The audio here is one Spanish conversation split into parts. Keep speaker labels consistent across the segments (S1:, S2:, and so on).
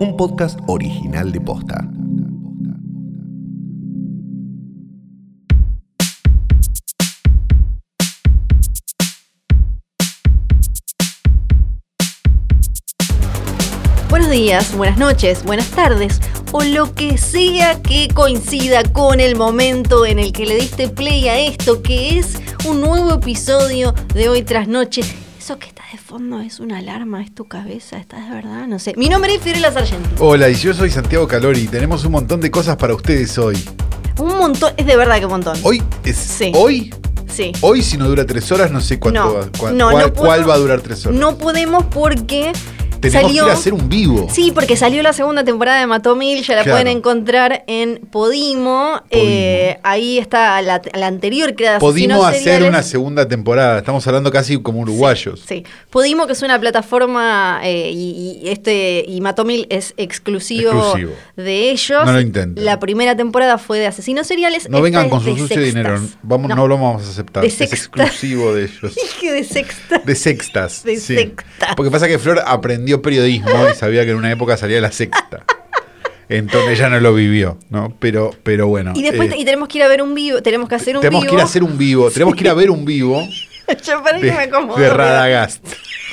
S1: un podcast original de Posta.
S2: Buenos días, buenas noches, buenas tardes o lo que sea que coincida con el momento en el que le diste play a esto, que es un nuevo episodio de hoy tras noche. Eso que está de fondo es una alarma, es tu cabeza, está de verdad, no sé. Mi nombre es Fiorella Sargenti.
S3: Hola, y yo soy Santiago Calori. Tenemos un montón de cosas para ustedes hoy. Oh.
S2: Un montón, es de verdad que un montón.
S3: Hoy es
S2: Sí.
S3: hoy,
S2: Sí.
S3: hoy si no dura tres horas, no sé cuánto
S2: No,
S3: va- cua-
S2: no, no
S3: cuál,
S2: puedo-
S3: cuál va a durar tres horas.
S2: No podemos porque
S3: Tenemos
S2: salió.
S3: que ir a hacer un vivo.
S2: Sí, porque salió la segunda temporada de Matomil, ya la
S3: Claro.
S2: pueden encontrar en Podimo. Eh, ahí está la, la anterior que era de
S3: Podimos
S2: asesinos
S3: hacer
S2: seriales.
S3: una segunda temporada. Estamos hablando casi como uruguayos.
S2: Sí, Podimo, que es una plataforma eh, y, y este y Matomil es exclusivo,
S3: Exclusivo.
S2: de ellos.
S3: No lo intenten.
S2: La primera temporada fue de asesinos seriales.
S3: No
S2: esta
S3: vengan
S2: es
S3: con su
S2: de
S3: sucio
S2: sextas.
S3: dinero. Vamos, no. lo vamos a aceptar.
S2: De
S3: Es
S2: sextas.
S3: exclusivo de ellos.
S2: Dije de sexta.
S3: De sextas.
S2: De
S3: sí.
S2: sextas.
S3: Porque pasa que Flor aprendió periodismo y sabía que en una época salía la sexta. Entonces ella no lo vivió, ¿no? Pero, pero bueno.
S2: Y después
S3: eh,
S2: y tenemos que ir a ver un vivo, tenemos que hacer un
S3: tenemos
S2: vivo.
S3: que ir a hacer un vivo, tenemos que ir a ver un vivo
S2: Yo para
S3: de,
S2: que me acomodo.
S3: de Radagast.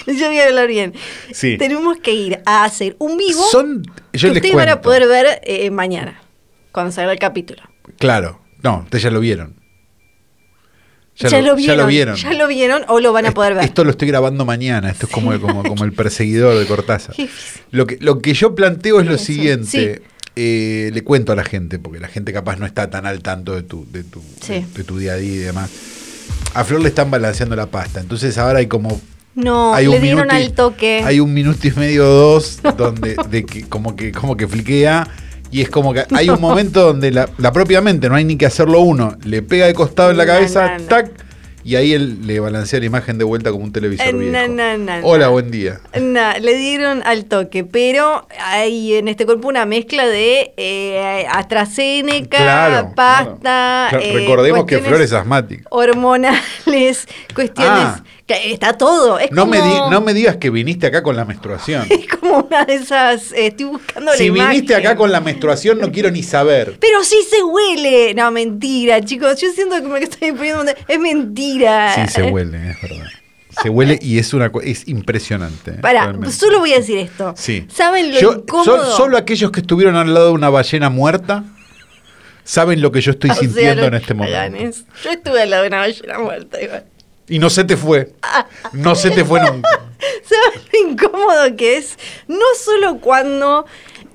S2: pero Yo voy a hablar bien.
S3: Sí.
S2: Tenemos que ir a hacer un vivo
S3: Son, yo
S2: que
S3: les
S2: ustedes
S3: cuento.
S2: van a poder ver eh, mañana, cuando salga el capítulo.
S3: Claro, no, ustedes ya lo vieron.
S2: Ya, lo vieron, ya lo vieron. o lo van a poder ver.
S3: Esto lo estoy grabando mañana, esto es como, como, como el perseguidor de Cortázar.
S2: Qué difícil.
S3: Lo que, lo que yo planteo es lo
S2: Sí.
S3: siguiente, eh, le cuento a la gente, porque la gente capaz no está tan al tanto de tu, de tu,
S2: Sí.
S3: de, de tu día a día y demás. A Flor le están balanceando la pasta, entonces ahora hay como...
S2: No,
S3: hay
S2: le
S3: un
S2: dieron
S3: minuto y-
S2: al toque.
S3: Hay un minuto y medio o dos donde de que, como, que, como que fliquea y es como que hay un momento donde la, la propia mente, no hay ni que hacerlo uno, le pega de costado en la
S2: Na,
S3: cabeza,
S2: na, na.
S3: tac, y ahí él le balancea la imagen de vuelta como un televisor
S2: Eh, na,
S3: viejo.
S2: na, na, na.
S3: Hola, buen día.
S2: No, le dieron al toque, pero hay en este cuerpo una mezcla de eh, AstraZeneca,
S3: Claro,
S2: pasta.
S3: claro.
S2: eh,
S3: Recordemos que
S2: cuestiones
S3: Flor es asmático.
S2: Hormonales, cuestiones.
S3: Ah.
S2: que está todo. Es
S3: No,
S2: como,
S3: me di- no me digas que viniste acá con la menstruación.
S2: Es como una de esas. eh, estoy buscando la
S3: si viniste
S2: imagen.
S3: acá con la menstruación, no quiero ni saber.
S2: Pero sí se huele. No, mentira, chicos. Yo siento que me estoy poniendo. una- Es mentira.
S3: Sí, se huele, es verdad. Se huele y es una co- es impresionante. eh,
S2: Para,
S3: realmente.
S2: solo voy a decir esto.
S3: Sí.
S2: ¿Saben lo
S3: Yo- so-
S2: incómodo?
S3: solo aquellos que estuvieron al lado de una ballena muerta saben lo que yo estoy
S2: O sea,
S3: sintiendo
S2: los
S3: en este momento.
S2: chalanes. Yo estuve al lado de una ballena muerta igual.
S3: Y no se te fue. No se te fue nunca.
S2: ¿Sabes lo incómodo que es? No solo cuando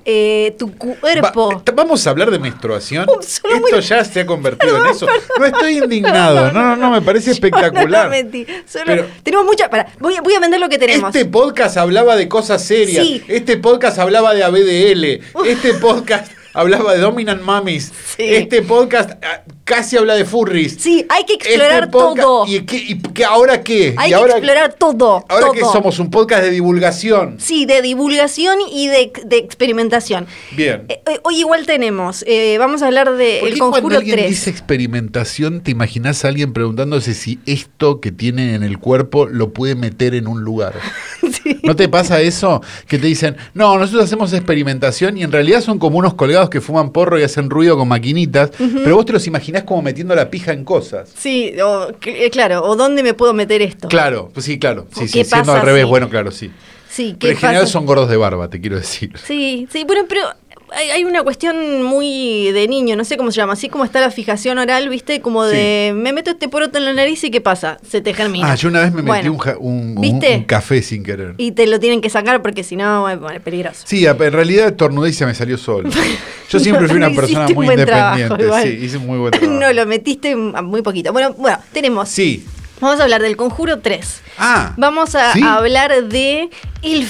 S2: eh, tu
S3: Va-
S2: cuerpo.
S3: t- vamos a hablar de menstruación.
S2: Un solo
S3: Esto
S2: muy-
S3: ya se ha convertido en eso. No estoy indignado. No, no, no, me parece
S2: Yo No,
S3: espectacular.
S2: no mentí. Solo-
S3: Pero-
S2: tenemos mucha. Para, voy, a- voy a vender lo que tenemos.
S3: Este podcast hablaba de cosas serias.
S2: Sí.
S3: Este podcast hablaba de ABDL. Este podcast hablaba de Dominant Mummies.
S2: Sí.
S3: Este podcast ah, casi habla de furries.
S2: Sí, hay que
S3: Este
S2: explorar
S3: podcast-
S2: todo.
S3: ¿Y, qué- y qué- ahora qué?
S2: Hay
S3: ¿Y
S2: que
S3: ahora,
S2: explorar todo.
S3: ahora
S2: todo.
S3: que somos un podcast de divulgación.
S2: Sí, de divulgación y de, de experimentación.
S3: Bien.
S2: Eh, eh, hoy igual tenemos. eh, vamos a hablar de
S3: ¿Por
S2: El
S3: qué cuando
S2: Conjuro
S3: alguien
S2: 3.
S3: dice experimentación, te imaginas a alguien preguntándose si esto que tiene en el cuerpo lo puede meter en un lugar? ¿No te pasa eso? Que te dicen, no, nosotros hacemos experimentación y en realidad son como unos colgados que fuman porro y hacen ruido con maquinitas, pero vos te los imaginás como metiendo la pija en cosas.
S2: Sí, o, cl- eh, claro, o dónde me puedo meter esto.
S3: Claro, pues sí, claro.
S2: ¿O
S3: Sí,
S2: qué
S3: sí, siendo
S2: pasa
S3: al revés,
S2: si-
S3: bueno, claro, sí.
S2: Sí,
S3: Pero
S2: ¿qué
S3: en general
S2: pasa?
S3: son gordos de barba, te quiero decir.
S2: Sí, sí, bueno, pero hay, hay una cuestión muy de niño, no sé cómo se llama, así como está la fijación oral, ¿viste? Como
S3: Sí.
S2: de, me meto este poroto en la nariz y ¿qué pasa? Se te germina.
S3: Ah, yo una vez me metí
S2: Bueno,
S3: un, ja- un- un-
S2: ¿viste?
S3: un café sin querer.
S2: Y te lo tienen que sacar porque si no, bueno, es peligroso.
S3: Sí, a- en realidad tornudé y se me salió solo. Yo siempre fui
S2: No,
S3: una
S2: no
S3: persona
S2: hiciste un
S3: muy
S2: buen trabajo,
S3: independiente.
S2: igual.
S3: sí, hice un muy buen trabajo.
S2: no, lo metiste a muy poquito. Bueno, bueno, tenemos.
S3: Sí.
S2: Vamos a hablar del Conjuro 3.
S3: Ah.
S2: Vamos a
S3: ¿sí?
S2: hablar de el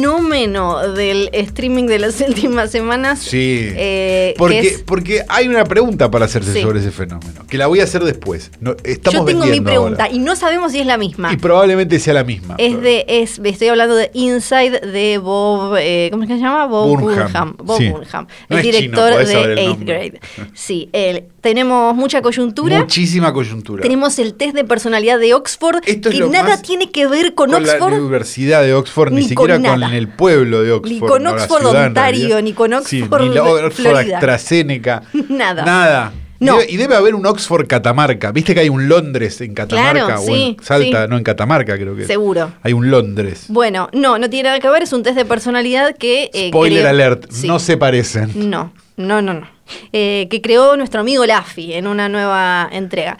S2: fenómeno del streaming de las últimas semanas.
S3: Sí.
S2: eh, que
S3: porque,
S2: es-
S3: porque hay una pregunta para hacerse
S2: Sí.
S3: sobre ese fenómeno, que la voy a hacer después. No, estamos
S2: yo tengo mi
S3: vendiendo
S2: pregunta
S3: ahora.
S2: y no sabemos si es la misma.
S3: Y probablemente sea la misma.
S2: Es de, es, estoy hablando de Inside de Bob, eh, ¿cómo es que se llama? Bob
S3: Burnham,
S2: Bob
S3: sí.
S2: Burnham,
S3: No
S2: el
S3: es chino,
S2: director
S3: podés
S2: de
S3: saber el
S2: 8th
S3: nombre.
S2: Grade. Sí, él- tenemos mucha coyuntura.
S3: Muchísima coyuntura.
S2: Tenemos el test de personalidad de Oxford,
S3: Esto es
S2: que
S3: lo
S2: nada
S3: más-
S2: tiene que ver con,
S3: la
S2: Oxford.
S3: Universidad de Oxford Oxford, ni,
S2: Ni con
S3: siquiera con,
S2: nada.
S3: el pueblo de Oxford.
S2: Ni con
S3: no, la
S2: Oxford,
S3: ciudad, en
S2: Ontario,
S3: realidad.
S2: ni con
S3: Sí,
S2: Oxford,
S3: ni la Oxford
S2: Florida.
S3: AstraZeneca.
S2: Nada.
S3: Nada.
S2: No.
S3: Y debe- Y debe haber un Oxford Catamarca. Viste que hay un Londres en Catamarca
S2: Claro,
S3: o en
S2: sí,
S3: Salta,
S2: sí.
S3: no en Catamarca creo que. es.
S2: Seguro. Eh,
S3: Hay un Londres.
S2: Bueno, no, no tiene nada que ver, es un test de personalidad que... eh,
S3: Spoiler
S2: creo-
S3: alert,
S2: Sí.
S3: no se parecen.
S2: No, no, no, no. Eh, que creó nuestro amigo Laffy en una nueva entrega.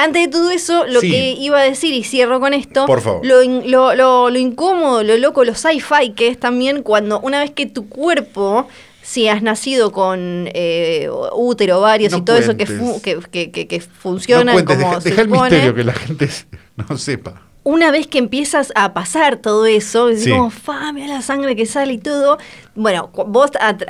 S2: Antes de todo eso, lo
S3: Sí.
S2: que iba a decir, y cierro con esto,
S3: Por favor.
S2: Lo, in- lo- lo- lo incómodo, lo loco, lo sci-fi que es también cuando una vez que tu cuerpo, si has nacido con eh, útero, varios
S3: No
S2: y todo eso que,
S3: cuentes.
S2: fu- que, que- que- que
S3: No
S2: funciona
S3: cuentes,
S2: como
S3: deja,
S2: se
S3: deja el
S2: supone,
S3: misterio que la gente se- no sepa.
S2: una vez que empiezas a pasar todo eso, decís
S3: Sí.
S2: como, fa, mira la sangre que sale y todo. Bueno, cu- vos at-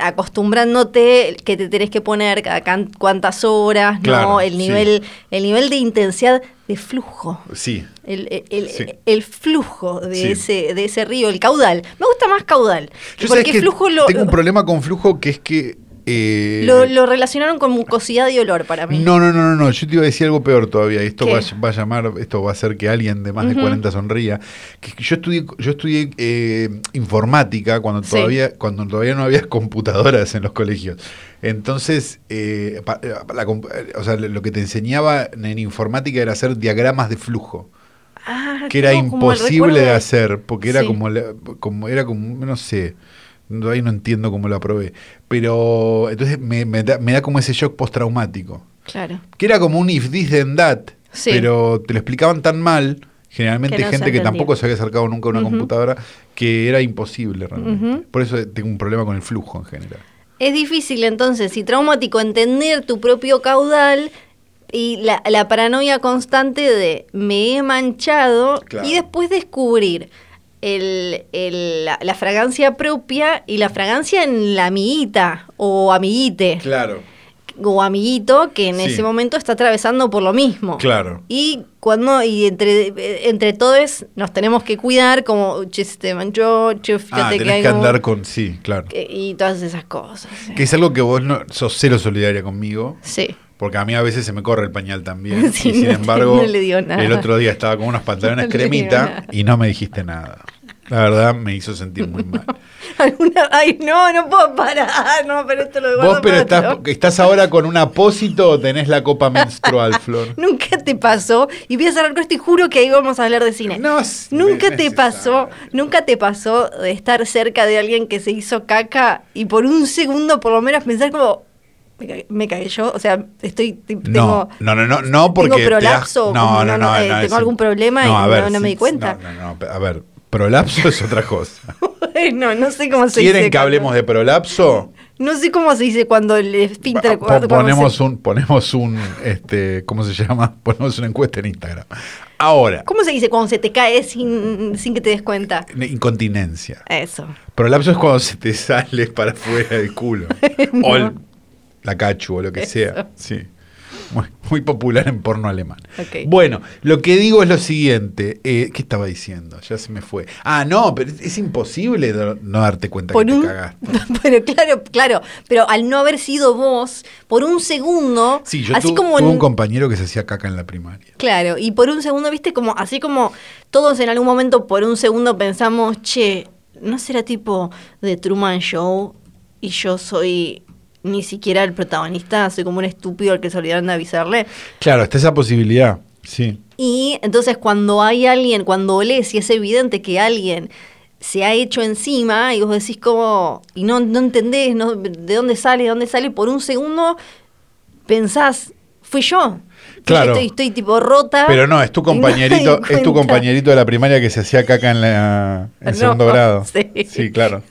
S2: acostumbrándote que te tenés que poner cada can- cuántas horas,
S3: Claro,
S2: ¿no? El
S3: sí.
S2: nivel, el nivel de intensidad de flujo.
S3: Sí.
S2: El, el- el-
S3: Sí.
S2: el flujo de,
S3: Sí.
S2: ese, de ese río, el caudal. Me gusta más caudal.
S3: Yo sabés
S2: porque
S3: que
S2: flujo lo,
S3: tengo un problema con flujo que es que eh,
S2: lo, lo relacionaron con mucosidad y olor para mí.
S3: No, no, no, no, no, yo te iba a decir algo peor todavía. Esto
S2: ¿Qué?
S3: va, a- va a llamar, esto va a hacer que alguien de más de
S2: Ujú.
S3: 40 sonría. Que- que yo estudié, yo estudié eh, informática cuando
S2: Sí.
S3: todavía, cuando todavía no había computadoras en los colegios. Entonces, eh, pa- eh, la comp- eh, o sea, lo lo que te enseñaba en informática era hacer diagramas de flujo,
S2: Ah,
S3: que era
S2: no, como el
S3: imposible de
S2: recuerdo
S3: hacer, porque era
S2: Sí.
S3: como, la- como era como, no sé. no- Ahí no entiendo cómo lo aprobé. Pero entonces me, me da, me da como ese shock postraumático
S2: Claro.
S3: que era como un if this then that,
S2: Sí.
S3: pero te lo explicaban tan mal, generalmente
S2: Que no se
S3: gente que
S2: entendía.
S3: tampoco se había acercado nunca a una
S2: Ujú.
S3: computadora, que era imposible realmente.
S2: Ujú.
S3: Por eso tengo un problema con el flujo en general.
S2: Es difícil entonces y traumático entender tu propio caudal y la, la paranoia constante de me he manchado
S3: Claro.
S2: y después descubrir el- el- la, la fragancia propia y la fragancia en la amiguita o amiguite
S3: Claro.
S2: o amiguito que en
S3: Sí.
S2: ese momento está atravesando por lo mismo.
S3: Claro.
S2: Y cuando y entre eh, entre todos nos tenemos que cuidar como che se te manchó, che
S3: Ah,
S2: fíjate que
S3: tenés
S2: hay
S3: que
S2: como-
S3: andar con, sí, claro.
S2: que- y todas esas cosas. eh.
S3: Que es algo que vos no, sos cero solidaria conmigo.
S2: Sí.
S3: Porque a mí a veces se me corre el pañal también.
S2: Sí,
S3: y sin
S2: no te-
S3: embargo,
S2: no le dio nada.
S3: el otro día estaba con unos pantalones
S2: No le dio
S3: cremita
S2: nada.
S3: y no me dijiste nada. La verdad me hizo sentir muy mal.
S2: Alguna- Ay, no, no puedo parar. No, pero esto lo guardo
S3: Vos, pero
S2: para
S3: estás,
S2: otro.
S3: estás ahora con un apósito o tenés la copa menstrual, Flor.
S2: Nunca te pasó. Y voy a cerrar con esto y juro que ahí vamos a hablar de cine.
S3: No es
S2: Nunca te
S3: necesario.
S2: pasó, nunca te pasó de estar cerca de alguien que se hizo caca y por un segundo por lo menos pensar como me cagué, me cagué yo, o sea, estoy te-
S3: No,
S2: tengo
S3: no, no, no, no, porque. te das-
S2: prolapso, como no, no, eh, tengo
S3: es-
S2: algún problema y
S3: a
S2: no- no me di
S3: sí,
S2: cuenta.
S3: No, no, no, a ver, prolapso es otra cosa.
S2: no, no sé cómo se
S3: ¿Quieren
S2: dice
S3: que hablemos de prolapso?
S2: cuando- No sé cómo se dice cuando le pinta el
S3: Po-
S2: cuadro, cuando
S3: ponemos
S2: se-
S3: un, ponemos un, este, ¿cómo se llama? Ponemos una encuesta en Instagram. Ahora,
S2: ¿Cómo se dice cuando se te cae sin, sin que te des cuenta?
S3: incontinencia.
S2: Eso.
S3: Prolapso es cuando se te sale para afuera del culo. O el- la cachu o lo que sea. Sí. Muy, muy popular en porno alemán.
S2: Ok.
S3: Bueno, lo que digo es lo siguiente. Eh, ¿Qué estaba diciendo? Ya se me fue. Ah, no, pero es, es imposible no, no darte cuenta
S2: por
S3: que
S2: un
S3: te cagaste.
S2: pero claro claro pero al no haber sido vos por un segundo
S3: Sí, yo
S2: así
S3: tu-
S2: como
S3: tuve
S2: en-
S3: un compañero que se hacía caca en la primaria.
S2: claro y por un segundo viste como así como todos en algún momento por un segundo pensamos che no será tipo de Truman Show y yo soy ni siquiera el protagonista soy como un estúpido al que se olvidaron de avisarle
S3: Claro, está esa posibilidad. Sí.
S2: Y entonces cuando hay alguien, cuando olés y es evidente que alguien se ha hecho encima y vos decís como, y no, no entendés no, de dónde sale, de dónde sale, por un segundo pensás, fui yo.
S3: Claro.
S2: Estoy, estoy tipo rota.
S3: Pero no, es tu
S2: y Ah, me
S3: compañerito,
S2: doy
S3: es tu
S2: cuenta.
S3: compañerito de la primaria que se hacía caca en, la, en
S2: No,
S3: segundo grado.
S2: sí.
S3: sí, claro.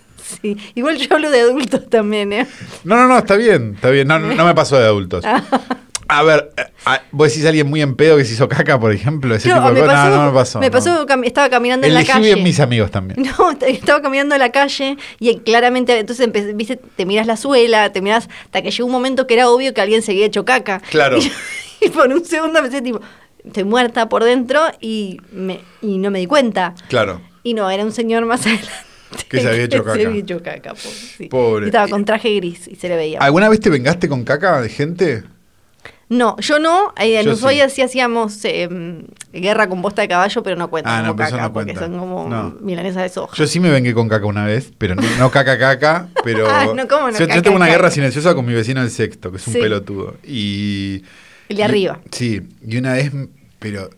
S2: Sí. Igual yo hablo de adultos también, ¿eh?
S3: No, no, no, está bien, está bien. No, no, no me pasó de adultos.
S2: Ah.
S3: A ver, eh, ah, vos decís a alguien muy en pedo que se hizo caca, por ejemplo, ese
S2: No,
S3: tipo de
S2: me
S3: cosas.
S2: pasó,
S3: No, no me pasó.
S2: me
S3: no.
S2: pasó cam- estaba caminando en
S3: Elegí
S2: la calle.
S3: bien mis amigos también.
S2: No, t- estaba caminando en la calle y eh, claramente, entonces empe- viste, te miras la suela, te miras, hasta que llegó un momento que era obvio que alguien se había hecho caca.
S3: Claro.
S2: Y, yo- y por un segundo pensé, tipo, estoy muerta por dentro y, me, y no me di cuenta.
S3: Claro.
S2: Y no, era un señor más adelante.
S3: Que se había hecho
S2: Se
S3: caca.
S2: había hecho caca, pobre. sí.
S3: Pobre.
S2: Y estaba con traje gris y se le veía.
S3: ¿Alguna vez te vengaste con caca de gente?
S2: No, yo no. eh, en
S3: Yo
S2: Ushuaia sí, hacíamos eh, guerra con bosta de caballo, pero no cuenta
S3: Ah, no,
S2: como
S3: pero eso
S2: caca,
S3: no
S2: porque
S3: cuenta.
S2: son como
S3: No.
S2: milanesas de soja.
S3: Yo sí me vengué con caca una vez, pero no, no caca caca, pero...
S2: Ah, no, ¿cómo no
S3: yo, yo
S2: caca,
S3: tengo una
S2: caca?
S3: guerra silenciosa con mi vecino del sexto, que es un
S2: Sí.
S3: pelotudo. Y...
S2: El
S3: y-
S2: de arriba.
S3: Sí, y una vez, pero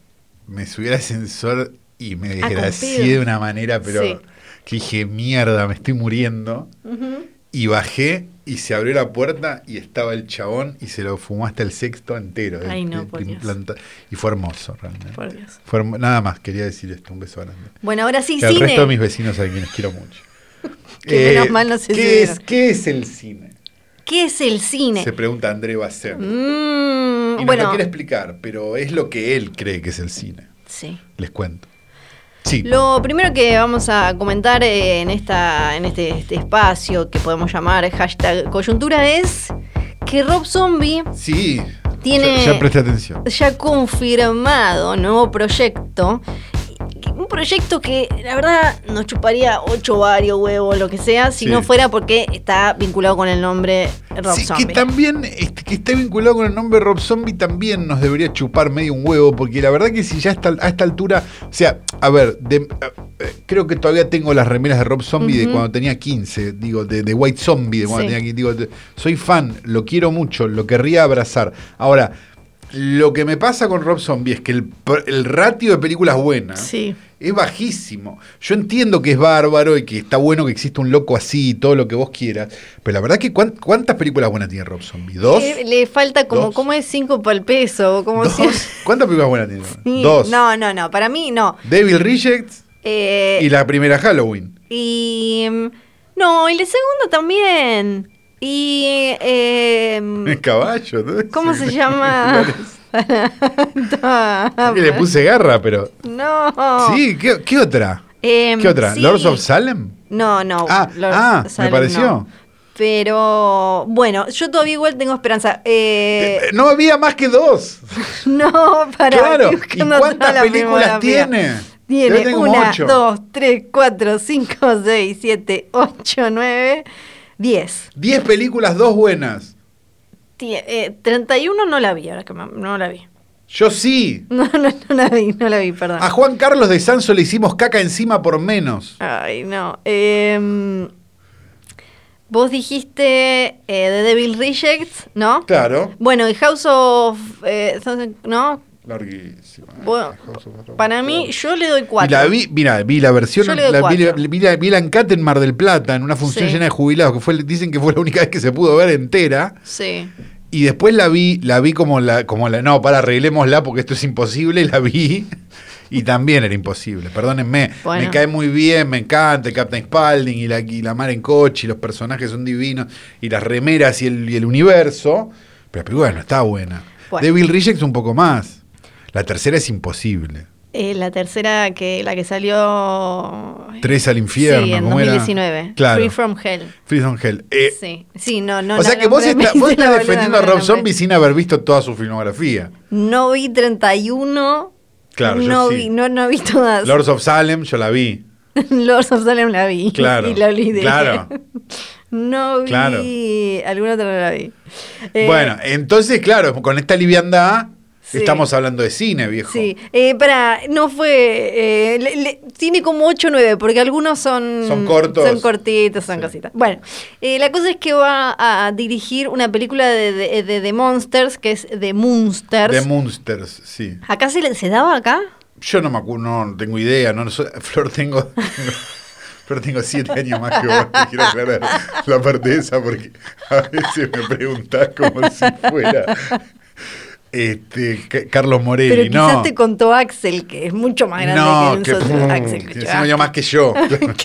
S3: me subí al ascensor y me
S2: Ah, con
S3: desgracié
S2: pedo.
S3: de una manera, pero
S2: Sí.
S3: que dije, mierda, me estoy muriendo.
S2: Ujú.
S3: Y bajé y se abrió la puerta y estaba el chabón y se lo fumó hasta el sexto entero.
S2: Ay,
S3: El-
S2: no,
S3: el
S2: por
S3: prim-
S2: Dios.
S3: planta- Y fue hermoso, realmente.
S2: Por Dios.
S3: Fue hermo- Nada más, quería decir esto, un beso grande.
S2: Bueno, ahora sí,
S3: Y al
S2: cine.
S3: resto de mis vecinos a quienes quiero mucho. Eh,
S2: Que menos mal no se
S3: ¿qué es,
S2: subieron.
S3: ¿Qué es el cine?
S2: ¿Qué es el cine?
S3: Se pregunta André Basset.
S2: Mm,
S3: Y no lo
S2: bueno,
S3: quiere explicar, pero es lo que él cree que es el cine.
S2: sí.
S3: Les cuento. Sí.
S2: Lo primero que vamos a comentar eh, en, esta, en este, este espacio que podemos llamar hashtag coyuntura es que Rob Zombie
S3: Sí.
S2: Tiene-
S3: Ya, ya presta atención.
S2: ya ha confirmado nuevo proyecto. Un proyecto que la verdad nos chuparía ocho varios huevos, lo que sea, si
S3: Sí.
S2: no fuera porque está vinculado con el nombre Rob
S3: Sí, que
S2: Zombie.
S3: también, este, que esté vinculado con el nombre Rob Zombie, también nos debería chupar medio un huevo, porque la verdad que si ya hasta- a esta altura, o sea, a ver, de- eh, creo que todavía tengo las remeras de Rob Zombie de
S2: Ujú.
S3: cuando tenía 15, digo, de, de White Zombie de cuando
S2: Sí.
S3: tenía 15, digo, de- soy fan, lo quiero mucho, lo querría abrazar. Ahora, lo que me pasa con Rob Zombie es que el, pr- el ratio de películas buenas
S2: Sí.
S3: es bajísimo. Yo entiendo que es bárbaro y que está bueno que exista un loco así y todo lo que vos quieras. Pero la verdad que cuán- ¿cuántas películas buenas tiene Rob Zombie? ¿Dos?
S2: Eh, Le falta como,
S3: Dos.
S2: ¿cómo es cinco para el peso? Como
S3: ¿Dos?
S2: si-
S3: ¿Cuántas películas buenas tiene?
S2: Sí,
S3: Dos.
S2: No, no, no, para mí no.
S3: Devil Rejects
S2: Eh,
S3: y la primera Halloween.
S2: Y. mm, No, y la segunda también. Y. eh, mm,
S3: Caballo, ¿no?
S2: ¿Cómo se llama?
S3: Creo que le puse garra, pero.
S2: no.
S3: Sí, ¿qué, qué otra?
S2: Em,
S3: ¿Qué otra?
S2: sí.
S3: ¿Lords of Salem?
S2: No, no.
S3: Ah,
S2: Lord
S3: ah, me
S2: Salem
S3: pareció.
S2: no. Pero bueno, yo todavía igual tengo esperanza. Eh,
S3: Eh, no había más que dos.
S2: no, para.
S3: claro. ¿Y cuántas películas tiene? Debe
S2: Tiene
S3: tener como
S2: 1,
S3: ocho.
S2: 2, 3, 4, 5, 6, 7, 8, 9, 10.
S3: 10 películas, dos buenas.
S2: Tie- eh, 31 no la vi, ahora que me- no la vi.
S3: Yo sí.
S2: No, no, no la vi, no la vi, perdón.
S3: A Juan Carlos de Sanso le hicimos caca encima por menos.
S2: Ay, no. Em, vos dijiste eh, The Devil Rejects, ¿no?
S3: Claro.
S2: Bueno, y House of... eh, something- ¿No?
S3: Larguísima.
S2: Bueno, para mí, yo le doy
S3: Y
S2: 4.
S3: la vi, mira, vi la versión,
S2: Yo le doy
S3: la, vi,
S2: cuatro.
S3: la- vi la- vi la Encat en Mar del Plata, en una función
S2: Sí.
S3: llena de jubilados, que fue, dicen que fue la única vez que se pudo ver entera.
S2: Sí.
S3: Y después la vi, la vi como la, como la, no, para arreglémosla porque esto es imposible, y la vi. Y también era imposible, perdónenme.
S2: Bueno.
S3: Me cae muy bien, me encanta el Captain Spaulding y la, y la mar en coche, y los personajes son divinos, y las remeras y el, y el universo. Pero, pero bueno, está buena.
S2: Bueno.
S3: Devil Rejects un poco más. La tercera es imposible.
S2: Eh, la tercera, que la que salió... ay,
S3: Tres al infierno,
S2: Sí, en
S3: ¿cómo era?
S2: 2019.
S3: Claro.
S2: Free From Hell.
S3: Free from Hell. Eh,
S2: Sí, sí, no, no.
S3: o sea
S2: la
S3: que vos,
S2: nombré,
S3: está-
S2: me
S3: vos
S2: hice
S3: estás
S2: la boluda,
S3: defendiendo a
S2: no la
S3: Rob
S2: nombré.
S3: Zombie sin haber visto toda su filmografía.
S2: No vi 31.
S3: Claro, yo
S2: no
S3: sí.
S2: vi, no, no vi todas.
S3: Lords of Salem, yo la vi.
S2: Lords of Salem la vi.
S3: Claro,
S2: Y la olvidé.
S3: claro.
S2: No vi.
S3: Claro.
S2: Alguna otra no la vi. Eh,
S3: bueno, entonces, claro, con esta liviandad
S2: Sí.
S3: estamos hablando de cine, viejo.
S2: Sí. Eh, pará, no fue. eh, le- le- tiene como 8 o 9, porque algunos son.
S3: Son cortos.
S2: Son cortitos, son
S3: Sí.
S2: cositas. Bueno, eh, la cosa es que va a dirigir una película de, de, de- de Monsters, que es The Monsters.
S3: De Monsters, sí.
S2: ¿Acá se, le- se daba acá?
S3: Yo no me acu- no tengo idea, no, no soy- Flor tengo, tengo- Flor tengo siete años más que vos, te quiero aclarar la parte esa porque a veces me preguntás como si fuera este Ca- Carlos Morelli,
S2: Pero quizás
S3: no.
S2: te contó Axel, que es mucho más grande
S3: no,
S2: que nosotros.
S3: pum,
S2: Axel
S3: tiene
S2: Kuchevaski.
S3: cinco años más que yo.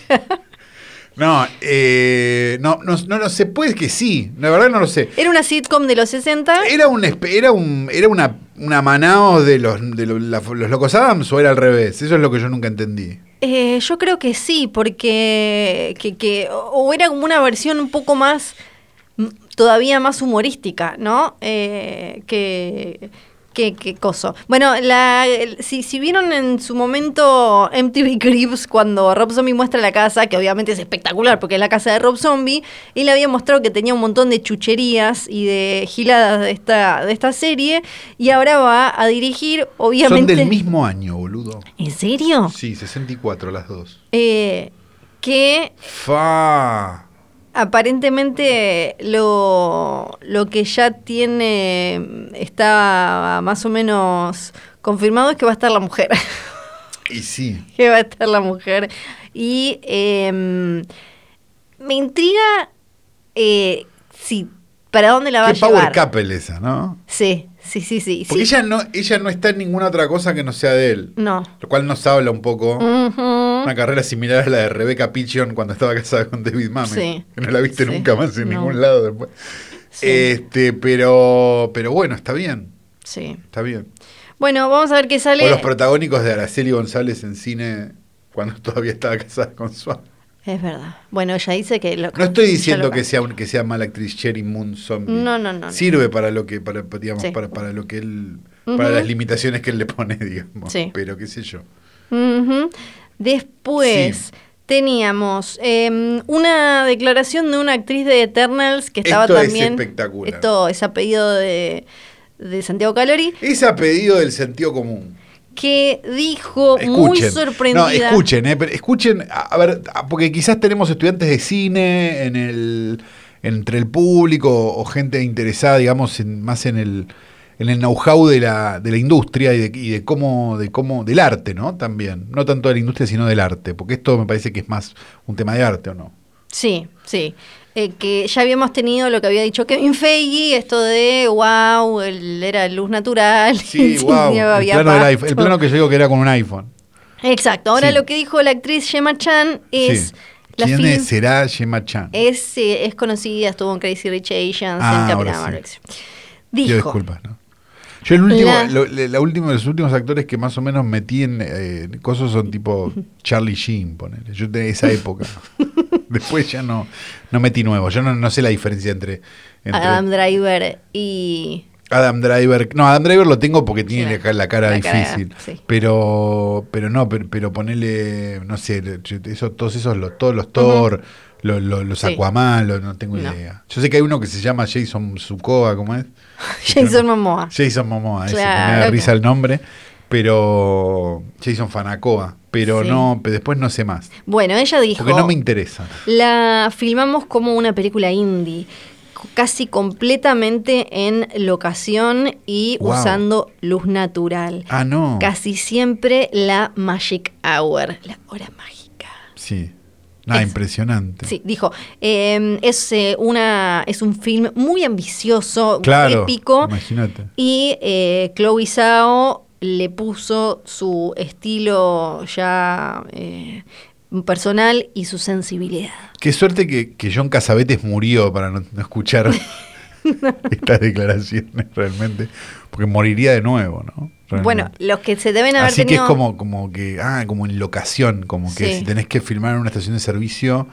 S3: claro. No, eh, no, no, no, no sé, puede que sí, la verdad no lo sé.
S2: Era una sitcom de los 60.
S3: ¿Era, un, espe- era, un, era una, una Manaos de, los, de lo- la- los Locos Adams o era al revés? Eso es lo que yo nunca entendí.
S2: Eh, yo creo que sí, porque que, que- o- o era como una versión un poco más, m- todavía más humorística, ¿no? Eh, que, Qué, qué coso. Bueno, la, el- si, si vieron en su momento MTV Cribs cuando Rob Zombie muestra la casa, que obviamente es espectacular porque es la casa de Rob Zombie, él había mostrado que tenía un montón de chucherías y de giladas de esta, de esta serie y ahora va a dirigir,
S3: Son
S2: obviamente...
S3: del mismo año, boludo.
S2: ¿En serio?
S3: Sí, 64 las dos.
S2: Eh, que
S3: Fa.
S2: Aparentemente lo, lo que ya tiene está más o menos confirmado es que va a estar la mujer.
S3: Y sí.
S2: que va a estar la mujer. Y em, me intriga eh, sí, para dónde la va
S3: Qué
S2: a
S3: power
S2: llevar.
S3: couple esa, ¿no?
S2: Sí, sí, sí, sí.
S3: Porque
S2: sí.
S3: ella no, ella no está en ninguna otra cosa que no sea de él.
S2: No.
S3: Lo cual nos habla un
S2: Mm.
S3: poco.
S2: Ujú.
S3: Una carrera similar a la de Rebecca Pichion cuando estaba casada con David Mamet.
S2: Sí.
S3: Que no la viste
S2: Sí.
S3: nunca más en
S2: No.
S3: ningún lado después.
S2: Sí,
S3: Este, pero, pero bueno, está bien.
S2: sí.
S3: Está bien.
S2: Bueno, vamos a ver qué sale.
S3: O los protagónicos de Araceli González en cine cuando todavía estaba casada con Swan.
S2: Es verdad. Bueno, ella dice que lo-
S3: No estoy
S2: ya
S3: diciendo
S2: lo
S3: que sea, un- que sea mala actriz Cherry Moon Zombie.
S2: No, no, no, no.
S3: Sirve para lo que, para, para, digamos,
S2: Sí.
S3: para, para lo que él,
S2: Ujú.
S3: para las limitaciones que él le pone, digamos.
S2: Sí.
S3: Pero qué sé yo.
S2: Ujú. Después
S3: Sí.
S2: teníamos em, una declaración de una actriz de Eternals que estaba
S3: Esto es
S2: también.
S3: espectacular.
S2: Esto es a pedido de, de Santiago Calori,
S3: Es a pedido del sentido común.
S2: que dijo muy
S3: Escuchen. No,
S2: sorprendida.
S3: escuchen, eh, pero escuchen, a, a ver, a- porque quizás tenemos estudiantes de cine en el entre el público o gente interesada, digamos, en- más en el en el know-how de la, de la industria y de, y de cómo de cómo del arte, ¿no? También, no tanto de la industria sino del arte, porque esto me parece que es más un tema de arte o no.
S2: Sí, sí. Eh, que ya habíamos tenido lo que había dicho Kevin Feige, esto de wow, el- era luz natural.
S3: Sí, wow. El
S2: había
S3: plano, del
S2: pasto.
S3: iPhone- el plano que yo digo que era con un iPhone.
S2: Exacto. Ahora
S3: Sí.
S2: lo que dijo la actriz Gemma Chan es
S3: Sí.
S2: la
S3: ¿Quién
S2: film-
S3: será Gemma Chan?
S2: Es, eh, es conocida, estuvo en Crazy Rich Asians,
S3: Ah,
S2: en Capitana
S3: ahora
S2: Marvel.
S3: sí. Pido
S2: Dijo,
S3: disculpas, ¿no? Yo el último,
S2: La-
S3: lo- le- la última- los últimos actores que más o menos metí en eh, cosas son tipo Charlie Sheen, ponele. Yo de esa época. Después ya no, no metí nuevo. Yo no, no sé la diferencia entre, entre
S2: Adam Driver y...
S3: Adam Driver. No, Adam Driver lo tengo porque tiene
S2: Sí,
S3: la, ca- la cara
S2: la cara,
S3: difícil.
S2: sí.
S3: Pero, pero no, pero, pero ponele, no sé, le- yo- eso, todos esos, los, todos los Thor, los, los, los
S2: Sí.
S3: Aquaman, los- no tengo
S2: No.
S3: idea. Yo sé que hay uno que se llama Jason Sukoa, ¿cómo es?
S2: Jason Momoa.
S3: Jason Momoa, ese, que me da
S2: Claro,
S3: risa
S2: claro.
S3: el nombre, pero Jason Fanacoa, pero
S2: Sí.
S3: no, pero después no sé más,
S2: Bueno, ella dijo,
S3: porque no me interesa.
S2: la filmamos como una película indie, co- casi completamente en locación y
S3: Wow.
S2: usando luz natural.
S3: Ah, no.
S2: Casi siempre la Magic Hour, la hora mágica.
S3: Sí. Nada,
S2: Es-
S3: impresionante.
S2: Sí, dijo, eh, es, eh, una, es un film muy ambicioso,
S3: Claro.
S2: épico,
S3: Imagínate.
S2: Y eh, Chloe Zhao le puso su estilo ya eh, personal y su sensibilidad.
S3: Qué suerte que, que John Casabetes murió para no, no escuchar estas declaraciones realmente, porque moriría de nuevo, ¿no? Realmente.
S2: Bueno, los que se deben haber
S3: Así que es
S2: tenido...
S3: como, como que, ah, como en locación, como que
S2: Sí.
S3: si tenés que filmar en una estación de servicio,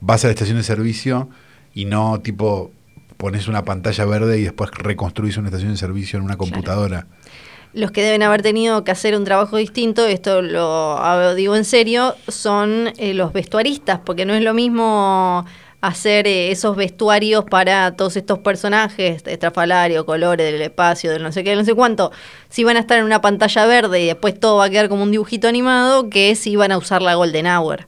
S3: vas a la estación de servicio y no tipo pones una pantalla verde y después reconstruís una estación de servicio en una computadora.
S2: Los que deben haber tenido que hacer un trabajo distinto, esto lo hab- digo en serio, son eh, los vestuaristas, porque no es lo mismo hacer eh, esos vestuarios para todos estos personajes, estrafalario, colores del espacio, del no sé qué, del no sé cuánto, si van a estar en una pantalla verde y después todo va a quedar como un dibujito animado, que si van a usar la Golden Hour.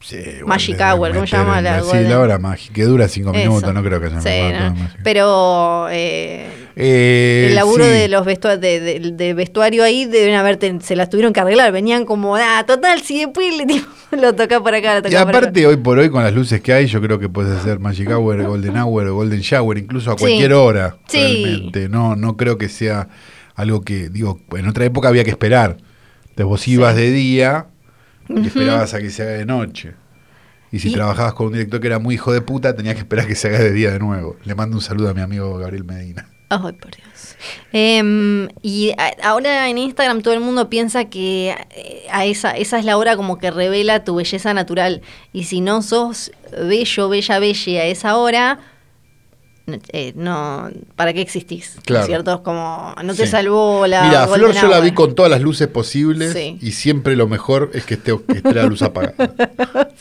S3: Sí, bueno,
S2: Magic
S3: deben
S2: Hour, ¿cómo se
S3: meter
S2: llama
S3: en-
S2: la-
S3: Sí, la hora mágica, que dura cinco
S2: Eso.
S3: minutos, no creo que haya
S2: Sí,
S3: una hora
S2: no.
S3: mágica.
S2: Pero eh,
S3: Eh,
S2: El laburo
S3: sí.
S2: de los vestua- de, de- de vestuario ahí deben haber ten- se las tuvieron que arreglar, venían como, ah, total, si después le tipo, lo toca por acá, lo toca
S3: Y
S2: por acá.
S3: aparte, hoy por hoy, con las luces que hay, yo creo que puedes hacer Magic Hour, Golden Hour o Golden Shower, incluso a
S2: Sí.
S3: cualquier hora.
S2: Sí.
S3: Realmente. No, no creo que sea algo que, digo, en otra época había que esperar. Entonces vos ibas de día y esperabas a que se haga de noche. Y si
S2: Y-
S3: trabajabas con un director que era muy hijo de puta, tenías que esperar que se haga de día de nuevo. Le mando un saludo a mi amigo Gabriel Medina.
S2: Ay, por Dios. Em, y a- ahora en Instagram todo el mundo piensa que eh, a esa, esa es la hora como que revela tu belleza natural. Y si no sos bello, bella, belle a esa hora, no, eh, no- ¿para qué existís? ¿No es
S3: Claro.
S2: ¿Cierto? Es como, no te
S3: Sí.
S2: salvó la.
S3: Mira, a Flor
S2: Golden
S3: yo la vi
S2: Hour.
S3: con todas las luces posibles
S2: Sí.
S3: y siempre lo mejor es que esté, que esté la luz apagada.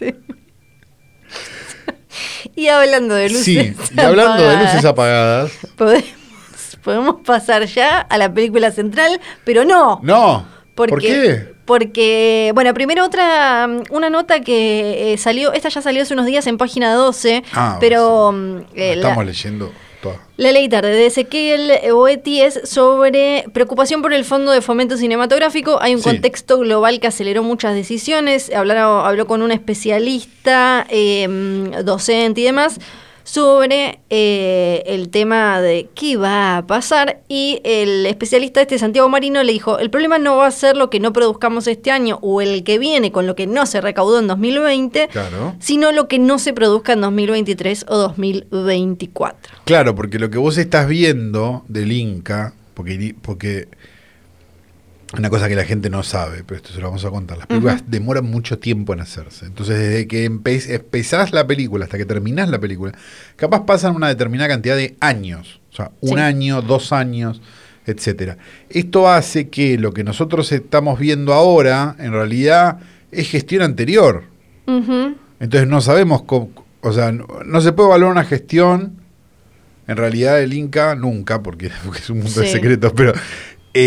S2: Y hablando de luces.
S3: sí, y hablando de luces apagadas.
S2: Podemos, podemos pasar ya a la película central, pero no.
S3: No,
S2: Porque,
S3: ¿por qué?
S2: Porque, bueno, primero otra, mm, una nota que eh, salió, esta ya salió hace unos días en página 12,
S3: Ah,
S2: pero
S3: sí.
S2: mm,
S3: La
S2: eh, la-
S3: Ah, Estamos leyendo todas.
S2: la ley tarde de Ezequiel Oeti E es sobre preocupación por el Fondo de Fomento Cinematográfico. Hay un
S3: Sí.
S2: contexto global que aceleró muchas decisiones. Hablaron- habló con un especialista, eh, mm, docente y demás, sobre eh, el tema de qué va a pasar. Y el especialista este, Santiago Marino, le dijo, el problema no va a ser lo que no produzcamos este año o el que viene con lo que no se recaudó en 2020,
S3: Claro.
S2: sino lo que no se produzca en 2023 o 2024.
S3: Claro, porque lo que vos estás viendo del Inca, porque, porque una cosa que la gente no sabe, pero esto se lo vamos a contar, las películas demoran mucho tiempo en hacerse. Entonces, desde que empe- empezás la película hasta que terminás la película, capaz pasan una determinada cantidad de años, o sea, un
S2: Sí.
S3: año, dos años, etcétera. Esto hace que lo que nosotros estamos viendo ahora, en realidad, es gestión anterior.
S2: Ujú.
S3: Entonces no sabemos cómo, o sea, no, no se puede evaluar una gestión, en realidad el Inca nunca, porque, porque es un mundo de
S2: Sí.
S3: secretos, pero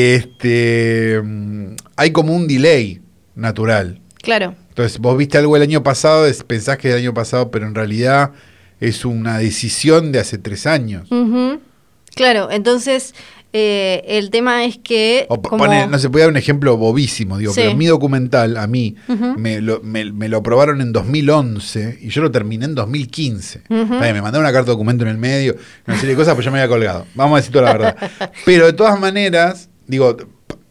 S3: este mm, hay como un delay natural.
S2: Claro.
S3: Entonces vos viste algo el año pasado, es- pensás que es del año pasado, pero en realidad es una decisión de hace tres años.
S2: Ujú. Claro, entonces eh, el tema es que...
S3: O p-
S2: como-
S3: pone- no se puede dar un ejemplo bobísimo, digo,
S2: Sí.
S3: pero mi documental, a mí,
S2: Ujú.
S3: me, lo, me- me lo aprobaron en 2011 y yo lo terminé en 2015.
S2: Ujú.
S3: Está bien, me mandaron una carta de documento en el medio, una serie de cosas, pues yo me había colgado. Vamos a decir toda la verdad. Pero de todas maneras, digo, p-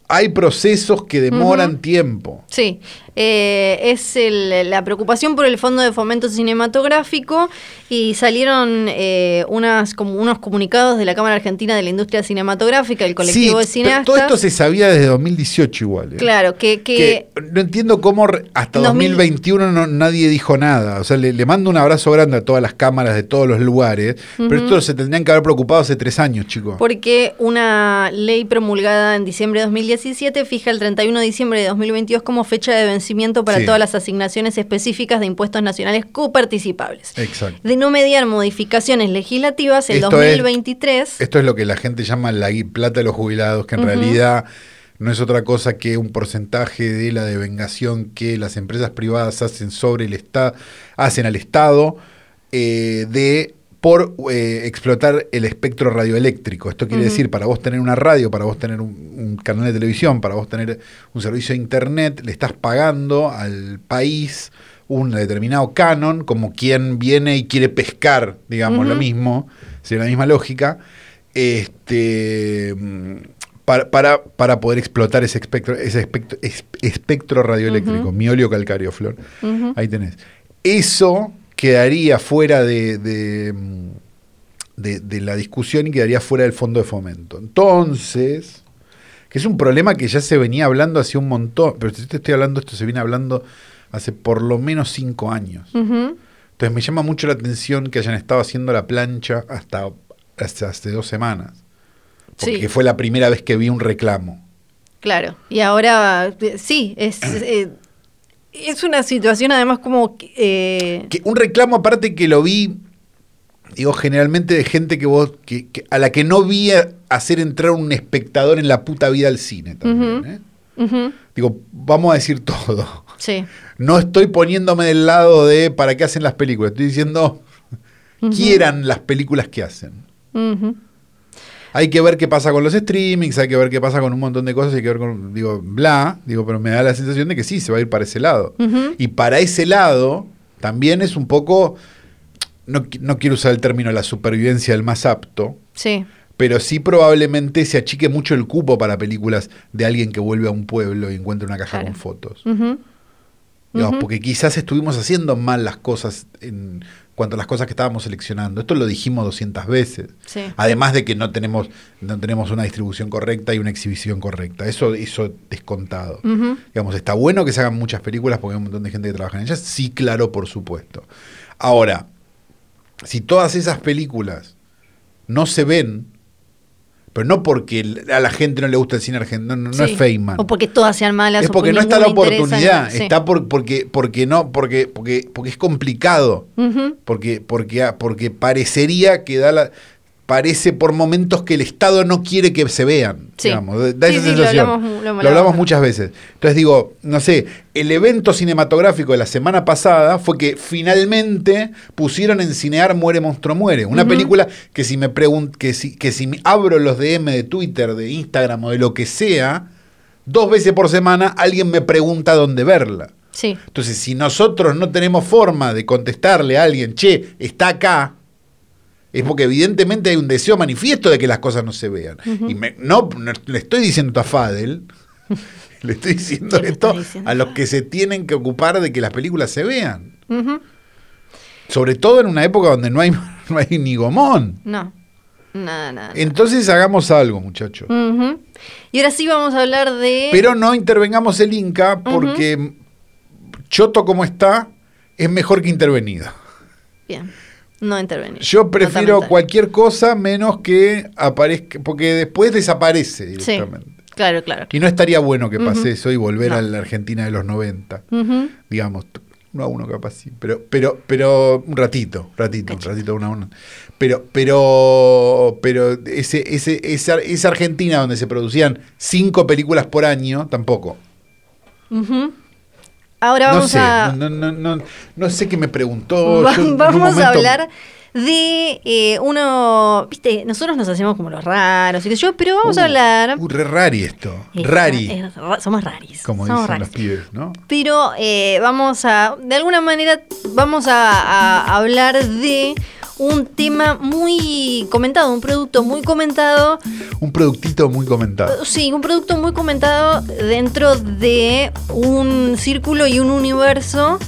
S3: hay procesos que demoran tiempo.
S2: Sí, eh, es el- la preocupación por el Fondo de Fomento Cinematográfico y salieron eh, unas, como unos comunicados de la Cámara Argentina de la Industria Cinematográfica, el colectivo
S3: Sí,
S2: de cineastas.
S3: pero Todo esto se sabía desde 2018 igual. ¿eh?
S2: Claro, que...
S3: que
S2: que-
S3: no entiendo cómo re- hasta
S2: 2000.
S3: 2021 no- nadie dijo nada. O sea, le, le mando un abrazo grande a todas las cámaras de todos los lugares, pero esto se tendrían que haber preocupado hace tres años, chicos.
S2: Porque una ley promulgada en diciembre de 2017 fija el 31 de diciembre de 2022 como fecha de vencimiento para
S3: Sí.
S2: todas las asignaciones específicas de impuestos nacionales coparticipables.
S3: Exacto.
S2: De no mediar modificaciones legislativas, el
S3: Esto es-
S2: 2023
S3: Esto es lo que la gente llama la gui- plata de los jubilados, que en
S2: Ujú.
S3: realidad no es otra cosa que un porcentaje de la devengación que las empresas privadas hacen sobre el Estado, hacen al Estado eh, de por eh, explotar el espectro radioeléctrico. Esto quiere
S2: Ujú.
S3: decir, para vos tener una radio, para vos tener un, un canal de televisión, para vos tener un servicio de internet, le estás pagando al país un determinado canon, como quien viene y quiere pescar, digamos, lo
S2: Ujú.
S3: mismo, sería la misma lógica, este, mm, para, para, para poder explotar ese espectro, ese espectro, es- espectro radioeléctrico,
S2: Ujú.
S3: miolio calcáreo, Flor.
S2: Ujú.
S3: Ahí tenés. Eso quedaría fuera de, de, mm, de- de la discusión y quedaría fuera del fondo de fomento. Entonces, que es un problema que ya se venía hablando hace un montón, pero si te estoy hablando, esto se viene hablando hace por lo menos cinco años.
S2: Ujú.
S3: Entonces me llama mucho la atención que hayan estado haciendo la plancha hasta, hasta hace dos semanas. Porque
S2: Sí.
S3: fue la primera vez que vi un reclamo.
S2: Claro, y ahora eh, sí, es, eh, es una situación además como... que, eh,
S3: Que un reclamo aparte que lo vi, digo, generalmente de gente que vos, que, que- a la que no vi a- hacer entrar un espectador en la puta vida al cine también.
S2: Ujú.
S3: ¿eh?
S2: ujú,
S3: Digo, vamos a decir todo.
S2: Sí.
S3: No estoy poniéndome del lado de para qué hacen las películas. Estoy diciendo,
S2: Ujú.
S3: quieran las películas que hacen.
S2: ujú.
S3: Hay que ver qué pasa con los streamings, hay que ver qué pasa con un montón de cosas, hay que ver con, digo, bla, digo, pero me da la sensación de que sí, se va a ir para ese lado.
S2: Ujú.
S3: Y para ese lado también es un poco, no, qui- no quiero usar el término la supervivencia del más apto,
S2: Sí.
S3: pero sí probablemente se achique mucho el cupo para películas de alguien que vuelve a un pueblo y encuentra una caja
S2: Claro.
S3: con fotos.
S2: ujú.
S3: Digamos,
S2: Ujú.
S3: Porque quizás estuvimos haciendo mal las cosas en cuanto a las cosas que estábamos seleccionando. Esto lo dijimos 200 veces.
S2: Sí.
S3: Además de que no tenemos, no tenemos una distribución correcta y una exhibición correcta. Eso, eso descontado.
S2: Ujú.
S3: Digamos, está bueno que se hagan muchas películas porque hay un montón de gente que trabaja en ellas. Sí, claro, por supuesto. Ahora, si todas esas películas no se ven, pero no porque el- a la gente no le gusta el cine argentino, no, no
S2: Sí.
S3: es Feynman.
S2: O porque todas sean malas.
S3: es
S2: o
S3: porque no está la
S2: ninguna interesa,
S3: oportunidad,
S2: sí.
S3: está por- porque, porque no, porque, porque, porque es complicado,
S2: Ujú.
S3: porque, porque, ah, porque parecería que da la, parece por momentos que el Estado no quiere que se vean,
S2: Sí.
S3: digamos, da
S2: Sí,
S3: esa
S2: sí, lo
S3: sensación.
S2: hablamos- lo hablamos.
S3: Lo hablamos muchas veces. Entonces digo, no sé, el evento cinematográfico de la semana pasada fue que finalmente pusieron en Cinear Muere Monstruo Muere. Una película que si me pregun- que si, que si me abro los DM de Twitter, de Instagram o de lo que sea, dos veces por semana alguien me pregunta dónde verla.
S2: Sí.
S3: Entonces, si nosotros no tenemos forma de contestarle a alguien, che, está acá, es porque evidentemente hay un deseo manifiesto de que las cosas no se vean. Y me- no, no le estoy diciendo esto a Fadel, le estoy diciendo
S2: ¿Qué le
S3: esto
S2: está diciendo?
S3: a los que se tienen que ocupar de que las películas se vean.
S2: Ujú.
S3: Sobre todo en una época donde no hay, no hay ni gomón.
S2: No. Nada, nada.
S3: Entonces hagamos algo, muchachos.
S2: Mm. Ujú. Y ahora sí vamos a hablar de.
S3: Pero no intervengamos el Inca porque Choto como está es mejor que intervenido.
S2: Bien. No intervenir.
S3: Yo prefiero
S2: Totalmente.
S3: cualquier cosa menos que aparezca, porque después desaparece directamente.
S2: Sí. Claro, claro.
S3: Y no estaría bueno que pase
S2: Ujú.
S3: eso y volver
S2: No. Mm.
S3: a la Argentina de los 90,
S2: Ujú.
S3: digamos, t- uno a uno capaz sí, pero, pero, pero un ratito, ratito, un
S2: Cachito.
S3: ratito, uno a uno. Pero, pero, pero ese, ese, esa, esa Argentina donde se producían cinco películas por año, tampoco.
S2: Ujú. Ahora
S3: No
S2: vamos
S3: sé,
S2: a.
S3: no, no, no, no- no sé qué me preguntó.
S2: Va-
S3: yo en un
S2: vamos
S3: momento-
S2: a hablar de eh, uno. Viste, nosotros nos hacemos como los raros y que yo, pero vamos a
S3: Uh,
S2: hablar.
S3: uh, re rari esto.
S2: Eh,
S3: Rari.
S2: es ra- somos raris.
S3: como
S2: somos
S3: dicen
S2: raris.
S3: los pibes, ¿no?
S2: Pero eh, vamos a, de alguna manera, vamos a, a hablar de un tema muy comentado, un producto muy comentado, eh,
S3: Un productito muy comentado.
S2: sí, un producto muy comentado dentro de un círculo y un universo,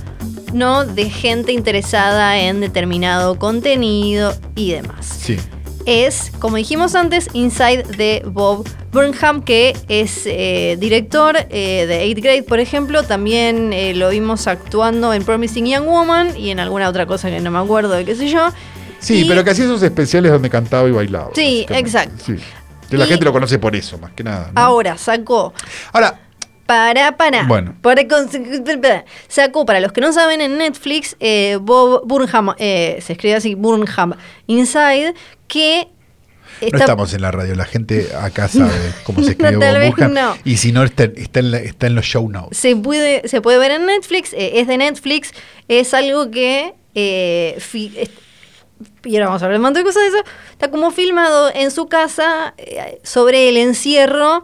S2: ¿no? De gente interesada en determinado contenido y demás
S3: Sí.
S2: es, como dijimos antes, Inside de Bob Burnham, que es eh, director eh, de Eighth Grade, por ejemplo. También eh, lo vimos actuando en Promising Young Woman y en alguna otra cosa que no me acuerdo de qué sé yo.
S3: Sí,
S2: Y-
S3: pero que hacía esos especiales donde cantaba y bailaba.
S2: Sí,
S3: básicamente.
S2: exacto.
S3: Sí. Que la
S2: Y- Ah,
S3: gente lo conoce por eso, más que nada. ¿no?
S2: Ahora sacó
S3: Ahora,
S2: Para, para.
S3: Bueno.
S2: Para cons- sacó, para los que no saben, en Netflix, eh, Bob Burnham, eh, se escribe así, Burnham Inside, que
S3: no estamos en la radio, la gente acá sabe cómo se escribe
S2: No, tal
S3: Bob
S2: vez
S3: Burnham,
S2: no.
S3: Y si no, está, está en la- está en los show notes.
S2: se puede, se puede ver en Netflix, eh, es de Netflix, es algo que eh, fi- es- y ahora vamos a hablar de un montón de cosas de eso, está como filmado en su casa eh, sobre el encierro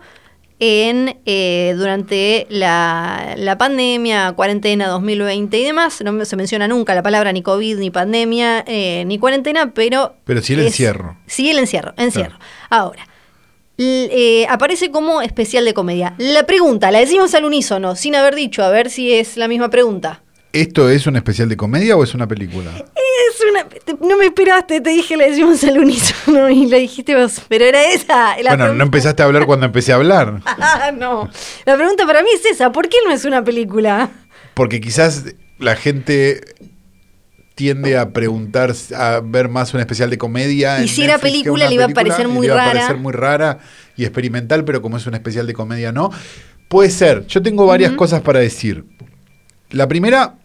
S2: en eh, durante la, la pandemia, cuarentena 2020 y demás, no me- se menciona nunca la palabra ni COVID, ni pandemia, eh, ni cuarentena, pero...
S3: Pero sí el encierro.
S2: Sí, el encierro, encierro. Ahora, L- eh, aparece como especial de comedia. La pregunta, la decimos al unísono, sin haber dicho, a ver si es la misma pregunta.
S3: ¿Esto es un especial de comedia o es una película?
S2: Es una. te- no me esperaste, te dije la decimos al unísono y la dijiste vos, pero era esa. la
S3: bueno, no
S2: pregunta.
S3: empezaste a hablar cuando empecé a hablar.
S2: Ah, no. La pregunta para mí es esa, ¿por qué no es una película?
S3: Porque quizás la gente tiende a preguntar, a ver más un especial de comedia.
S2: Y
S3: en
S2: si era
S3: Netflix que
S2: película,
S3: una
S2: le iba a
S3: película,
S2: parecer
S3: y
S2: muy
S3: le iba a
S2: rara.
S3: parecer muy rara y experimental, pero como es un especial de comedia, no. Puede ser. Yo tengo varias cosas para decir. La primera,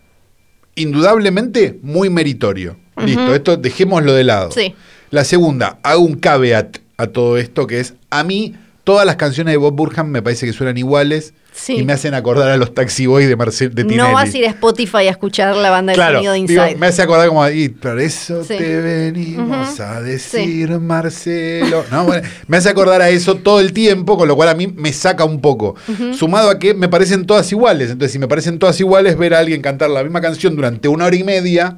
S3: indudablemente, muy meritorio. Listo, esto dejémoslo de lado.
S2: Sí.
S3: La segunda, hago un caveat a todo esto, que es, a mí, todas las canciones de Bob Burham me parece que suenan iguales
S2: Sí.
S3: y me hacen acordar a los Taxi Boys de, Marcel, de Tinelli.
S2: No vas a ir a Spotify a escuchar la banda de
S3: Claro,
S2: sonido de
S3: digo,
S2: Inside.
S3: me hace acordar como ahí, por eso
S2: Sí.
S3: te venimos
S2: Ujú.
S3: a decir, Marcelo. No, bueno, me hace acordar a eso todo el tiempo, con lo cual a mí me saca un poco. Sumado a que me parecen todas iguales. Entonces, si me parecen todas iguales, ver a alguien cantar la misma canción durante una hora y media.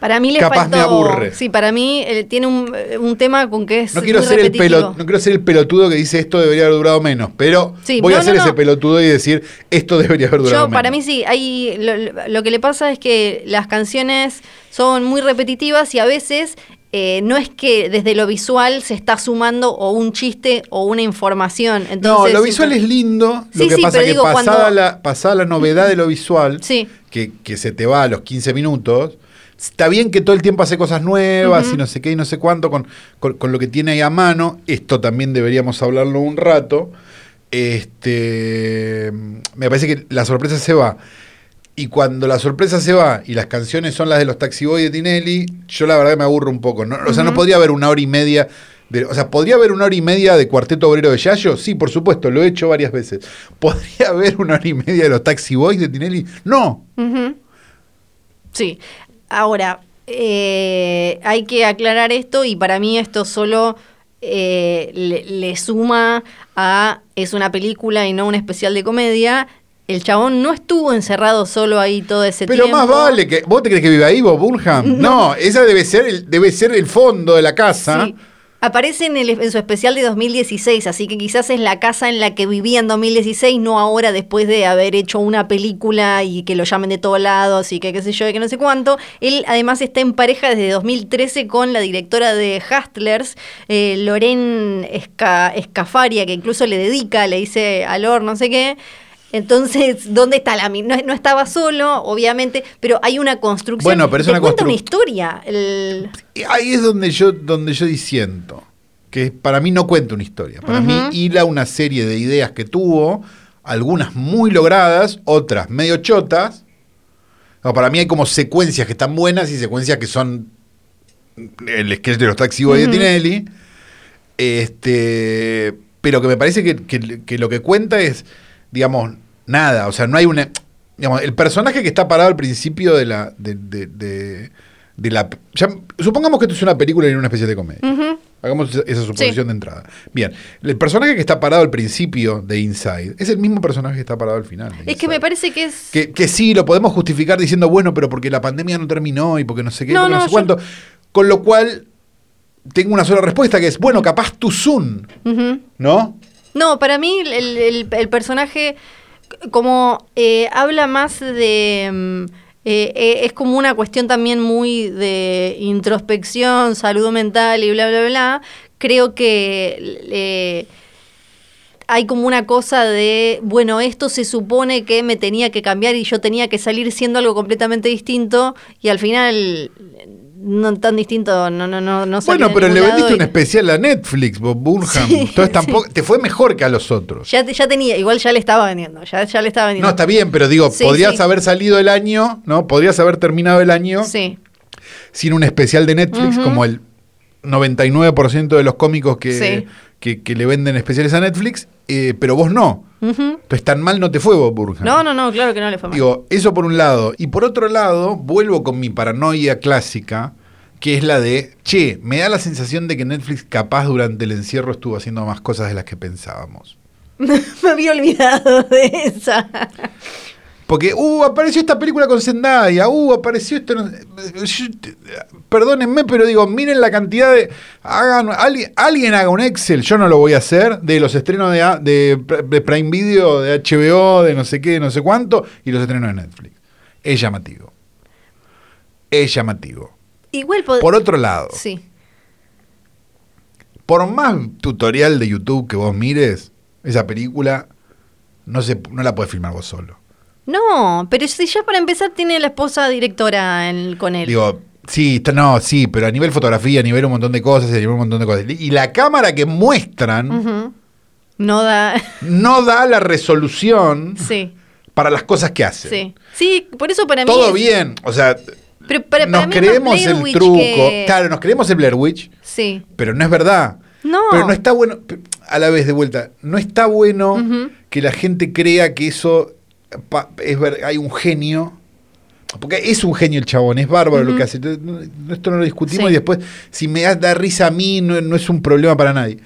S2: Para mí le
S3: Capaz me
S2: faltó-
S3: aburre.
S2: Sí, para mí eh, tiene un, eh, un tema con que es.
S3: No quiero,
S2: muy
S3: ser el
S2: repetitivo.
S3: pelo, no quiero ser el pelotudo que dice esto debería haber durado menos, pero
S2: Sí,
S3: voy
S2: no,
S3: a ser
S2: no, no.
S3: ese pelotudo y decir esto debería haber durado
S2: Yo,
S3: menos.
S2: para mí sí, hay, lo, lo que le pasa es que las canciones son muy repetitivas y a veces eh, no es que desde lo visual se está sumando o un chiste o una información. Entonces,
S3: no, lo visual es lindo,
S2: Sí,
S3: lo que
S2: sí,
S3: pasa
S2: pero
S3: que
S2: digo,
S3: pasada,
S2: cuando-
S3: la, pasada la novedad de lo visual
S2: Sí.
S3: que, que se te va a los 15 minutos, está bien que todo el tiempo hace cosas nuevas y no sé qué y no sé cuánto con, con- con lo que tiene ahí a mano. Esto también deberíamos hablarlo un rato. Este, me parece que la sorpresa se va. Y cuando la sorpresa se va y las canciones son las de los taxiboy de Tinelli, yo la verdad me aburro un poco. ¿no? O sea, no podría haber una hora y media. de- o sea, ¿podría haber una hora y media de Cuarteto Obrero de Yayo? Sí, por supuesto, lo he hecho varias veces. ¿Podría haber una hora y media de los taxiboys de Tinelli? No.
S2: Ujú. Sí. Ahora, eh, hay que aclarar esto y para mí esto solo eh, le, le suma a... Es una película y no un especial de comedia. El chabón no estuvo encerrado solo ahí todo ese
S3: Pero
S2: tiempo.
S3: más vale que. ¿Vos te crees que vive ahí, Bob Burnham? No, esa debe ser, el, debe ser el fondo de la casa.
S2: Sí. Aparece en, el- en su especial de 2016, así que quizás es la casa en la que vivía en 2016, no ahora después de haber hecho una película y que lo llamen de todo lado, así que qué sé yo, y que no sé cuánto. Él además está en pareja desde 2013 con la directora de Hustlers, eh, Loren Esca- Escafaria, que incluso le dedica, le dice Alor, no sé qué. Entonces, ¿dónde está la mi- no, no estaba solo, obviamente, pero hay una construcción.
S3: Bueno, pero es
S2: Te
S3: una
S2: cuenta una
S3: construc-
S2: historia. el-
S3: Y Ahí es donde yo, donde yo disiento. Que para mí no cuenta una historia. Para mí hila una serie de ideas que tuvo, algunas muy logradas, otras medio chotas. No, para mí hay como secuencias que están buenas y secuencias que son el sketch de los taxiboys de Tinelli. Este, pero que me parece que, que- que lo que cuenta es, digamos, nada. O sea, no hay una. Digamos, el personaje que está parado al principio de la. De, de- de- de la ya- supongamos que esto es una película y no una especie de comedia.
S2: Ujú.
S3: Hagamos esa- esa suposición de entrada. Bien, el personaje que está parado al principio de Inside es el mismo personaje que está parado al final. de
S2: Es que me
S3: Inside.
S2: parece que es.
S3: Que, que sí, lo podemos justificar diciendo, bueno, pero porque la pandemia no terminó y porque no sé qué,
S2: No,
S3: porque no,
S2: no,
S3: sé
S2: yo-
S3: cuánto. Con lo cual, tengo una sola respuesta que es, bueno, capaz tu Zoom,
S2: Ujú.
S3: ¿no?
S2: No, para mí el, el- el- el personaje c- como eh, habla más de... mm, eh, eh, es como una cuestión también muy de introspección, salud mental y bla, bla, bla. Creo que... eh, hay como una cosa de, bueno, esto se supone que me tenía que cambiar y yo tenía que salir siendo algo completamente distinto y al final mm, no tan distinto, no, no, no, no salí
S3: Bueno,
S2: de
S3: pero le
S2: ningún
S3: vendiste
S2: lado
S3: un
S2: y-
S3: especial a Netflix, Bob Burnham.
S2: Sí,
S3: Entonces tampoco, te fue mejor que a los otros.
S2: Ya, te- ya tenía, igual ya le estaba vendiendo, ya, ya le estaba vendiendo.
S3: No, está bien, pero digo,
S2: Sí,
S3: podrías
S2: sí.
S3: haber salido el año, ¿no? Podrías haber terminado el año
S2: Sí,
S3: sin un especial de Netflix,
S2: Ujú.
S3: como el 99% de los cómicos que,
S2: Sí.
S3: que, que le venden especiales a Netflix, eh, pero vos no.
S2: Ujú.
S3: Entonces tan mal no te fue Bob Burnham.
S2: No, no, no, claro que no le fue mal.
S3: Digo, eso por un lado. Y por otro lado, vuelvo con mi paranoia clásica, que es la de, che, me da la sensación de que Netflix capaz durante el encierro estuvo haciendo más cosas de las que pensábamos.
S2: Me había olvidado de esa.
S3: Porque, uh, apareció esta película con Zendaya, uh, apareció esto... no- yo- perdónenme, pero digo, miren la cantidad de... Hagan, alguien, alguien haga un Excel, yo no lo voy a hacer, de los estrenos de, A- de, Pr- de Prime Video, de HBO, de no sé qué, de no sé cuánto, y los estrenos de Netflix. Es llamativo. Es llamativo.
S2: Igual pod-
S3: Por otro lado,
S2: Sí.
S3: por más tutorial de YouTube que vos mires, esa película no, se, no la podés filmar vos solo.
S2: No, pero si ya para empezar tiene la esposa directora en- con él.
S3: Digo, sí, está- no, sí, pero a nivel fotografía, a nivel un montón de cosas, a nivel un montón de cosas. Y la cámara que muestran
S2: Ujú. No da.
S3: no da la resolución
S2: sí,
S3: para las cosas que hace.
S2: sí. Sí, por eso para mí.
S3: Todo
S2: es-
S3: bien, o sea,
S2: Pero para, para
S3: nos
S2: mí es más
S3: creemos
S2: Blair
S3: el
S2: Witch
S3: truco.
S2: que-
S3: Claro, nos creemos el Blair Witch,
S2: Sí.
S3: pero no es verdad.
S2: No.
S3: Pero no está bueno, p- a la vez de vuelta, no está bueno
S2: Ujú.
S3: que la gente crea que eso pa- es ver- hay un genio. Porque es un genio el chabón, es bárbaro lo que hace. No- no- Esto no lo discutimos
S2: Sí.
S3: y después, si me da, da risa a mí, no, no es un problema para nadie.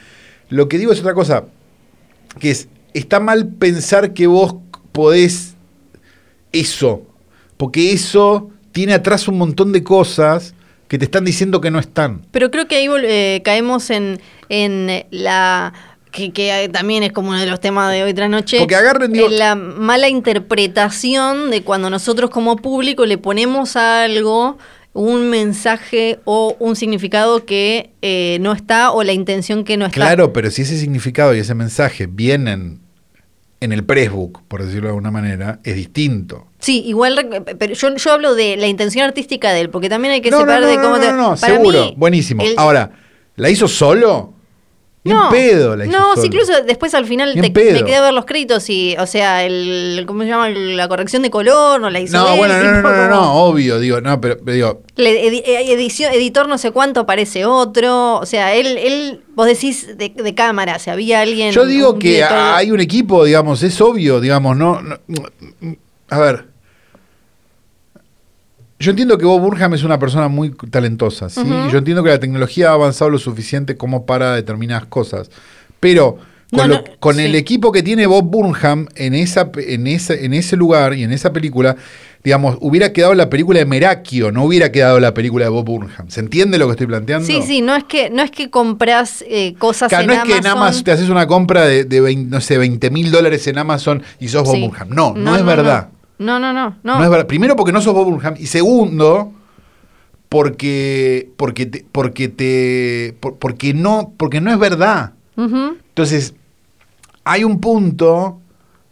S3: Lo que digo es otra cosa, que es, está mal pensar que vos podés eso, porque eso tiene atrás un montón de cosas que te están diciendo que no están.
S2: Pero creo que ahí vol- eh, caemos en, en eh, la. Que, que, eh, también es como uno de los temas de hoy tras noche.
S3: Porque agarren, digo-
S2: eh, La mala interpretación de cuando nosotros como público le ponemos a algo un mensaje o un significado que eh, no está o la intención que no está.
S3: Claro, pero si ese significado y ese mensaje vienen en el pressbook, por decirlo de alguna manera, es distinto.
S2: Sí, igual, rec- pero yo, yo hablo de la intención artística de él, porque también hay que
S3: no,
S2: separar
S3: no, no,
S2: de
S3: no,
S2: cómo
S3: no,
S2: te-
S3: no, no,
S2: para
S3: seguro,
S2: mí,
S3: buenísimo.
S2: el-
S3: Ahora, ¿la hizo solo? Ni en pedo la hizo
S2: no,
S3: solo.
S2: sí, incluso después al final
S3: Ni
S2: te,
S3: en pedo.
S2: me quedé a ver los créditos y, o sea, el, ¿cómo se llama? La corrección de color, no la hizo
S3: No,
S2: él,
S3: bueno, no, no,
S2: tipo
S3: no, no,
S2: como-
S3: no, obvio, digo, no, pero, pero digo,
S2: Le- edi- eh, edición- editor no sé cuánto aparece otro. O sea, él, él vos decís de, de cámara, si había alguien.
S3: Yo digo
S2: un
S3: que
S2: director-
S3: a- hay un equipo, digamos, es obvio, digamos, no, no- A ver. Yo entiendo que Bob Burnham es una persona muy talentosa, ¿sí?
S2: Ujú.
S3: Yo entiendo que la tecnología ha avanzado lo suficiente como para determinadas cosas. Pero
S2: No,
S3: con, lo-
S2: no,
S3: con
S2: sí.
S3: el equipo que tiene Bob Burnham en, esa, pe- en, ese, en ese lugar y en esa película, digamos, hubiera quedado la película de Merakio, no hubiera quedado la película de Bob Burnham. ¿Se entiende lo que estoy planteando?
S2: Sí, sí, no es que, no es que compras eh, cosas
S3: Claro,
S2: en
S3: no es que en
S2: Amazon.
S3: Amazon te haces una compra de, de 20, no sé, 20 mil dólares en Amazon y sos Bob
S2: Sí.
S3: Burnham. No, no, es verdad.
S2: No, no, no.
S3: No.
S2: no.
S3: es verdad. Primero porque no sos Bob Burnham y segundo porque porque te, porque te por- porque no porque no es verdad.
S2: Ujú.
S3: Entonces, hay un punto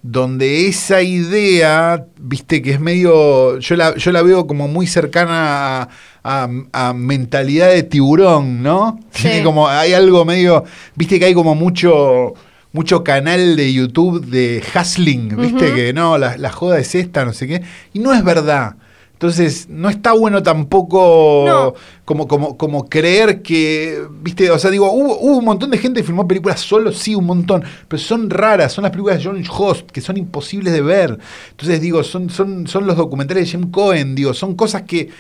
S3: donde esa idea, viste, que es medio. Yo la, yo la veo como muy cercana a, a- a mentalidad de tiburón, ¿no?
S2: Sí.
S3: Tiene como. Hay algo medio. Viste que hay como mucho. Mucho canal de YouTube de hustling, viste
S2: Ujú.
S3: que no, la, la joda es esta, no sé qué. Y no es verdad. Entonces, no está bueno tampoco
S2: No.
S3: como, como, como creer que, viste, o sea, digo, hubo, hubo un montón de gente que filmó películas solo, sí, un montón, pero son raras, son las películas de John Host, que son imposibles de ver. Entonces, digo, son, son, son los documentales de Jim Cohen, digo, son cosas que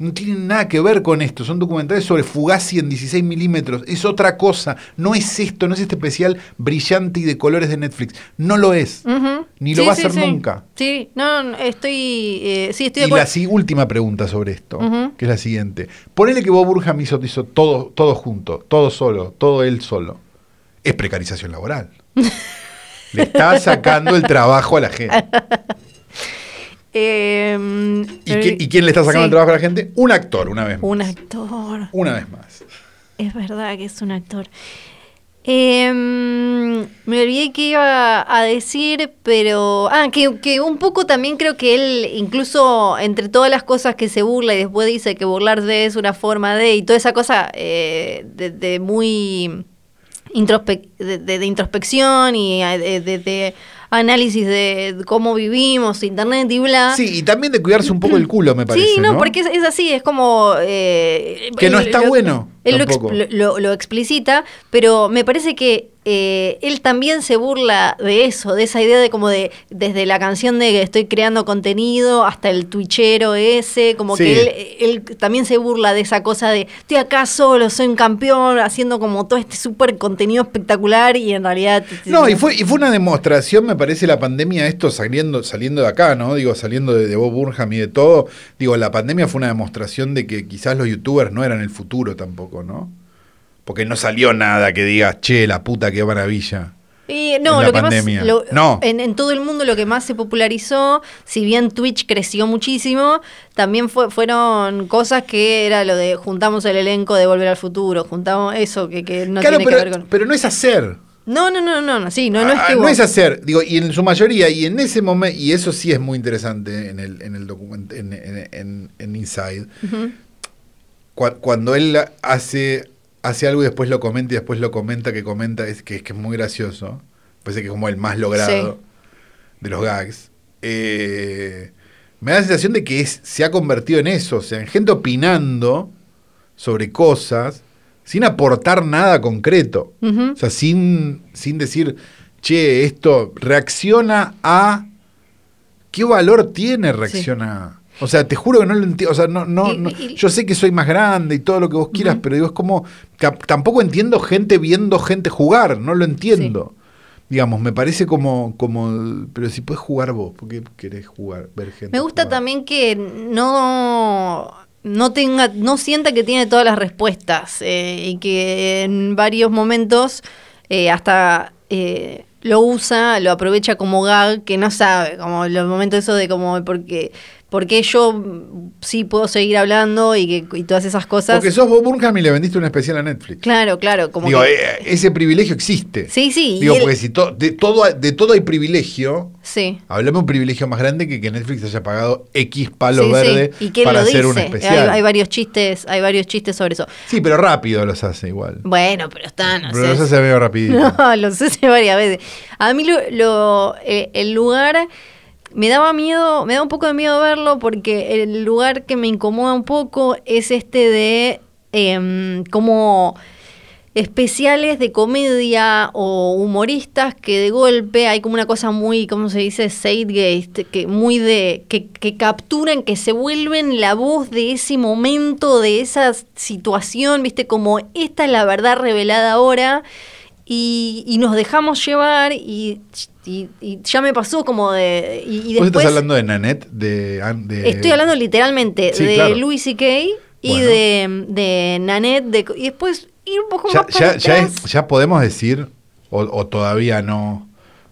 S3: no tienen nada que ver con esto, son documentales sobre Fugazi en 16 milímetros, es otra cosa, no es esto, no es este especial brillante y de colores de Netflix, no lo es,
S2: Ujú.
S3: ni lo
S2: Sí,
S3: va a
S2: sí,
S3: hacer
S2: sí.
S3: nunca.
S2: Sí, no, no, estoy. eh, sí, estoy de
S3: Y la
S2: acuerdo.
S3: si- última pregunta sobre esto,
S2: Ujú.
S3: que es la siguiente. Ponele que Bob Burham hizo, hizo todo, todo junto, todo solo, todo él solo. Es precarización laboral. Le está sacando el trabajo a la gente.
S2: Eh,
S3: ¿Y, qui- y quién le está sacando
S2: sí.
S3: el trabajo a la gente? Un actor, una vez más.
S2: Un actor.
S3: Una vez más.
S2: Es verdad que es un actor. Em, me olvidé que iba a decir, pero... Ah, que, que un poco también creo que él, incluso entre todas las cosas que se burla y después dice que burlarse es una forma de... Y toda esa cosa eh, de, de muy... introspe- de, de- de introspección y eh, de, de- de análisis de cómo vivimos, internet y bla.
S3: Sí, y también de cuidarse un poco el culo, me parece.
S2: Ah. Sí, no,
S3: no,
S2: porque es, es así, es como... eh,
S3: Que no
S2: él
S3: está bueno,
S2: Él lo,
S3: tampoco.
S2: expl- lo- lo explicita, pero me parece que eh, él también se burla de eso, de esa idea de como de, desde la canción de que estoy creando contenido hasta el twitchero ese, como
S3: Sí.
S2: que él él también se burla de esa cosa de estoy acá solo, soy un campeón, haciendo como todo este súper contenido espectacular y en realidad.
S3: No, y fue, y fue una demostración, me parece, la pandemia, esto saliendo, saliendo de acá, ¿no? Digo, saliendo de, de Bob Burnham y de todo. Digo, la pandemia fue una demostración de que quizás los youtubers no eran el futuro tampoco, ¿no? Porque no salió nada que digas, che, la puta, qué maravilla.
S2: Y, no,
S3: en la
S2: lo que más,
S3: pandemia.
S2: lo-
S3: No.
S2: En, en todo el mundo lo que más se popularizó, si bien Twitch creció muchísimo, también fue, fueron cosas que era lo de juntamos el elenco de Volver al Futuro, juntamos eso que, que no
S3: claro,
S2: tiene
S3: pero,
S2: que ver con...
S3: pero no es hacer.
S2: No, no, no, no, no, sí, no, no es
S3: Ah,
S2: que
S3: no
S2: vos-
S3: es hacer, digo, y en su mayoría, y en ese momento, y eso sí es muy interesante en el, en el document- en, en- en- en Inside,
S2: Ujú.
S3: Cua- cuando él hace, hace algo y después lo comenta y después lo comenta, que comenta, es que, es que es muy gracioso. Parece que es como el más logrado
S2: Sí.
S3: de los gags. Eh, me da la sensación de que es- se ha convertido en eso, o sea, en gente opinando sobre cosas sin aportar nada concreto.
S2: Ujú.
S3: O sea, sin, sin decir, che, esto reacciona a. ¿Qué valor tiene reacciona a? O sea, te juro que no lo entiendo. O sea, no, no,
S2: Y-
S3: no-
S2: y-
S3: Yo sé que soy más grande y todo lo que vos quieras, pero digo, es como. que Tampoco entiendo gente viendo gente jugar, no lo entiendo. Digamos, me parece como, como. Pero si puedes jugar vos, ¿por qué querés jugar? Ver gente.
S2: Me gusta
S3: jugar?
S2: también que no, no tenga, no sienta que tiene todas las respuestas eh, y que en varios momentos eh, hasta eh, lo usa, lo aprovecha como gag, que no sabe, como los momentos eso de como porque porque yo mm, sí puedo seguir hablando y, que, y todas esas cosas.
S3: Porque sos Bob Burnham y le vendiste un especial a Netflix.
S2: Claro, claro, como
S3: Digo,
S2: que-
S3: eh, ese privilegio existe.
S2: Sí, sí, y
S3: Digo, pues,
S2: él-
S3: porque si to- de, todo, de todo hay privilegio,
S2: sí.
S3: hablame un privilegio más grande que que Netflix haya pagado X palo
S2: Sí, sí.
S3: verde
S2: ¿Y quién
S3: para
S2: lo
S3: hacer
S2: dice?
S3: un
S2: Hay,
S3: especial.
S2: hay varios chistes, hay varios chistes sobre eso.
S3: Sí, pero rápido los hace igual.
S2: Bueno, pero están. o
S3: Pero
S2: sea,
S3: los hace medio rapidito.
S2: No, los hice varias veces. A mí lo, lo- eh, el lugar me daba miedo, me da un poco de miedo verlo porque el lugar que me incomoda un poco es este de em, como especiales de comedia o humoristas que de golpe hay como una cosa muy, ¿cómo se dice? Zeitgeist, que muy de que, que capturan, que se vuelven la voz de ese momento, de esa situación, ¿viste? Como esta es la verdad revelada ahora y, y nos dejamos llevar y, y- y ya me pasó como de... Y, y
S3: Vos estás
S2: después
S3: hablando de Nanette, de, An- de-
S2: estoy hablando literalmente
S3: Sí,
S2: de
S3: claro.
S2: Louis C.K. y
S3: Bueno.
S2: de, de Nanette de- y después ir un poco
S3: Ya,
S2: más para
S3: ya, ya,
S2: atrás.
S3: es- ya podemos decir, o, o todavía no,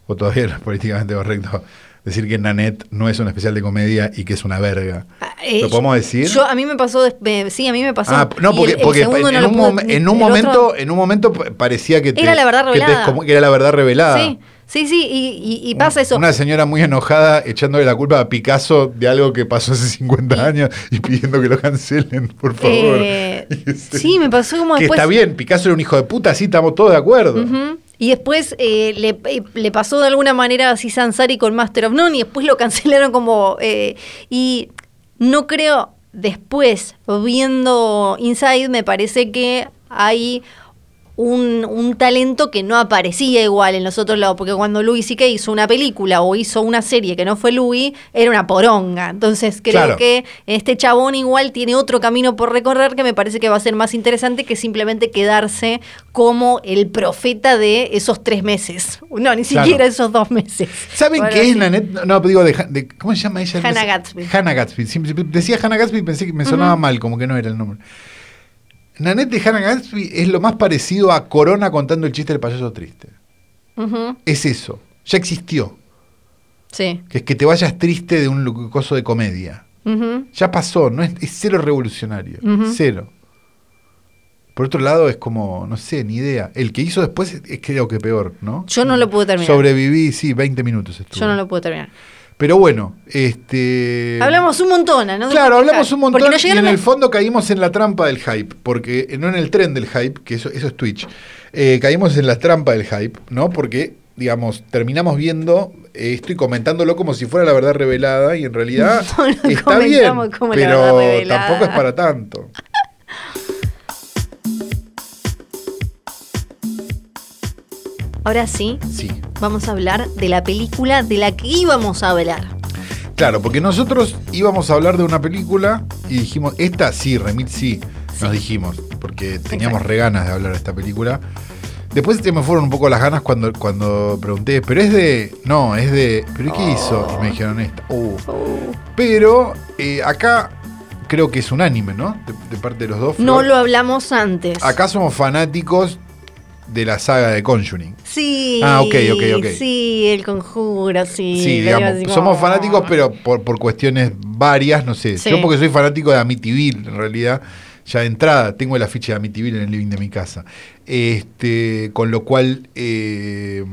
S3: o todavía no es políticamente correcto, decir que Nanette no es un especial de comedia y que es una verga.
S2: Ah, eh,
S3: ¿Lo podemos decir?
S2: Yo, a mí me pasó, des- me- sí, a mí me pasó.
S3: Ah, no,
S2: Y
S3: porque,
S2: el- el
S3: porque
S2: segundo
S3: en,
S2: no lo
S3: un
S2: pude-
S3: mom- en un
S2: el
S3: momento,
S2: otro-
S3: en un momento pa- parecía que te-
S2: Era la verdad
S3: que te-
S2: revelada.
S3: como que era la verdad revelada.
S2: sí, sí, sí, y, y- y pasa
S3: Un-
S2: eso.
S3: Una señora muy enojada echándole la culpa a Picasso de algo que pasó hace 50 años y pidiendo que lo cancelen, por favor.
S2: Eh,
S3: Y ese-
S2: sí, me pasó como
S3: que
S2: después.
S3: está bien, Picasso era un hijo de puta, sí, estamos todos de acuerdo.
S2: Ujú. Y después eh, le, eh, le pasó de alguna manera a Sisan Sari con Master of None y después lo cancelaron como... eh, y no creo, después, viendo Inside, me parece que hay un, un talento que no aparecía igual en los otros lados, porque cuando Louis C.K. hizo una película o hizo una serie que no fue Louis, era una poronga. Entonces creo
S3: Claro.
S2: que este chabón igual tiene otro camino por recorrer que me parece que va a ser más interesante que simplemente quedarse como el profeta de esos tres meses. No, ni
S3: Claro.
S2: siquiera esos dos meses.
S3: ¿Saben
S2: Bueno,
S3: qué es
S2: sí.
S3: Nanette? No, No, digo, de, Han- de- ¿cómo se llama ella?
S2: Hannah
S3: No sé.
S2: Gatsby.
S3: Hannah Gatsby. Sí, sí, Decía Hannah Gatsby y pensé que me sonaba mal, como que no era el nombre. Nanette de Hannah Gatsby es lo más parecido a Corona contando el chiste del payaso triste.
S2: Ujú,
S3: Es eso. Ya existió.
S2: Sí.
S3: Que es que te vayas triste de un lu- coso de comedia.
S2: Ujú.
S3: Ya pasó, no es, es cero revolucionario.
S2: Ujú.
S3: Cero. Por otro lado, es como, no sé, ni idea. El que hizo después es- es creo que peor, ¿no?
S2: Yo no lo pude terminar.
S3: Sobreviví, sí, 20 minutos estuve.
S2: Yo no lo pude terminar.
S3: Pero bueno, este.
S2: hablamos un montón, ¿no?
S3: Claro, hablamos un montón
S2: Porque nos
S3: y
S2: llegaron
S3: en el
S2: las-
S3: fondo caímos en la trampa del hype, porque eh, no en el tren del hype, que eso, eso es Twitch, Eh, caímos en la trampa del hype, ¿no? Porque, digamos, terminamos viendo esto y comentándolo como si fuera la verdad revelada y en realidad
S2: No lo
S3: está bien,
S2: comentamos como la verdad
S3: pero
S2: revelada.
S3: tampoco es para tanto.
S2: Ahora sí,
S3: Sí,
S2: vamos a hablar de la película de la que íbamos a hablar.
S3: claro, porque nosotros íbamos a hablar de una película y dijimos, esta sí, Remit sí, nos dijimos, porque teníamos
S2: Exacto.
S3: re ganas de hablar de esta película. Después se me fueron un poco las ganas cuando, cuando pregunté, pero es de. No, es de. ¿Pero ¿y
S2: Oh.
S3: qué hizo? Y me dijeron esta. Uh. Pero eh, acá creo que es unánime, ¿no? De, de parte de los dos.
S2: No
S3: Flor.
S2: lo hablamos antes.
S3: Acá somos fanáticos de la saga de Conjuring.
S2: Sí.
S3: Ah, ok, ok, ok.
S2: Sí, el conjuro, sí.
S3: Sí,
S2: lo
S3: digamos.
S2: iba así como-
S3: Somos fanáticos, pero por, por cuestiones varias, no sé.
S2: Sí.
S3: Yo porque soy fanático de Amityville, en realidad, ya de entrada, tengo el afiche de Amityville en el living de mi casa. Este, con lo cual eh,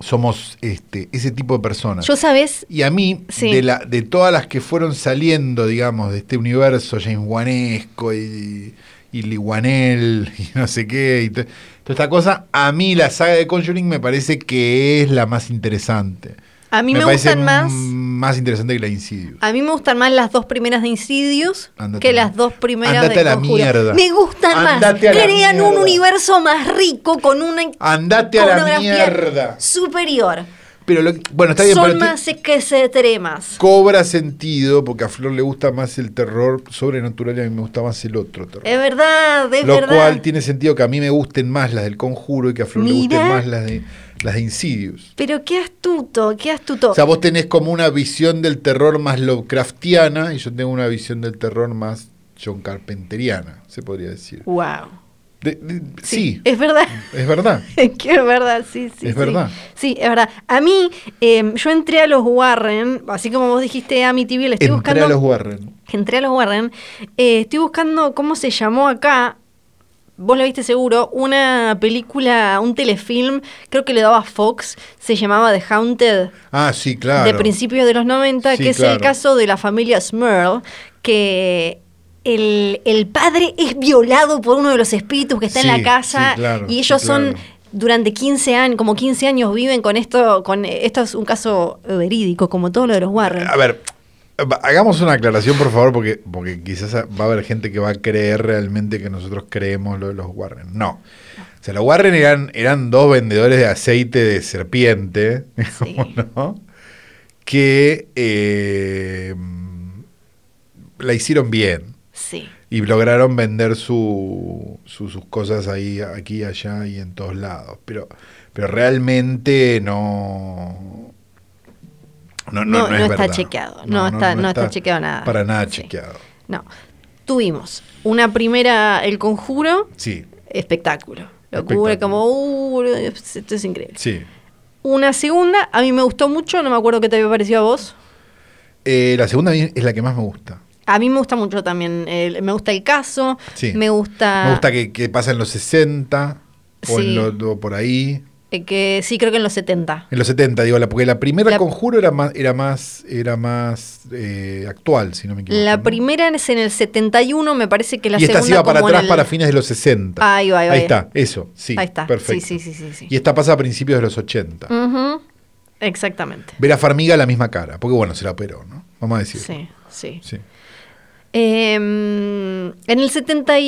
S3: somos este, ese tipo de personas.
S2: Yo, ¿sabes?
S3: y a mí,
S2: Sí.
S3: de, la, de todas las que fueron saliendo, digamos, de este universo James Wanesco y, y Liguanel y no sé qué, y to- toda esta cosa, a mí la saga de Conjuring me parece que es la más interesante.
S2: A mí me,
S3: parece
S2: gustan más.
S3: Más interesante que la Insidious.
S2: A mí me gustan más las dos primeras de Insidious
S3: Andate a
S2: que
S3: la-
S2: las dos primeras
S3: andate
S2: de
S3: a la
S2: Conjuro.
S3: mierda.
S2: Me gustan más.
S3: Andate a la
S2: Crean un
S3: mierda.
S2: universo más rico con una
S3: Andate a la
S2: iconografía
S3: mierda.
S2: superior.
S3: Pero lo que- bueno, está bien,
S2: Son
S3: pero te-
S2: más que se tremas.
S3: cobra sentido porque a Flor le gusta más el terror sobrenatural y a mí me gusta más el otro terror.
S2: Es verdad, es
S3: lo
S2: verdad.
S3: cual tiene sentido que a mí me gusten más las del conjuro y que a Flor le
S2: Mira.
S3: gusten más las de las de Insidious.
S2: Pero qué astuto, qué astuto.
S3: O sea, vos tenés como una visión del terror más Lovecraftiana y yo tengo una visión del terror más John Carpenteriana, se podría decir.
S2: wow.
S3: De- de- sí,
S2: Es verdad.
S3: es verdad.
S2: que es verdad, sí, sí.
S3: Es
S2: sí.
S3: verdad.
S2: Sí, es verdad. A mí, eh, yo entré a los Warren, así como vos dijiste Amityville, le estoy
S3: Entré
S2: buscando.
S3: a los Warren.
S2: Entré a los Warren. eh, estoy buscando cómo se llamó acá. Vos la viste seguro. Una película, un telefilm, creo que le daba Fox. Se llamaba The Haunted.
S3: Ah, sí, claro.
S2: de principios de los 90,
S3: Sí,
S2: que es el
S3: claro.
S2: caso de la familia Smurl, que el, el padre es violado por uno de los espíritus que está en
S3: Sí,
S2: la casa
S3: sí, claro,
S2: y ellos
S3: sí,
S2: son
S3: claro.
S2: durante 15 años, como 15 años viven con esto, con esto es un caso verídico, como todo lo de los Warren.
S3: A ver, va- hagamos una aclaración, por favor, porque, porque quizás va a haber gente que va a creer realmente que nosotros creemos lo de los Warren. No. O sea, los Warren eran, eran dos vendedores de aceite de serpiente,
S2: Sí.
S3: ¿no? Que eh, la hicieron bien
S2: Sí.
S3: y lograron vender su, su- sus cosas ahí, aquí, allá y en todos lados. Pero, pero realmente no. No, no,
S2: No,
S3: no es
S2: no está
S3: verdad.
S2: chequeado. No está- no está chequeado nada.
S3: Para nada
S2: Sí.
S3: chequeado.
S2: No. Tuvimos una primera, El Conjuro,
S3: Sí,
S2: espectáculo. Lo
S3: Espectáculo.
S2: cubre como, uh, esto es increíble.
S3: sí.
S2: Una segunda, a mí me gustó mucho, no me acuerdo qué te había parecido a vos.
S3: Eh, la segunda es la que más me gusta.
S2: A mí me gusta mucho también. el- me gusta el caso.
S3: Sí.
S2: Me gusta.
S3: Me gusta que, que pasa en los 60 o en
S2: Ah. Sí.
S3: lo- o por ahí.
S2: eh, que sí, creo que en los 70.
S3: En los 70, digo, la, porque la primera
S2: La-
S3: conjuro era más, era más, era más eh, actual, si no me equivoco.
S2: La
S3: ¿no?
S2: primera es en el 71, me parece que la
S3: y esta
S2: segunda.
S3: se iba para
S2: como en
S3: atrás
S2: el-
S3: para fines de los 60.
S2: Ahí va, ahí va, ahí va.
S3: está, eso, sí.
S2: Ahí está.
S3: Perfecto.
S2: Sí, sí, sí, sí. Mm. sí.
S3: Y esta pasa a principios de los 80.
S2: Ujú, Exactamente.
S3: Vera Farmiga la misma cara, porque bueno, se la operó, ¿no? Vamos a decir.
S2: Sí, sí.
S3: Sí.
S2: Eh, en el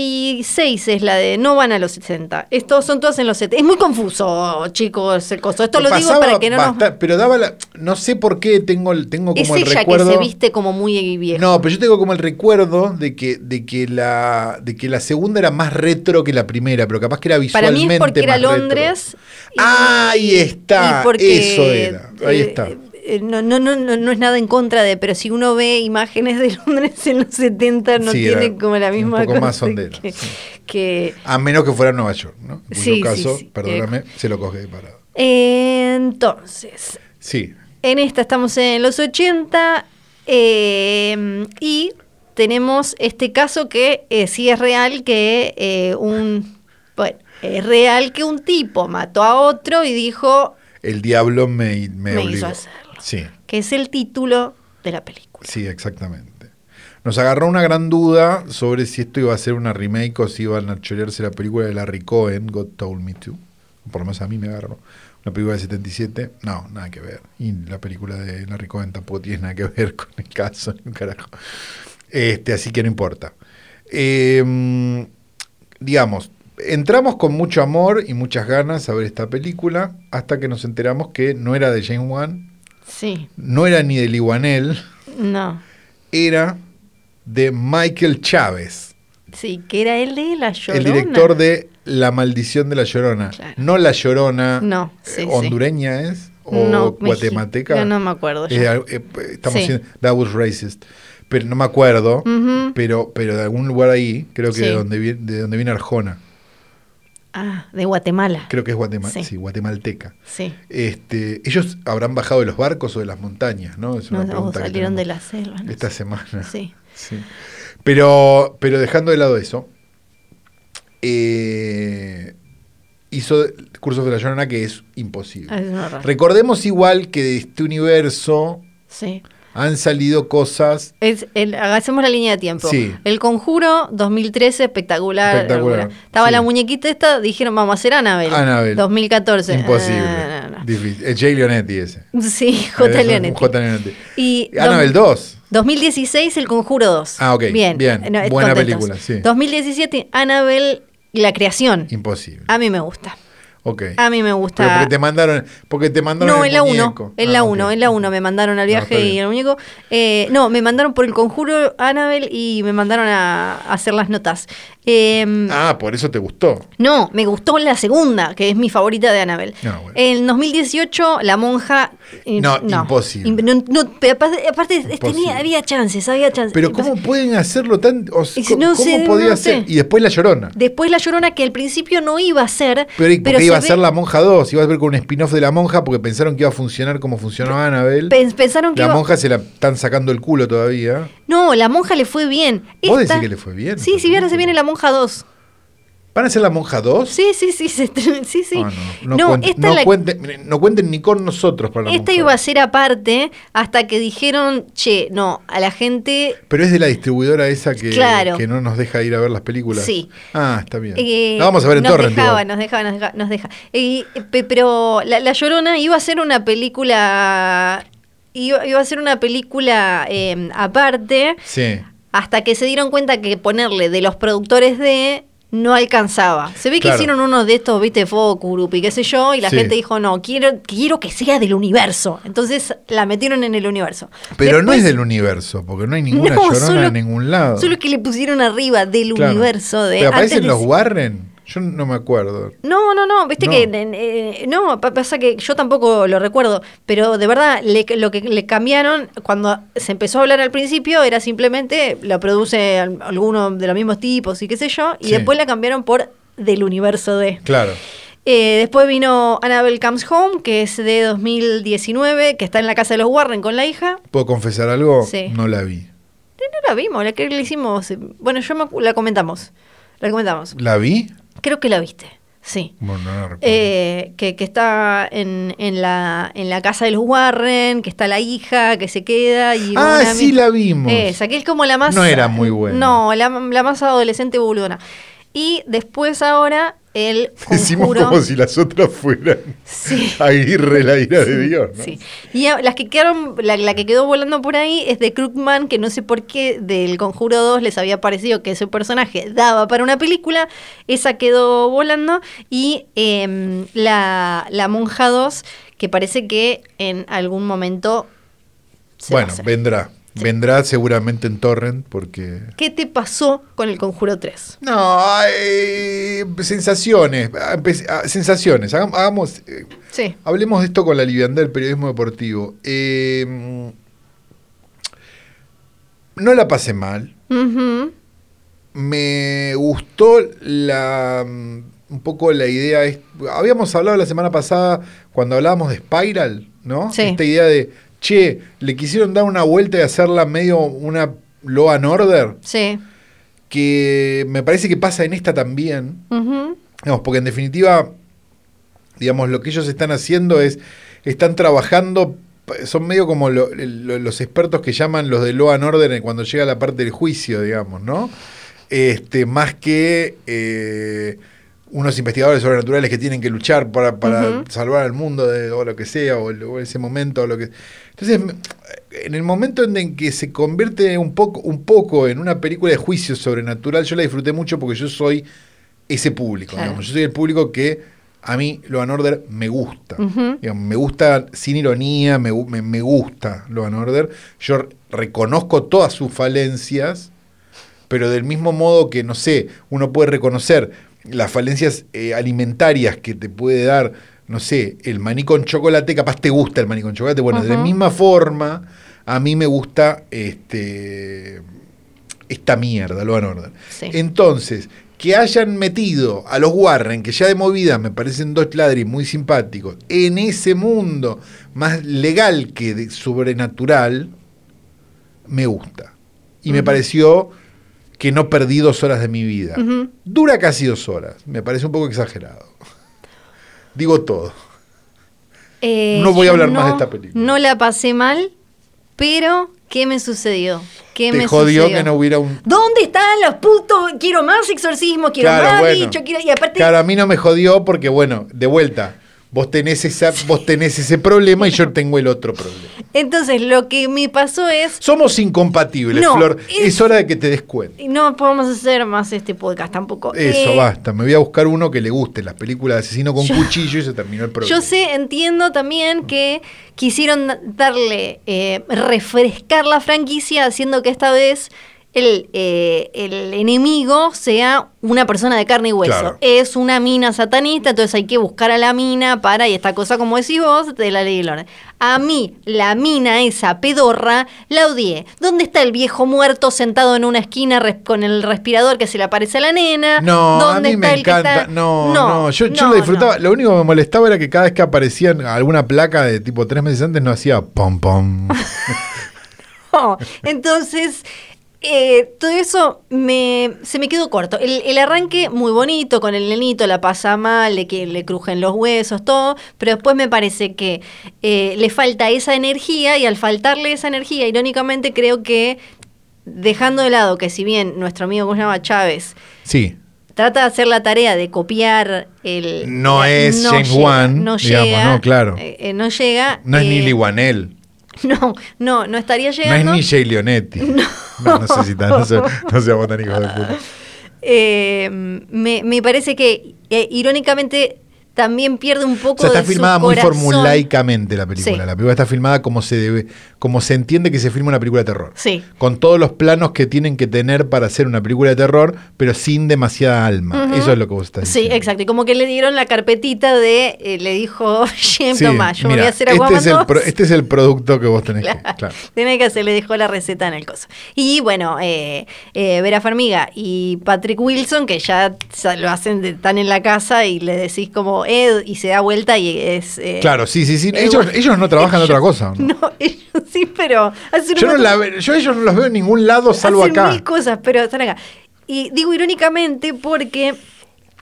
S2: 76 es la de no van a los 60. Estos son todos en los 70. Es muy confuso, chicos, el coso. Esto lo digo
S3: Pasaba
S2: para que no nos.
S3: basta- Pero daba la... No sé por qué tengo, el- tengo
S2: Es
S3: como el
S2: ella
S3: recuerdo...
S2: que se viste como muy vieja.
S3: No, pero yo tengo como el recuerdo de que, de que la de que la segunda era más retro que la primera, pero capaz que era
S2: Para
S3: visualmente
S2: mí es porque era
S3: más retro. Ah,
S2: Londres. y-
S3: Ahí está,
S2: y porque,
S3: eso era, ahí
S2: eh,
S3: está.
S2: eh, no, no, no, no, no es nada en contra de, pero si uno ve imágenes de Londres en los 70 no
S3: Sí, era
S2: tiene como la
S3: un
S2: misma
S3: poco más
S2: cosa
S3: hondera,
S2: que,
S3: sí.
S2: que-
S3: A menos que fuera Nueva York, ¿no? En cuyo
S2: Sí, sí,
S3: caso,
S2: sí. Eh,
S3: perdóname, se lo coge de parado.
S2: Entonces,
S3: Sí,
S2: en esta estamos en los 80 eh, y tenemos este caso que eh, sí es real que eh, un bueno, es real que un tipo mató a otro y dijo
S3: el diablo me, me,
S2: Me hizo
S3: obligó.
S2: hacerlo.
S3: Sí,
S2: que es el título de la película.
S3: sí, exactamente. Nos agarró una gran duda sobre si esto iba a ser una remake o si iban a chorearse la película de Larry Cohen, God Told Me To. Por lo menos a mí me agarró. Una película de 77, no, nada que ver. Y la película de Larry Cohen tampoco tiene nada que ver con el caso, ni un carajo. Este, así que no importa. Eh, digamos, entramos con mucho amor y muchas ganas a ver esta película hasta que nos enteramos que no era de James Wan,
S2: Sí,
S3: no era ni de Liwanel,
S2: no.
S3: era de Michael Chávez,
S2: Sí, que era él de La Llorona.
S3: el director de La maldición de la Llorona.
S2: Claro.
S3: No la Llorona
S2: No, sí,
S3: eh,
S2: sí.
S3: hondureña es o
S2: No,
S3: guatemalteca.
S2: mexi- no, no me acuerdo ya.
S3: Eh, al- eh, p- estamos
S2: Sí.
S3: siendo- that was racist. Pero no me acuerdo,
S2: Ujú.
S3: pero pero de algún lugar ahí, creo que
S2: Sí.
S3: de donde viene de donde viene Arjona.
S2: Ah, de Guatemala.
S3: creo que es Guatema-
S2: Sí.
S3: sí, guatemalteca.
S2: Sí.
S3: Este, ellos habrán bajado de los barcos o de las montañas, ¿no? Es una
S2: No, o
S3: pregunta que
S2: salieron de
S3: tenemos
S2: la selva. no
S3: esta
S2: sé.
S3: semana.
S2: Sí.
S3: Sí. Pero, pero dejando de lado eso, eh, hizo Cursos de la Llorona que es imposible.
S2: Ah, es una rara.
S3: Recordemos igual que de este universo
S2: Sí.
S3: han salido cosas
S2: Es el- hacemos la línea de tiempo.
S3: Sí.
S2: El Conjuro 2013, espectacular.
S3: Espectacular,
S2: alguna. Estaba
S3: sí.
S2: la muñequita esta, dijeron, vamos a hacer Annabelle.
S3: Annabelle.
S2: 2014.
S3: imposibles.
S2: Ah, no, no,
S3: Difícil. Es Jay Leonetti ese.
S2: no. Sí, J.
S3: Es un
S2: Leonetti.
S3: J. Leonetti. Ah,
S2: Y
S3: Annabelle 2.
S2: 2016, El Conjuro 2.
S3: Ah, ok, bien,
S2: eh,
S3: buena película, sí.
S2: 2017, Annabelle, La Creación. Ah,
S3: Imposible.
S2: A mí me gusta.
S3: Ok.
S2: A mí me
S3: Pero
S2: gusta.
S3: porque te mandaron, porque te mandaron
S2: ah, No,
S3: el
S2: en la 1,
S3: muñeco.
S2: en
S3: Ah,
S2: la
S3: ok.
S2: 1, en la 1 me mandaron al viaje
S3: está
S2: y
S3: bien.
S2: el muñeco. Eh, no, me mandaron por el conjuro Annabel y me mandaron a, a hacer las notas. Em,
S3: Ah, por eso te gustó.
S2: No, me gustó la segunda, que es mi favorita de Annabel.
S3: No, Ah, bueno.
S2: En 2018, La Monja. eh,
S3: No, imposible.
S2: Imp- no, no, pero aparte, aparte, tenía-
S3: Imposible.
S2: había chances, había chances.
S3: Pero ¿cómo
S2: Imposible.
S3: pueden hacerlo tan.? o sea,
S2: Y si
S3: ¿Cómo,
S2: no sé,
S3: podía
S2: no
S3: ser?
S2: sé.
S3: Y después la llorona.
S2: Después La Llorona, que al principio no iba a ser.
S3: Pero, ¿y por qué
S2: se
S3: iba a
S2: ve-
S3: ser La Monja 2, iba a ver con un spin-off de La Monja porque pensaron que iba a funcionar como funcionó Annabelle.
S2: pens- Pensaron que.
S3: La
S2: iba-
S3: Monja se la están sacando el culo todavía.
S2: No, La Monja le fue bien.
S3: ¿Vos
S2: Esta-
S3: decís que le fue bien?
S2: Sí, sí, ahora se viene La Monja 2.
S3: ¿Van a ser La Monja 2?
S2: Sí, sí, sí, se estren- sí, sí.
S3: Ah, no, no, cuenten,
S2: esta
S3: no
S2: la-
S3: cuenten- miren, no cuenten ni con nosotros para La
S2: esta
S3: Monja
S2: iba a
S3: 2.
S2: ser aparte hasta que dijeron, che, no, a la gente
S3: Pero es de la distribuidora esa que,
S2: Claro.
S3: que no nos deja ir a ver las películas.
S2: Sí.
S3: Ah, está bien.
S2: Eh,
S3: la vamos a ver en
S2: nos
S3: Torrent.
S2: Dejaba,
S3: igual.
S2: nos dejaba, nos dejaba, nos deja. Eh, pe- pero la, La Llorona iba a ser una película. Iba, iba a ser una película eh, aparte.
S3: Sí.
S2: Hasta que se dieron cuenta que ponerle de los productores de. No alcanzaba. Se ve que
S3: Claro.
S2: hicieron uno de estos, viste, Focurup y qué sé yo, y la
S3: Sí.
S2: gente dijo, no, quiero, quiero que sea del universo. Entonces la metieron en el universo.
S3: Pero no
S2: Después-
S3: es del universo, porque no hay ninguna
S2: No,
S3: llorona
S2: solo-
S3: en ningún lado.
S2: Solo que le pusieron arriba del
S3: Claro.
S2: universo de...
S3: ¿Pero
S2: antes
S3: aparecen
S2: de-
S3: los Warren? Yo no me acuerdo.
S2: No, no, no, viste
S3: No.
S2: que eh, eh, no, pa- pasa que yo tampoco lo recuerdo, pero de verdad le- lo que le cambiaron cuando se empezó a hablar al principio era simplemente la produce al- alguno de los mismos tipos y qué sé yo, y
S3: Sí.
S2: después la cambiaron por del universo de.
S3: Claro.
S2: Eh, después vino Annabelle Comes Home, que es de 2019, que está en la casa de los Warren con la hija.
S3: ¿Puedo confesar algo?
S2: Sí.
S3: No la vi.
S2: Eh, No la vimos, la que le hicimos, eh, bueno, yo me acu- la comentamos, la comentamos.
S3: ¿La vi?
S2: Creo que la viste, sí.
S3: Bueno, no la recuerdo.
S2: Eh, que, que está en, en la, en la casa de los Warren, que está la hija, que se queda. Y
S3: ah,
S2: una
S3: sí
S2: mi-
S3: la vimos.
S2: Esa, que es como la más.
S3: No era muy buena.
S2: No, la, la más adolescente boludona. Y después ahora el.
S3: Decimos
S2: Conjuro.
S3: como si las otras fueran
S2: Sí.
S3: Aguirre, la ira de Dios, ¿no?
S2: Sí. Y a- las que quedaron, la, la que quedó volando por ahí es de Krugman, que no sé por qué del Conjuro 2 les había parecido que ese personaje daba para una película, esa quedó volando, y em, la, la Monja 2, que parece que en algún momento se va a
S3: Bueno,
S2: hacer.
S3: vendrá. Vendrá seguramente en Torrent porque...
S2: ¿Qué te pasó con el Conjuro 3?
S3: No, eh, sensaciones, ah, empe- ah, sensaciones. Hagam- Hagamos, eh,
S2: Sí.
S3: hablemos de esto con la liviandad del periodismo deportivo. Eh, no la pasé mal.
S2: Ujú.
S3: Me gustó la mm, un poco la idea. es- Habíamos hablado la semana pasada cuando hablábamos de Spiral, ¿no?
S2: Sí.
S3: Esta idea de, che, le quisieron dar una vuelta y hacerla medio una Loa Order,
S2: Sí.
S3: que me parece que pasa en esta también.
S2: Ujú.
S3: Digamos, porque en definitiva, digamos, lo que ellos están haciendo es, están trabajando, p- son medio como lo- lo- los expertos que llaman los de Law and Order cuando llega la parte del juicio, digamos, ¿no? Este, más que eh, unos investigadores sobrenaturales que tienen que luchar para, para
S2: Ujú.
S3: salvar al mundo de, o lo que sea, o, el- o ese momento, o lo que... Entonces, m- en el momento en el que se convierte un poco, un poco en una película de juicio sobrenatural, yo la disfruté mucho porque yo soy ese público.
S2: Claro.
S3: digamos. Yo soy el público que a mí Law and Order me gusta.
S2: Ujú.
S3: Digamos, me gusta sin ironía, me, gu- me, me gusta Law and Order. Yo re- reconozco todas sus falencias, pero del mismo modo que, no sé, uno puede reconocer las falencias eh, alimentarias que te puede dar, no sé, el maní con chocolate, capaz te gusta el maní con chocolate. Bueno, de la
S2: Ujú.
S3: misma forma, a mí me gusta este, esta mierda, Law and Order.
S2: Sí.
S3: Entonces, que hayan metido a los Warren, que ya de movida me parecen dos ladris muy simpáticos, en ese mundo más legal que de- sobrenatural, me gusta. Y me
S2: Ujú.
S3: pareció que no perdí dos horas de mi vida.
S2: Ujú.
S3: Dura casi dos horas. Me parece un poco exagerado. Digo todo.
S2: Eh,
S3: No voy a
S2: yo
S3: hablar más de esta película.
S2: No la pasé mal, pero ¿qué me sucedió? ¿Qué
S3: Te
S2: me
S3: jodió
S2: sucedió?
S3: que no hubiera un.
S2: ¿Dónde están los putos? Quiero más exorcismo, quiero más
S3: bueno.
S2: bicho, quiero. Y aparte,
S3: Claro, a mí no me jodió porque, bueno, de vuelta, vos tenés, esa, vos tenés ese problema y yo tengo el otro problema.
S2: Entonces, lo que me pasó es.
S3: Somos incompatibles,
S2: No,
S3: Flor.
S2: es-
S3: Es... hora de que te des cuenta.
S2: No podemos hacer más este podcast tampoco.
S3: Eso,
S2: Eh,
S3: basta. Me voy a buscar uno que le guste las películas de asesino con cuchillo y se terminó el problema.
S2: Yo sé, entiendo también que quisieron da- darle, eh, refrescar la franquicia, haciendo que esta vez el, eh, el enemigo sea una persona de carne y hueso.
S3: Claro.
S2: Es una mina satanista, entonces hay que buscar a la mina para, y esta cosa como decís vos, de la ley del orden. A mí, la mina esa pedorra, la odié. ¿Dónde está el viejo muerto sentado en una esquina res- con el respirador que se le aparece a la nena?
S3: No, a
S2: ¿Dónde
S3: mí me
S2: está el que
S3: encanta.
S2: está-
S3: No, no, Yo, yo lo disfrutaba. Lo único que me molestaba era que cada vez que aparecía en alguna placa de tipo tres meses antes no hacía pom pom.
S2: No, Entonces, eh, todo eso me, se me quedó corto. El, el arranque muy bonito, con el nenito la pasa mal, le, que le crujen los huesos, todo, pero después me parece que eh, le falta esa energía y al faltarle esa energía, irónicamente creo que dejando de lado que si bien nuestro amigo que se llama Chávez
S3: Sí.
S2: trata de hacer la tarea de copiar el...
S3: No
S2: la-
S3: es James
S2: llega,
S3: Wan,
S2: no
S3: digamos,
S2: llega,
S3: no, claro.
S2: eh, eh, no llega.
S3: No es
S2: eh,
S3: Nili Wanel.
S2: No, no, no estaría
S3: No es
S2: llegando.
S3: ni Jay Leonetti. No, no, sé si tan- no, se- no seamos tan hijos de puta.
S2: Eh, me, me parece que eh, irónicamente también pierde un
S3: O
S2: poco
S3: sea, está
S2: de su
S3: filmada muy
S2: corazón.
S3: formulaicamente la película.
S2: Sí.
S3: La película está filmada como se debe, como se entiende que se filma una película de terror.
S2: Sí.
S3: Con todos los planos que tienen que tener para hacer una película de terror, pero sin demasiada alma.
S2: Ujú.
S3: Eso es lo que vos estás
S2: Sí,
S3: diciendo.
S2: exacto. Y como que le dieron la carpetita de, eh, le dijo Jim,
S3: Sí,
S2: tomá, yo me voy
S3: mira,
S2: a hacer
S3: este
S2: Aquaman
S3: es, el
S2: 2".
S3: pro- este es el producto que vos tenés que.
S2: Claro.
S3: Claro.
S2: Tenés que hacer, le dejó la receta en el coso. Y bueno, eh, eh, Vera Farmiga y Patrick Wilson, que ya sa- lo hacen, de- están en la casa y le decís como Ed y se da vuelta y es... eh,
S3: Claro, sí, sí, sí.
S2: Eh,
S3: Ellos,
S2: bueno.
S3: ellos no trabajan en
S2: ellos-
S3: otra cosa. ¿no?
S2: No, ellos sí, pero... hacen un
S3: Yo, no
S2: montón-
S3: la ve- yo a ellos no los veo en ningún lado salvo
S2: hacen
S3: acá.
S2: mil cosas, pero están acá. Y digo irónicamente porque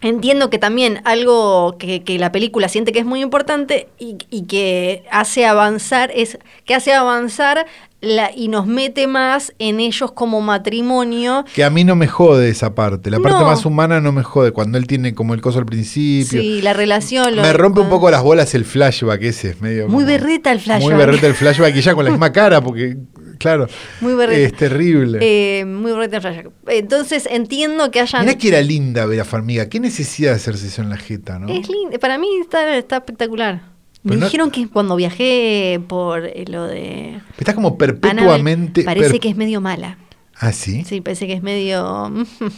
S2: entiendo que también algo que, que la película siente que es muy importante y, y que hace avanzar es que hace avanzar la, y nos mete más en ellos como matrimonio.
S3: Que a mí no me jode esa parte. La parte
S2: No.
S3: más humana no me jode. Cuando él tiene como el coso al principio.
S2: Sí, la relación. lo-
S3: Me rompe un poco las bolas el flashback ese. Es medio
S2: Muy
S3: como-
S2: berreta el flashback.
S3: Muy berreta el flashback y ya con la misma cara, porque, claro.
S2: Muy berreta.
S3: Es terrible.
S2: Eh, muy berreta el flashback. Entonces entiendo que hayan.
S3: Mirá que era linda Vera Farmiga. Qué necesidad de hacerse eso en la jeta, ¿no?
S2: Es lindo, para mí está, está espectacular. Me
S3: Pero no-
S2: dijeron que cuando viajé por eh, lo de
S3: Está como
S2: Annabelle,
S3: perpetuamente.
S2: parece
S3: per-
S2: que es medio mala.
S3: Ah, sí.
S2: Sí, parece que es medio.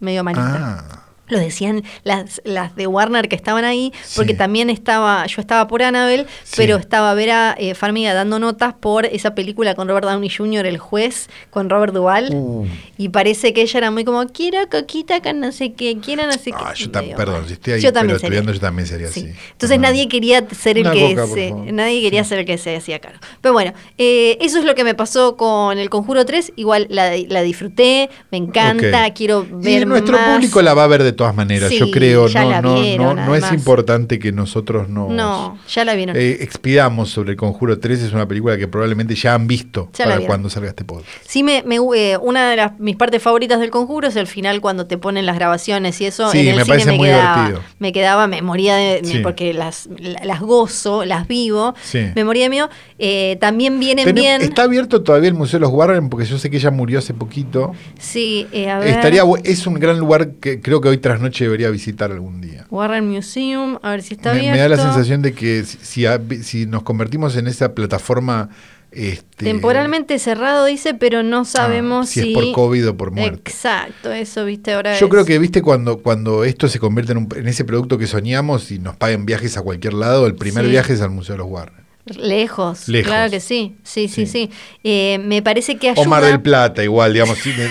S2: medio malita.
S3: ah,
S2: Lo decían las, las de Warner que estaban ahí, porque
S3: Sí.
S2: también estaba. Yo estaba por Annabelle,
S3: Sí.
S2: pero estaba Vera eh, Farmiga dando notas por esa película con Robert Downey Jr., el juez, con Robert Duvall.
S3: Uh.
S2: Y parece que ella era muy como, quiero coquita con no sé qué, quiero no sé qué.
S3: Ah, yo
S2: Y
S3: tam-
S2: medio
S3: perdón,
S2: mal.
S3: si estoy ahí
S2: Yo también sería.
S3: estudiando, yo también sería
S2: Sí.
S3: así.
S2: Entonces
S3: Ah.
S2: nadie quería ser el
S3: Una
S2: que
S3: coca, por
S2: se,
S3: favor.
S2: nadie quería ser el que se hacía cargo. Pero bueno, eh, eso es lo que me pasó con el Conjuro 3. Igual la, la disfruté, me encanta,
S3: Ok.
S2: quiero ver
S3: Y nuestro
S2: más.
S3: público la va a ver de todas maneras,
S2: Sí,
S3: yo creo.
S2: ya
S3: No,
S2: la
S3: no,
S2: vieron,
S3: no, no es
S2: además.
S3: importante que nosotros nos
S2: No, ya la vieron.
S3: eh, expidamos sobre El Conjuro 3. Es una película que probablemente ya han visto
S2: Ya la
S3: para
S2: vieron.
S3: cuando salga este podcast.
S2: Sí, me, me- eh, una de las, mis partes favoritas del conjuro es el final cuando te ponen las grabaciones y eso.
S3: Sí,
S2: en el
S3: me
S2: cine
S3: parece
S2: me
S3: muy
S2: quedaba,
S3: divertido.
S2: Me quedaba, me moría de. me-
S3: Sí.
S2: porque las, la- las gozo, las vivo.
S3: Sí.
S2: Me moría de miedo. Eh, también vienen
S3: Tenem-
S2: bien.
S3: Está abierto todavía el Museo de los Warren porque yo sé que ella murió hace poquito.
S2: Sí, eh, a ver.
S3: Estaría, bu- es un gran lugar que creo que hoy tras noche debería visitar algún día.
S2: Warren Museum, a ver si está
S3: Me,
S2: bien.
S3: me da la sensación de que si, si a- si nos convertimos en esa plataforma... Este,
S2: Temporalmente cerrado, dice, pero no sabemos
S3: Ah, si es por COVID o por muerte.
S2: Exacto, eso, viste, ahora
S3: Yo
S2: es-
S3: creo que, viste, cuando, cuando esto se convierte en, un- en ese producto que soñamos y nos paguen viajes a cualquier lado, el primer
S2: Sí.
S3: viaje es al Museo de los Warren.
S2: Lejos,
S3: Lejos.
S2: claro que sí, sí, sí, sí.
S3: Sí.
S2: Eh, me parece que ayuda...
S3: O Mar del Plata, igual, digamos, sí, de-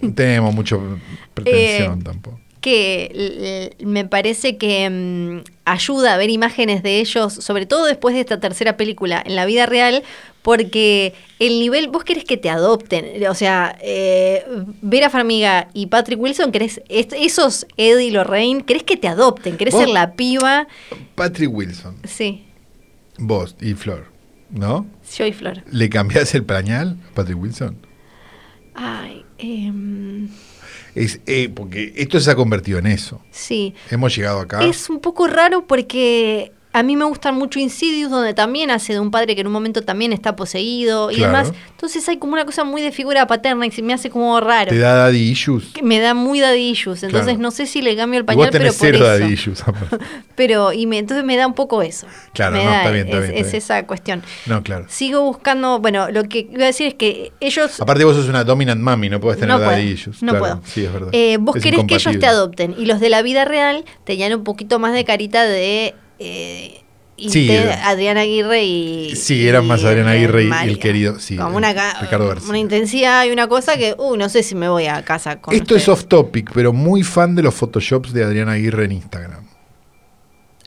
S3: no tenemos mucho pretensión
S2: Eh,
S3: tampoco.
S2: que l- l- me parece que mm, ayuda a ver imágenes de ellos, sobre todo después de esta tercera película, en la vida real, porque el nivel, vos querés que te adopten, o sea, eh, Vera Farmiga y Patrick Wilson, querés, es- esos Eddie y Lorraine, querés que te adopten, querés
S3: Vos-
S2: ser la piba,
S3: Patrick Wilson,
S2: sí,
S3: vos y Flor, ¿no?
S2: yo y Flor.
S3: ¿Le cambiás el pañal a Patrick Wilson?
S2: Ay, em,
S3: Es, eh, porque esto se ha convertido en eso.
S2: sí.
S3: Hemos llegado acá.
S2: Es un poco raro porque A mí me gustan mucho Insidious, donde también hace de un padre que en un momento también está poseído y
S3: Claro.
S2: demás. Entonces hay como una cosa muy de figura paterna y se me hace como raro.
S3: Te da daddy issues.
S2: Que me da muy daddy issues. Entonces
S3: Claro.
S2: no sé si le cambio el
S3: Y vos
S2: pañal, pero
S3: tenés
S2: por
S3: cero
S2: eso.
S3: daddy issues. aparte.
S2: Pero, y me, entonces me da un poco eso.
S3: Claro,
S2: Me
S3: no,
S2: da,
S3: está bien, está
S2: es,
S3: bien, está
S2: es
S3: bien.
S2: esa cuestión.
S3: No, claro.
S2: Sigo buscando, bueno, lo que iba a decir es que ellos...
S3: Aparte vos sos una dominant mami, no podés tener
S2: no
S3: daddy
S2: puedo,
S3: issues.
S2: no
S3: Claro,
S2: puedo.
S3: Sí, es verdad.
S2: Eh, vos
S3: Es
S2: querés que ellos te
S3: incompatible.
S2: adopten y los de la vida real tenían un poquito más de carita de... eh, y
S3: Sí,
S2: de
S3: era-
S2: Adrián Aguirre y...
S3: Sí, eran más Adrián Aguirre y el
S2: Mario.
S3: querido, sí,
S2: Como una,
S3: el
S2: ca-
S3: Ricardo García.
S2: una intensidad y una cosa que, uy, no sé si me voy a casa con
S3: Esto es
S2: ustedes.
S3: off topic, pero muy fan de los photoshops de Adrián Aguirre en Instagram.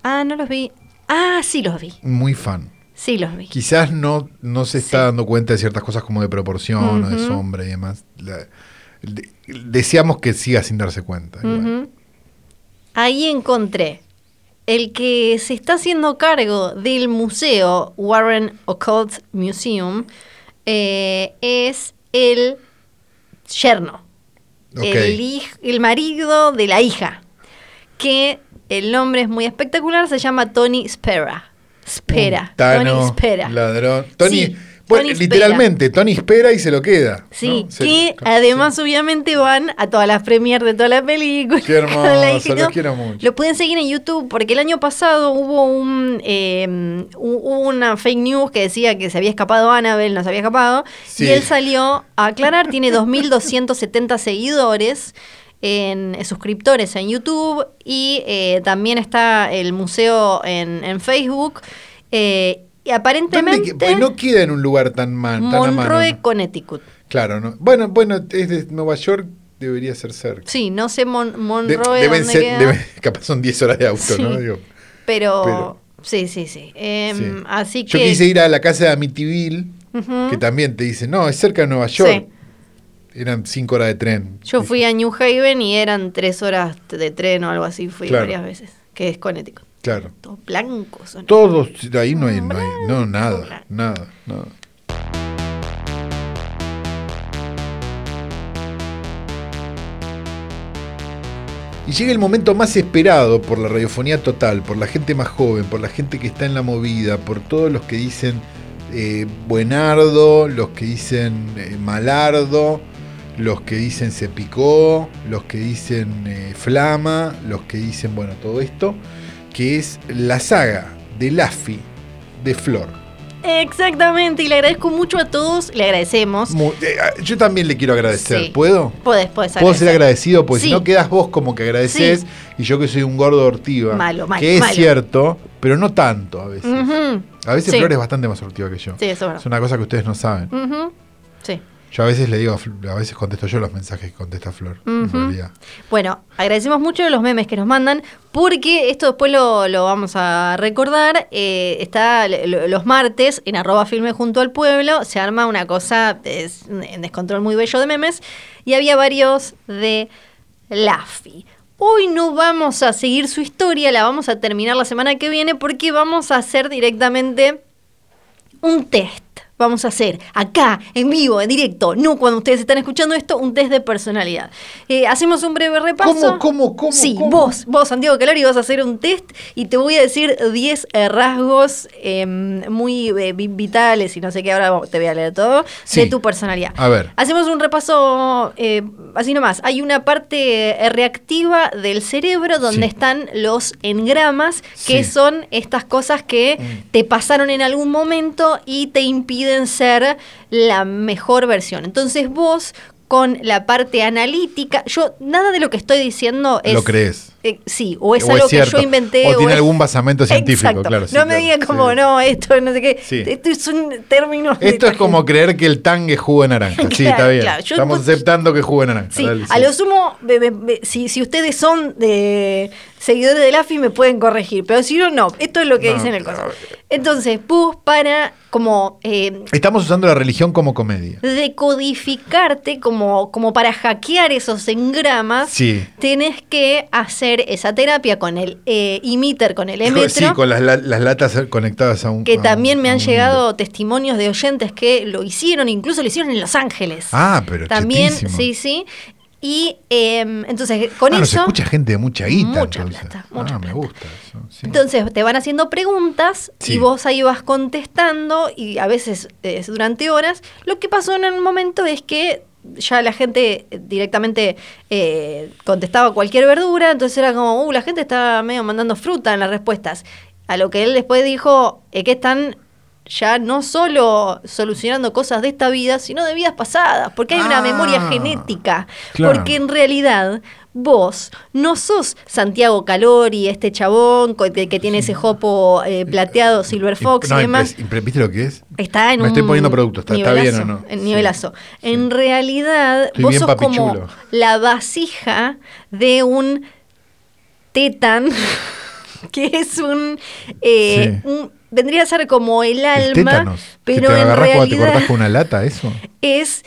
S2: Ah, no los vi. Ah, sí los vi.
S3: Muy fan.
S2: Sí los vi.
S3: Quizás no, no se está
S2: Sí.
S3: dando cuenta de ciertas cosas como de proporción o de
S2: Ujú.
S3: sombra y demás. La- de- deseamos que siga sin darse cuenta. igual.
S2: Ujú. Ahí encontré el que se está haciendo cargo del museo Warren Occult Museum eh, es el yerno,
S3: Ok.
S2: el, hij- el marido de la hija, que el nombre es muy espectacular, se llama Tony Spera. Spera,
S3: Un tano,
S2: Tony Spera.
S3: Ladrón. Tony,
S2: Sí,
S3: bueno,
S2: Tony Spera.
S3: literalmente, Tony espera y se lo queda. ¿no?
S2: Sí,
S3: Se-
S2: que
S3: claro,
S2: además
S3: sí.
S2: obviamente van a todas las premiers de toda la película.
S3: Qué hermoso,
S2: con la hija y
S3: los
S2: todo.
S3: quiero mucho.
S2: Lo pueden seguir en YouTube porque el año pasado hubo un eh, hu- hubo una fake news que decía que se había escapado Annabelle, no se había escapado.
S3: Sí.
S2: Y él salió a aclarar, tiene 2.270 seguidores. En, eh, suscriptores en YouTube y eh, también está el museo en, en Facebook eh, y
S3: ¿Dónde
S2: aparentemente
S3: que- porque no queda en un lugar tan, man, tan a mano.
S2: Monroe, Connecticut
S3: Claro, ¿no? Bueno, bueno, es de Nueva York, debería ser cerca.
S2: Sí, no sé Mon-
S3: De-
S2: Monroe
S3: deben
S2: dónde
S3: ser-
S2: queda,
S3: deben- capaz son 10 horas de auto,
S2: Sí.
S3: ¿no? Digo,
S2: pero,
S3: pero-
S2: sí, sí, sí. Em,
S3: sí.
S2: Así que
S3: Yo quise ir a la casa de Amityville,
S2: Ujú.
S3: que también te dice, no, es cerca de Nueva York. Eran 5 horas de tren.
S2: yo fui a New Haven y eran tres horas de tren o algo así, fui
S3: Claro.
S2: varias veces, que es Connecticut.
S3: Claro.
S2: Todos blancos son.
S3: Todos, ahí no hay, no hay, no, nada, nada, nada. Y llega el momento más esperado por la radiofonía total, por la gente más joven, por la gente que está en la movida, por todos los que dicen eh, buenardo, los que dicen eh, malardo, los que dicen se picó, los que dicen eh, flama, los que dicen, bueno, todo esto, que es la saga de Laffy de Flor.
S2: Exactamente, y le agradezco mucho a todos, le agradecemos.
S3: Mu- eh, ah, yo también le quiero agradecer,
S2: Sí.
S3: ¿puedo?
S2: Podés, podés
S3: Puedo
S2: agradecer.
S3: ser agradecido, porque
S2: Sí.
S3: si no quedas vos como que agradeces
S2: Sí.
S3: y yo que soy un gordo ortiva.
S2: Malo, malo,
S3: Que es
S2: malo.
S3: cierto, pero no tanto a veces.
S2: Ujú,
S3: A veces
S2: Sí.
S3: Flor es bastante más ortiva que yo.
S2: Sí, eso es verdad.
S3: Es una cosa que ustedes no saben.
S2: Ujú, Sí.
S3: Yo a veces le digo, a Fl- a veces contesto yo los mensajes que contesta Flor. En
S2: Ujú.
S3: realidad.
S2: Bueno, agradecemos mucho los memes que nos mandan, porque esto después lo, lo vamos a recordar. eh, está l- l- los martes en arroba filme junto al pueblo, se arma una cosa es, en descontrol muy bello de memes, y había varios de Laffy. Hoy no vamos a seguir su historia, la vamos a terminar la semana que viene porque vamos a hacer directamente un test. Vamos a hacer acá, en vivo, en directo, no cuando ustedes están escuchando esto, un test de personalidad. Eh, hacemos un breve repaso.
S3: ¿Cómo, cómo, cómo,
S2: Sí,
S3: cómo?
S2: vos, vos, Santiago Calori, vas a hacer un test y te voy a decir 10 eh, rasgos eh, muy eh, vi- vitales y no sé qué, ahora vamos- te voy a leer todo,
S3: Sí.
S2: de tu personalidad.
S3: A ver.
S2: Hacemos un repaso eh, así nomás. Hay una parte eh, reactiva del cerebro donde
S3: Sí.
S2: están los engramas, que
S3: Sí.
S2: son estas cosas que
S3: Mm.
S2: te pasaron en algún momento y te impiden ser la mejor versión. Entonces vos con la parte analítica, yo nada de lo que estoy diciendo es...
S3: Lo crees.
S2: eh, sí, o es
S3: O
S2: algo
S3: es cierto.
S2: que yo inventé.
S3: O tiene
S2: es-
S3: algún basamento científico,
S2: Exacto.
S3: claro, sí,
S2: no me
S3: claro,
S2: digas como,
S3: sí.
S2: no, esto, no sé qué.
S3: Sí.
S2: Esto es un término... de
S3: Esto es
S2: esta
S3: como creer que el tangue es jugo de naranja. sí,
S2: Claro,
S3: está bien.
S2: claro. Yo
S3: Estamos
S2: encuentro-
S3: aceptando que es jugo de naranja.
S2: Sí,
S3: Dale,
S2: a lo sumo, be- be- be- si, si ustedes son de seguidores del AFI me pueden corregir, pero si no, no. Esto es lo que
S3: No,
S2: dicen el coso.
S3: claro.
S2: Entonces, PUS para como eh,
S3: Estamos usando la religión como comedia.
S2: decodificarte, como, como para hackear esos engramas,
S3: Sí.
S2: tenés que hacer esa terapia con el eh, imiter, con el
S3: Con- Sí,
S2: emetro.
S3: con las, la- las latas conectadas a un. a
S2: que
S3: un-
S2: también me
S3: a
S2: han
S3: un-
S2: llegado testimonios de oyentes que lo hicieron, incluso lo hicieron en Los Ángeles.
S3: Ah, pero
S2: También,
S3: chetísimo.
S2: sí, sí. Y eh, entonces con
S3: Ah, nos
S2: eso...
S3: escucha gente de mucha guita.
S2: Mucha
S3: entonces.
S2: plata,
S3: Ah,
S2: mucha
S3: me gusta eso. sí.
S2: Entonces te van haciendo preguntas y
S3: Sí.
S2: vos ahí vas contestando y a veces es durante horas. Lo que pasó en el momento es que ya la gente directamente eh, contestaba cualquier verdura, entonces era como, uh, la gente está medio mandando fruta en las respuestas. A lo que él después dijo eh, que están ya no solo solucionando cosas de esta vida, sino de vidas pasadas, porque hay una
S3: Ah,
S2: memoria genética.
S3: claro.
S2: Porque en realidad vos no sos Santiago Calori, este chabón co- que, que tiene ese jopo eh, plateado, Silver Fox
S3: No,
S2: y
S3: impres-
S2: demás.
S3: impre- ¿Viste lo que es?
S2: Está en un
S3: Me estoy poniendo producto, está- está bien o
S2: nivelazo,
S3: no.
S2: en
S3: Sí,
S2: nivelazo.
S3: sí.
S2: En realidad,
S3: Estoy
S2: vos
S3: bien
S2: sos como
S3: papichulo.
S2: la vasija de un tetan, que es un, eh,
S3: Sí.
S2: un- vendría a ser como el
S3: El
S2: alma,
S3: tétanos. que
S2: pero
S3: te
S2: en
S3: agarras cuando te
S2: realidad
S3: cortas con una lata, eso.
S2: es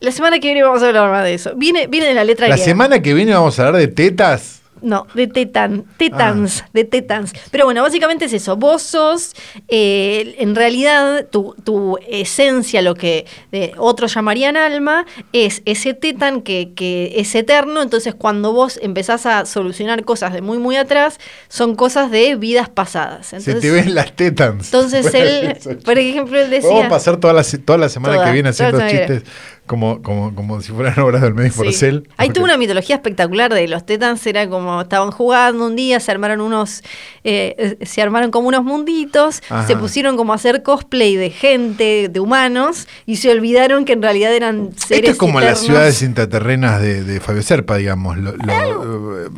S2: la semana que viene vamos a hablar más de eso. Viene, viene de la letra
S3: La
S2: griega.
S3: semana que viene vamos a hablar de tetas.
S2: No, de tetan, tetans,
S3: Ah.
S2: de tetans. Pero bueno, básicamente es eso. Vos sos, eh, en realidad, tu, tu esencia, lo que eh, otros llamarían alma, es ese tetan que, que es eterno. Entonces, cuando vos empezás a solucionar cosas de muy, muy atrás, son cosas de vidas pasadas.
S3: Se
S2: Entonces,
S3: te ven las tetans.
S2: entonces él, por ejemplo, él
S3: Vamos
S2: decía...
S3: a pasar toda la, se- toda la semana
S2: Toda,
S3: que viene haciendo
S2: toda la semana que
S3: chistes como, como, como si fueran obras del medio
S2: Sí.
S3: porcel.
S2: Ahí
S3: porque-
S2: tuvo una mitología espectacular de los Tetans, era como estaban jugando un día, se armaron unos, eh, se armaron como unos munditos,
S3: Ajá.
S2: se pusieron como a hacer cosplay de gente, de humanos, y se olvidaron que en realidad eran seres
S3: Esto es como
S2: eternos.
S3: las ciudades intraterrenas de, de Fabio Serpa, digamos. Lo- lo- eh,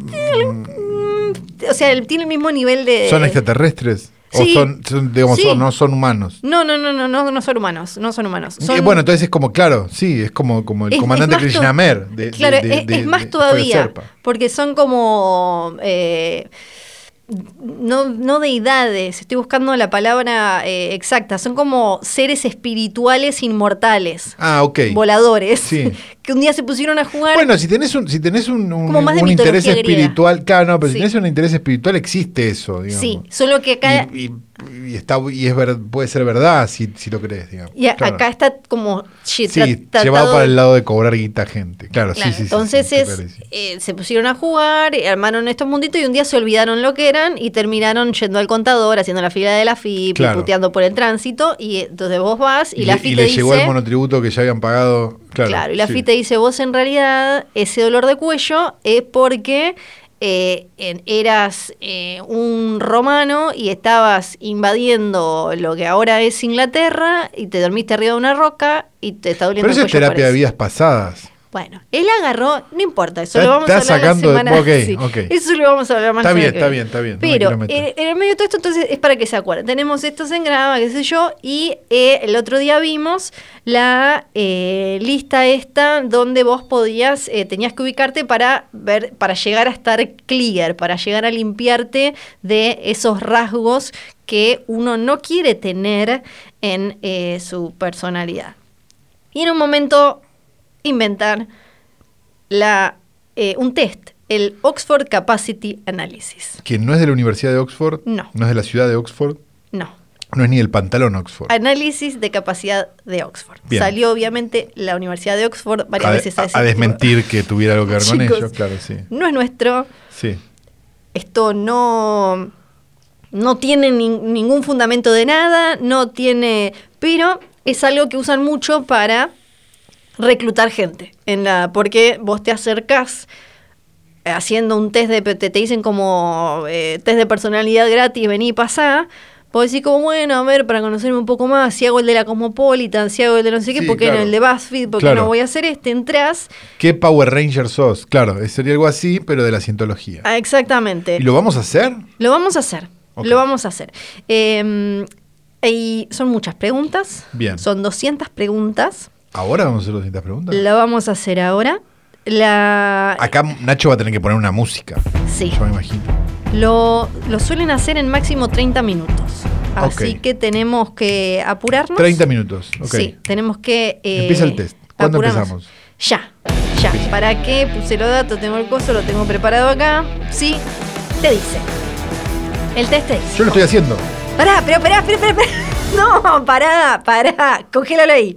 S2: O sea, el- tiene el mismo nivel de...
S3: ¿Son extraterrestres? ¿O
S2: Eh, sí.
S3: son, son, digamos,
S2: Sí.
S3: son- no son humanos?
S2: No, no, no, no, no, no son humanos, no son humanos. Son-
S3: Eh, bueno, entonces es como, claro, sí, es como, como el
S2: Es- es
S3: comandante
S2: más to-
S3: Krishnamer. de- de-
S2: claro,
S3: de-
S2: es,
S3: de-
S2: es más
S3: de Fabio
S2: todavía,
S3: Serpa.
S2: porque son como... eh, no, no deidades, estoy buscando la palabra eh, exacta, son como seres espirituales inmortales,
S3: Ah, ok.
S2: voladores,
S3: Sí.
S2: que un día se pusieron a jugar.
S3: Bueno, si tenés un, si tenés un, un-
S2: Como más de
S3: un interés
S2: mitología griega.
S3: espiritual, claro, no, pero
S2: Sí.
S3: si tenés un interés espiritual existe eso, digamos.
S2: sí, solo que acá,
S3: Y, y- y está, y es ver- puede ser verdad si, si lo crees, digamos.
S2: y a-
S3: Claro.
S2: acá está como che,
S3: Sí,
S2: tra- tratado
S3: llevado para
S2: de-
S3: el lado de cobrar guita a gente. Claro, Ah, sí,
S2: Claro,
S3: sí, sí.
S2: entonces
S3: sí, está
S2: es,
S3: clarísimo.
S2: eh, se pusieron a jugar, eh, armaron estos munditos y un día se olvidaron lo que eran y terminaron yendo al contador, haciendo la fila de la FIP, y
S3: Claro.
S2: puteando por el tránsito y eh, entonces vos vas y,
S3: Y,
S2: la
S3: le,
S2: FIP
S3: y
S2: te
S3: le
S2: dice...
S3: llegó el monotributo que ya habían pagado. Claro,
S2: Claro, y la
S3: sí.
S2: FIT te dice, vos en realidad ese dolor de cuello es porque eh, en- eras eh, un romano y estabas invadiendo lo que ahora es Inglaterra y te dormiste arriba de una roca y te está doliendo
S3: Pero eso
S2: el
S3: es
S2: cuello por
S3: terapia de
S2: eso.
S3: vidas pasadas.
S2: Bueno, él agarró, no importa, eso
S3: Está-
S2: lo vamos a
S3: está
S2: hablar la
S3: sacando de-
S2: semana.
S3: ok,
S2: sí,
S3: ok.
S2: Eso lo vamos a hablar más la
S3: Está
S2: semana
S3: bien,
S2: que
S3: está
S2: viene.
S3: bien, está bien, no me
S2: Pero
S3: quiero meter.
S2: eh, en el medio de todo esto, entonces es para que se acuerden. Tenemos estos en grava, qué sé yo, y eh, el otro día vimos la eh, lista esta donde vos podías, eh, tenías que ubicarte para ver, para llegar a estar clear, para llegar a limpiarte de esos rasgos que uno no quiere tener en eh, su personalidad. Y en un momento inventar la, eh, un test, el Oxford Capacity Analysis.
S3: Que no es de la Universidad de Oxford,
S2: No.
S3: no es de la ciudad de Oxford,
S2: No,
S3: no es ni el pantalón Oxford.
S2: análisis de capacidad de Oxford.
S3: Bien.
S2: Salió obviamente la Universidad de Oxford varias
S3: A, de-
S2: veces a,
S3: a-
S2: decir,
S3: a desmentir que tuviera algo que ver con
S2: Chicos.
S3: ello, claro, sí.
S2: No es nuestro,
S3: Sí.
S2: esto no, no tiene ni- ningún fundamento de nada, no tiene, pero es algo que usan mucho para reclutar gente, en la, porque vos te acercás eh, haciendo un test de, te, te dicen como eh, test de personalidad gratis, vení y pasá. Vos decís como, bueno, a ver, para conocerme un poco más, si hago el de la Cosmopolitan, si hago el de no sé qué,
S3: Sí,
S2: ¿por qué no
S3: claro.
S2: el de BuzzFeed? ¿Por qué
S3: Claro.
S2: no voy a hacer este? Entrás,
S3: ¿Qué Power Ranger sos? Claro, eh, sería algo así, pero de la cientología.
S2: ah, exactamente.
S3: ¿Y lo vamos a hacer?
S2: Lo vamos a hacer.
S3: Ok.
S2: Lo vamos a hacer. Eh, y son muchas preguntas.
S3: Bien.
S2: Son 200 preguntas.
S3: ¿Ahora vamos a hacer 200 preguntas?
S2: La vamos a hacer ahora. La.
S3: Acá Nacho va a tener que poner una música.
S2: Sí.
S3: Yo me imagino.
S2: Lo, lo suelen hacer en máximo 30 minutos. Así
S3: Ok.
S2: que tenemos que apurarnos.
S3: 30 minutos. Ok.
S2: Sí, tenemos que. eh,
S3: Empieza el test. ¿Cuándo
S2: apurarnos.
S3: empezamos?
S2: Ya, ya. ¿Para qué? Puse los datos, tengo el coso, lo tengo preparado acá. Sí, te dice. El test te dice.
S3: Yo lo estoy haciendo.
S2: Pará, pero pará, pará, pará, pará. No, pará, pará. Congélalo ahí.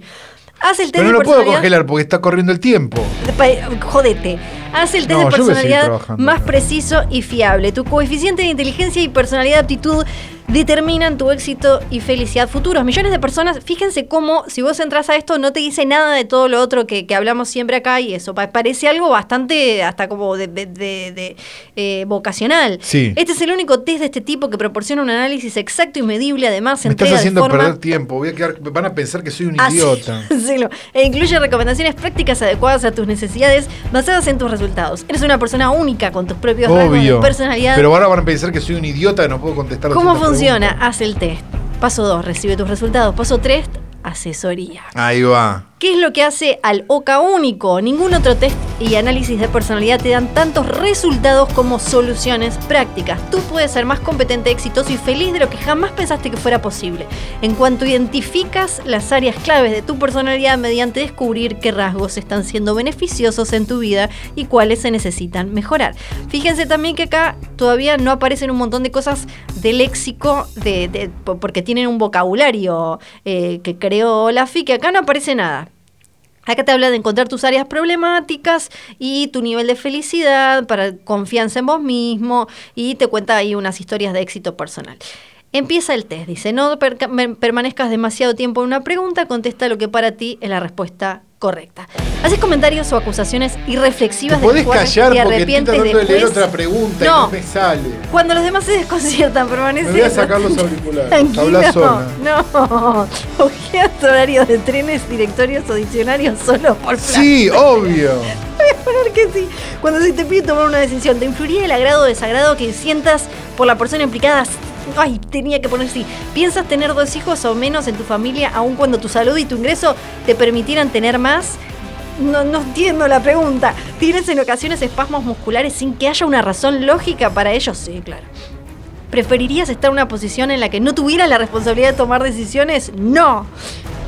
S2: Haz el test
S3: Pero no
S2: de
S3: lo puedo
S2: personalidad.
S3: congelar porque está corriendo el tiempo.
S2: pa- jodete. Haz el test
S4: No,
S2: de
S4: yo voy a seguir
S2: personalidad
S4: trabajando.
S2: más preciso y fiable. Tu coeficiente de inteligencia y personalidad de aptitud determinan tu éxito y felicidad futuros. Millones de personas, fíjense cómo si vos entras a esto no te dice nada de todo lo otro que, que hablamos siempre acá y eso. Pa- Parece algo bastante hasta como de, de- de- de, eh, vocacional.
S3: Sí.
S2: Este es el único test de este tipo que proporciona un análisis exacto y medible, además se
S4: Me estás
S2: entrega de
S4: haciendo
S2: forma-
S4: perder tiempo. Voy a quedar, van a pensar que soy un
S2: Así-
S4: idiota.
S2: Ah, sí, lo- e incluye recomendaciones prácticas adecuadas a tus necesidades basadas en tus resultados. Eres una persona única con tus propios rasgos de
S4: Obvio.
S2: personalidad.
S4: Pero ahora van a pensar que soy un idiota y no puedo contestar.
S2: ¿Cómo
S4: ciertas preguntas.
S2: funciona? Haz el test. Paso 2, recibe tus resultados. Paso 3, asesoría.
S4: Ahí va.
S2: ¿Qué es lo que hace al OCA único? Ningún otro test y análisis de personalidad te dan tantos resultados como soluciones prácticas. Tú puedes ser más competente, exitoso y feliz de lo que jamás pensaste que fuera posible. En cuanto identificas las áreas claves de tu personalidad mediante descubrir qué rasgos están siendo beneficiosos en tu vida y cuáles se necesitan mejorar. Fíjense también que acá todavía no aparecen un montón de cosas de léxico, de, de- po- porque tienen un vocabulario eh, que creó la FI, que acá no aparece nada. Acá te habla de encontrar tus áreas problemáticas y tu nivel de felicidad, para confianza en vos mismo y te cuenta ahí unas historias de éxito personal. Empieza el test, dice, no perca- me- permanezcas demasiado tiempo en una pregunta, contesta lo que para ti es la respuesta correcta. Haces comentarios o acusaciones irreflexivas
S4: Te podés
S2: cuales
S4: callar
S2: te
S4: porque estoy
S2: arrepientes
S4: tratando de leer
S2: después?
S4: otra pregunta y
S2: No.
S4: no me sale.
S2: Cuando los demás se desconciertan, permanece.
S4: Me voy a sacar los auriculares.
S2: Tranquilo.
S4: Habla sola.
S2: No. Ojeas horarios de trenes, directorios o diccionarios solo por placer.
S4: Sí, obvio.
S2: Claro que sí. Cuando se te pide tomar una decisión, ¿te influiría el agrado o desagrado que sientas por la persona implicada? Ay, tenía que poner sí. ¿Piensas tener dos hijos o menos en tu familia, aun cuando tu salud y tu ingreso te permitieran tener más? No, no entiendo la pregunta. ¿Tienes en ocasiones espasmos musculares sin que haya una razón lógica para ellos? Sí, claro. ¿Preferirías estar en una posición en la que no tuvieras la responsabilidad de tomar decisiones? No.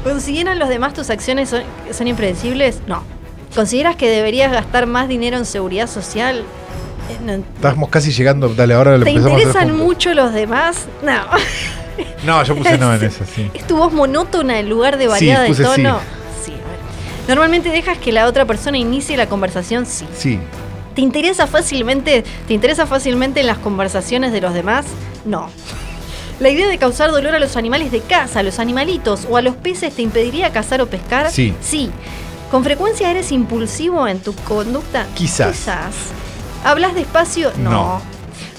S2: ¿Consideran los demás tus acciones son, son impredecibles? No. ¿Consideras que deberías gastar más dinero en seguridad social? Eh, no.
S4: Estamos casi llegando. Dale, ahora lo
S2: ¿Te
S4: empezamos a hacer
S2: interesan
S4: juntos.
S2: mucho los demás? No.
S4: No, yo puse no en eso, sí.
S2: ¿Es tu voz monótona en lugar de variada
S4: puse
S2: de
S4: sí.
S2: tono? Sí. a ver. ¿Normalmente dejas que la otra persona inicie la conversación? Sí.
S4: Sí.
S2: ¿Te interesa fácilmente, te interesa fácilmente en las conversaciones de los demás? No. La idea de causar dolor a los animales de casa, a los animalitos o a los peces te impediría cazar o pescar?
S4: Sí.
S2: Sí. ¿Con frecuencia eres impulsivo en tu conducta?
S4: Quizás.
S2: Quizás. ¿Hablas despacio? No.
S4: No.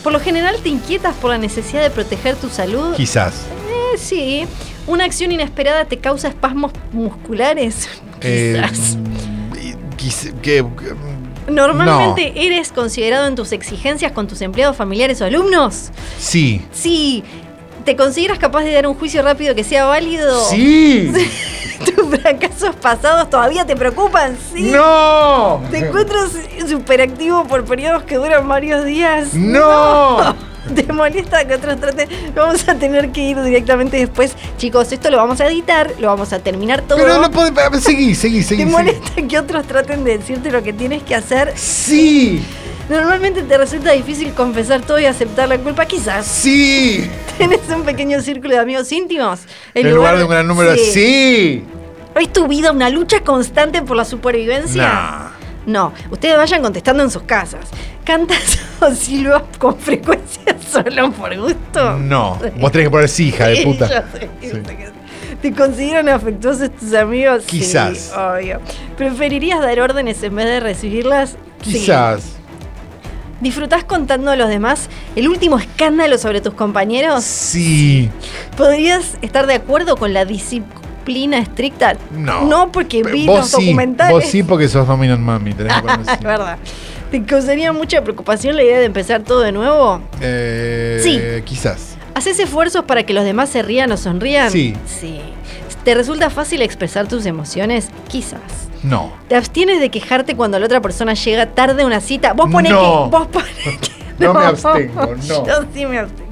S2: ¿Por lo general te inquietas por la necesidad de proteger tu salud?
S4: Quizás.
S2: Eh, sí. ¿Una acción inesperada te causa espasmos musculares?
S4: Eh,
S2: Quizás.
S4: mm, quiz- que- mm,
S2: ¿Normalmente eres considerado en tus exigencias con tus empleados, familiares o alumnos?
S4: sí.
S2: Sí. ¿Te consideras capaz de dar un juicio rápido que sea válido?
S4: Sí.
S2: ¿Tus fracasos pasados todavía te preocupan? Sí.
S4: No.
S2: ¿Te encuentras superactivo por periodos que duran varios días?
S4: No.
S2: ¿Te molesta que otros traten? Vamos a tener que ir directamente después. Chicos, esto lo vamos a editar, lo vamos a terminar todo.
S4: Pero no podés. Seguí, seguí, seguí.
S2: ¿Te
S4: seguí.
S2: molesta que otros traten de decirte lo que tienes que hacer?
S4: Sí.
S2: Normalmente te resulta difícil confesar todo y aceptar la culpa. Quizás
S4: Sí.
S2: tenés un pequeño círculo de amigos íntimos.
S4: En lugar de un gran número.
S2: Sí.
S4: Sí.
S2: ¿Es tu vida una lucha constante por la supervivencia?
S4: Nah.
S2: No, ustedes vayan contestando en sus casas. ¿Cantas o silbas con frecuencia solo por gusto?
S4: No. Vos tenés que poner sí, hija de
S2: Sí,
S4: puta.
S2: yo sé,
S4: Sí.
S2: yo sé que sí. ¿Te consideran afectuosos tus amigos? Sí,
S4: Quizás.
S2: obvio. ¿Preferirías dar órdenes en vez de recibirlas? Sí.
S4: Quizás.
S2: ¿Disfrutás contando a los demás el último escándalo sobre tus compañeros?
S4: Sí.
S2: ¿Podrías estar de acuerdo con la disciplina estricta?
S4: No.
S2: No, porque vi
S4: Vos
S2: los
S4: sí,
S2: documentales.
S4: Vos sí, porque sos Dominant Mami. tenés que poner
S2: Es
S4: sí.
S2: verdad. ¿Te causaría mucha preocupación la idea de empezar todo de nuevo?
S4: Eh,
S2: Sí.
S4: Quizás.
S2: ¿Haces esfuerzos para que los demás se rían o sonrían?
S4: Sí.
S2: Sí. ¿Te resulta fácil expresar tus emociones? Quizás.
S4: No.
S2: ¿Te abstienes de quejarte cuando la otra persona llega tarde a una cita? Vos ponés
S4: No.
S2: que. Vos ponés que-
S4: No me abstengo, no.
S2: Yo sí me abstengo.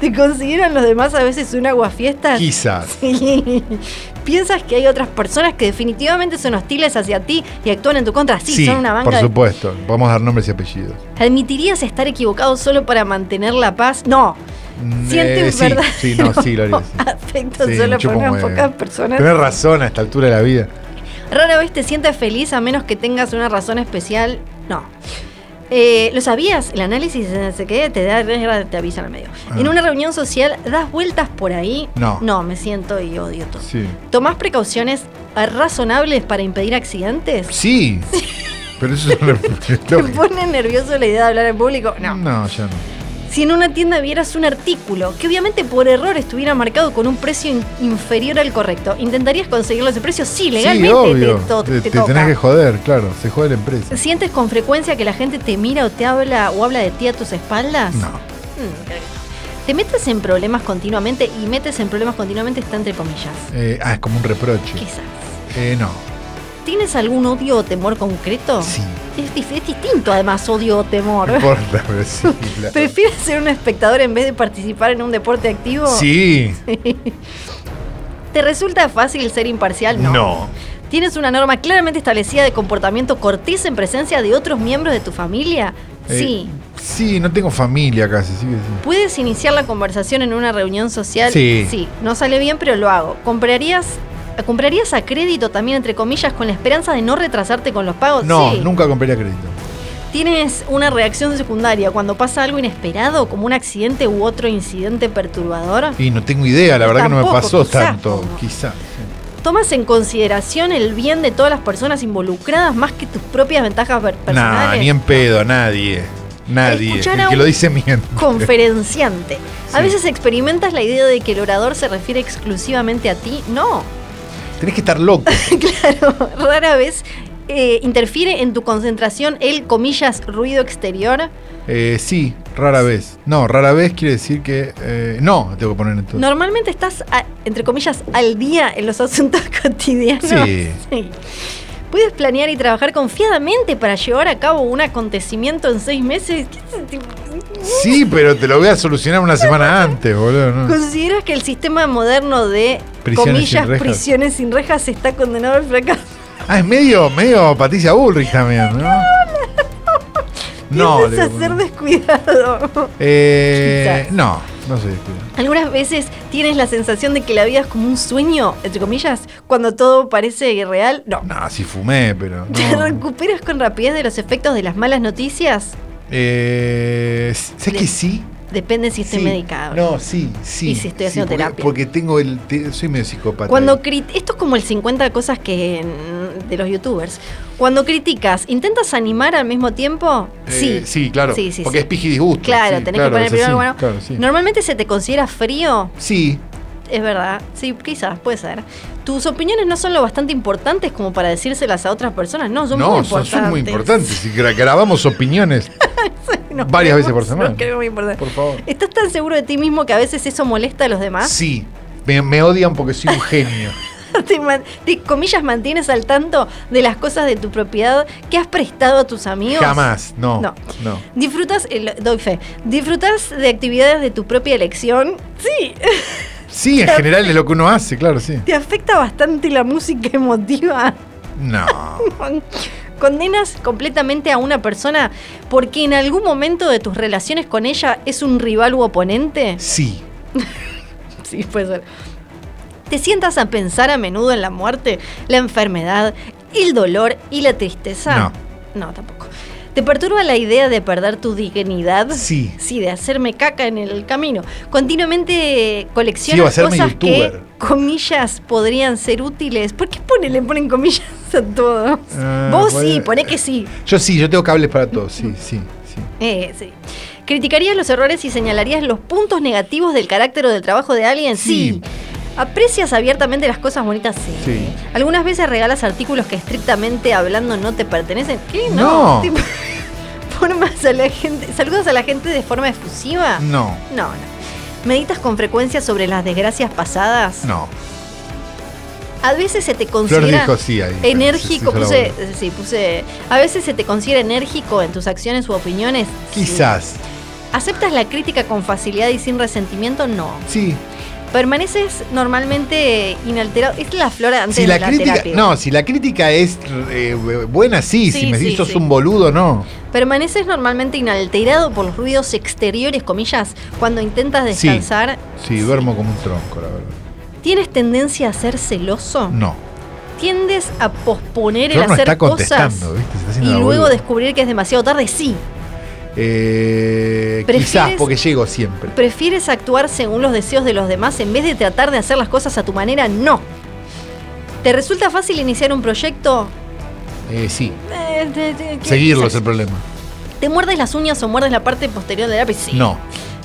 S2: ¿Te consideran los demás a veces un aguafiestas?
S4: Quizás.
S2: Sí. ¿Piensas que hay otras personas que definitivamente son hostiles hacia ti y actúan en tu contra? Sí, son una banca
S4: por
S2: de
S4: supuesto. Vamos a dar nombres y apellidos.
S2: ¿Admitirías estar equivocado solo para mantener la paz? No. Siente
S4: Eh,
S2: un
S4: sí,
S2: verdadero
S4: sí, no, sí, lo haría, sí.
S2: afecto
S4: Sí,
S2: solo
S4: mucho
S2: por unas
S4: como, eh,
S2: pocas personas.
S4: Tenés razón a esta altura de la vida.
S2: Rara vez te sientes feliz a menos que tengas una razón especial. No. Eh, ¿Lo sabías? El análisis eh, se queda, te da, te avisa en el medio.
S3: Ah.
S2: En una reunión social, ¿das vueltas por ahí?
S3: No.
S2: No, me siento y odio todo.
S3: Sí.
S2: ¿Tomás precauciones razonables para impedir accidentes?
S3: Sí. Pero eso es
S2: ¿Te
S3: una-
S2: pone nervioso la idea de hablar en público? No.
S3: No, ya no.
S2: Si en una tienda vieras un artículo que obviamente por error estuviera marcado con un precio in- inferior al correcto, ¿intentarías conseguirlo ese precio? Sí, legalmente
S3: sí, obvio.
S2: te, to-
S3: te,
S2: te
S3: te
S2: toca.
S3: tenés que joder, claro. Se jode la empresa.
S2: ¿Sientes con frecuencia que la gente te mira o te habla o habla de ti a tus espaldas?
S3: No.
S2: Mm, creo que no. ¿Te metes en problemas continuamente? Y metes en problemas continuamente está entre comillas.
S3: Eh, ah, es como un reproche.
S2: Quizás.
S3: Eh, no.
S2: ¿Tienes algún odio o temor concreto?
S3: Sí.
S2: Es, dif- es distinto además odio o temor.
S3: No importa, pero sí. claro.
S2: ¿Prefieres ser un espectador en vez de participar en un deporte activo?
S3: Sí.
S2: ¿Te resulta fácil ser imparcial? No.
S3: No.
S2: ¿Tienes una norma claramente establecida de comportamiento cortés en presencia de otros miembros de tu familia?
S3: Eh,
S2: Sí.
S3: Sí, no tengo familia casi. Sí, sí.
S2: ¿Puedes iniciar la conversación en una reunión social?
S3: Sí.
S2: no sale bien, pero lo hago. ¿Comprarías, comprarías a crédito también, entre comillas, con la esperanza de no retrasarte con los pagos?
S3: No,
S2: Oh, Sí.
S3: nunca compraría crédito.
S2: ¿Tienes una reacción secundaria cuando pasa algo inesperado, como un accidente u otro incidente perturbador?
S3: Y no tengo idea, la verdad que no me
S2: Tampoco,
S3: pasó
S2: quizás,
S3: tanto.
S2: como-
S3: Quizá. sí.
S2: ¿Tomas en consideración el bien de todas las personas involucradas más que tus propias ventajas per-
S3: Nah,
S2: personales?
S3: ni en pedo, nadie. Nadie.
S2: Escuchar a
S3: El que
S2: un
S3: lo dice miente.
S2: Conferenciante. A
S3: Sí.
S2: veces experimentas la idea de que el orador se refiere exclusivamente a ti. No,
S3: Tenés que estar loco.
S2: claro, rara vez eh, interfiere en tu concentración el, comillas, ruido exterior.
S3: Eh, sí, rara vez. No, rara vez quiere decir que. eh, no, tengo que poner en todo.
S2: Normalmente estás, a- entre comillas, al día en los asuntos cotidianos.
S3: Sí.
S2: Sí. Puedes planear y trabajar confiadamente para llevar a cabo un acontecimiento en seis meses. ¿Qué es este tipo?
S3: Sí, pero te lo voy a solucionar una semana antes, boludo. ¿no?
S2: ¿Consideras que el sistema moderno de
S3: Ah. Prisiones
S2: comillas
S3: sin rejas.
S2: prisiones sin rejas está condenado al fracaso?
S3: Ah, es medio, medio Patricia Bullrich también, ¿no? No, le
S2: Tiendes
S3: digo,
S2: a ser
S3: no.
S2: descuidado.
S3: Eh,
S2: Quizás.
S3: no, no sé. este,
S2: Algunas veces tienes la sensación de que la vida es como un sueño, entre comillas, cuando todo parece irreal. No.
S3: No, sí fumé, pero.
S2: ¿Te
S3: No.
S2: recuperas con rapidez de los efectos de las malas noticias?
S3: Eh, sé que sí.
S2: Depende si estoy
S3: Sí.
S2: medicado.
S3: No, sí, sí.
S2: Y si estoy haciendo
S3: porque-
S2: terapia.
S3: Porque tengo el. te- soy medio psicópata.
S2: Cuando crit- esto es como el 50 cosas que mm, de los youtubers. Cuando criticas, ¿intentas animar al mismo tiempo?
S3: Eh, Sí, claro.
S2: Sí, sí,
S3: porque
S2: sí.
S3: es piji disgusto.
S2: Claro,
S3: sí,
S2: tenés que poner
S3: es
S2: primero
S3: así,
S2: el bueno.
S3: Claro, sí.
S2: Normalmente se te considera frío,
S3: Sí,
S2: es verdad. Sí, quizás, puede ser. Tus opiniones no son lo bastante importantes como para decírselas a otras personas. No, son muy
S3: no, son,
S2: importantes.
S3: son muy importantes. Si gra- grabamos opiniones,
S2: Nos
S3: Varias veces por
S2: queremos,
S3: semana.
S2: nos queremos muy importante.
S3: por favor.
S2: ¿Estás tan seguro de ti mismo que a veces eso molesta a los demás?
S3: Sí, me, me odian porque soy un genio.
S2: Te, man- te, comillas, mantienes al tanto de las cosas de tu propiedad que has prestado a tus amigos.
S3: Jamás, no.
S2: No.
S3: No.
S2: Disfrutas, eh, lo- doy fe, disfrutas de actividades de tu propia elección. Sí,
S3: Sí, en general es lo que uno hace, claro, sí.
S2: te afecta bastante la música emotiva.
S3: No.
S2: Condenas completamente a una persona porque en algún momento de tus relaciones con ella es un rival u oponente.
S3: Sí.
S2: Sí, puede ser. Te sientas a pensar a menudo en la muerte, la enfermedad, el dolor y la tristeza. No. No, tampoco. ¿Te perturba la idea de perder tu dignidad?
S3: Sí.
S2: Sí, de hacerme caca en el camino. Continuamente
S3: Sí, o
S2: coleccionas
S3: hacerme
S2: cosas que,
S3: youtuber.
S2: comillas, podrían ser útiles. ¿Por qué pone, le ponen comillas a todo?
S3: Ah,
S2: Vos
S3: puede-
S2: sí, poné que sí.
S3: Yo sí, yo tengo cables para todo. Sí, sí, sí.
S2: Eh, sí. ¿Criticarías los errores y señalarías los puntos negativos del carácter o del trabajo de alguien? Sí.
S3: Sí.
S2: ¿Aprecias abiertamente las cosas bonitas? Sí.
S3: Sí.
S2: ¿Algunas veces regalas artículos que estrictamente hablando no te pertenecen? ¿Qué? No.
S3: No.
S2: Tipo, formas a la gente, ¿Saludas a la gente de forma efusiva?
S3: No,
S2: No, no. ¿Meditas con frecuencia sobre las desgracias pasadas?
S3: no.
S2: A veces se te
S3: Flor
S2: considera
S3: dijo sí ahí.
S2: enérgico,
S3: Sí, sí,
S2: puse,
S3: sí,
S2: sí, puse, a veces se te considera enérgico en tus acciones u opiniones. Sí.
S3: Quizás.
S2: ¿Aceptas la crítica con facilidad y sin resentimiento? No.
S3: Sí.
S2: ¿Permaneces normalmente inalterado? Es la flora antes
S3: Si
S2: de
S3: la,
S2: la
S3: crítica,
S2: terapia.
S3: no, si la crítica es eh, buena, sí.
S2: Sí,
S3: si me
S2: sí,
S3: dices sos
S2: sí.
S3: un boludo, no.
S2: ¿Permaneces normalmente inalterado por los ruidos exteriores, comillas, cuando intentas
S3: Sí.
S2: descansar?
S3: Sí, duermo como un tronco, la verdad.
S2: ¿Tienes tendencia a ser celoso?
S3: No.
S2: tiendes a posponer el
S3: Flor no
S2: hacer
S3: está
S2: cosas
S3: contestando, ¿viste? Se está
S2: y
S3: haciendo la
S2: luego
S3: boluda.
S2: descubrir que es demasiado tarde. Sí,
S5: Eh,
S2: ¿Prefieres-
S5: quizás porque llego siempre.
S2: prefieres actuar según los deseos de los demás en vez de tratar de hacer las cosas a tu manera. No. ¿Te resulta fácil iniciar un proyecto?
S5: Eh, sí,
S2: Eh, te- te-
S5: seguirlo es
S2: quizás.
S5: el problema.
S2: ¿Te muerdes las uñas o muerdes la parte posterior del lápiz? Sí.
S3: No.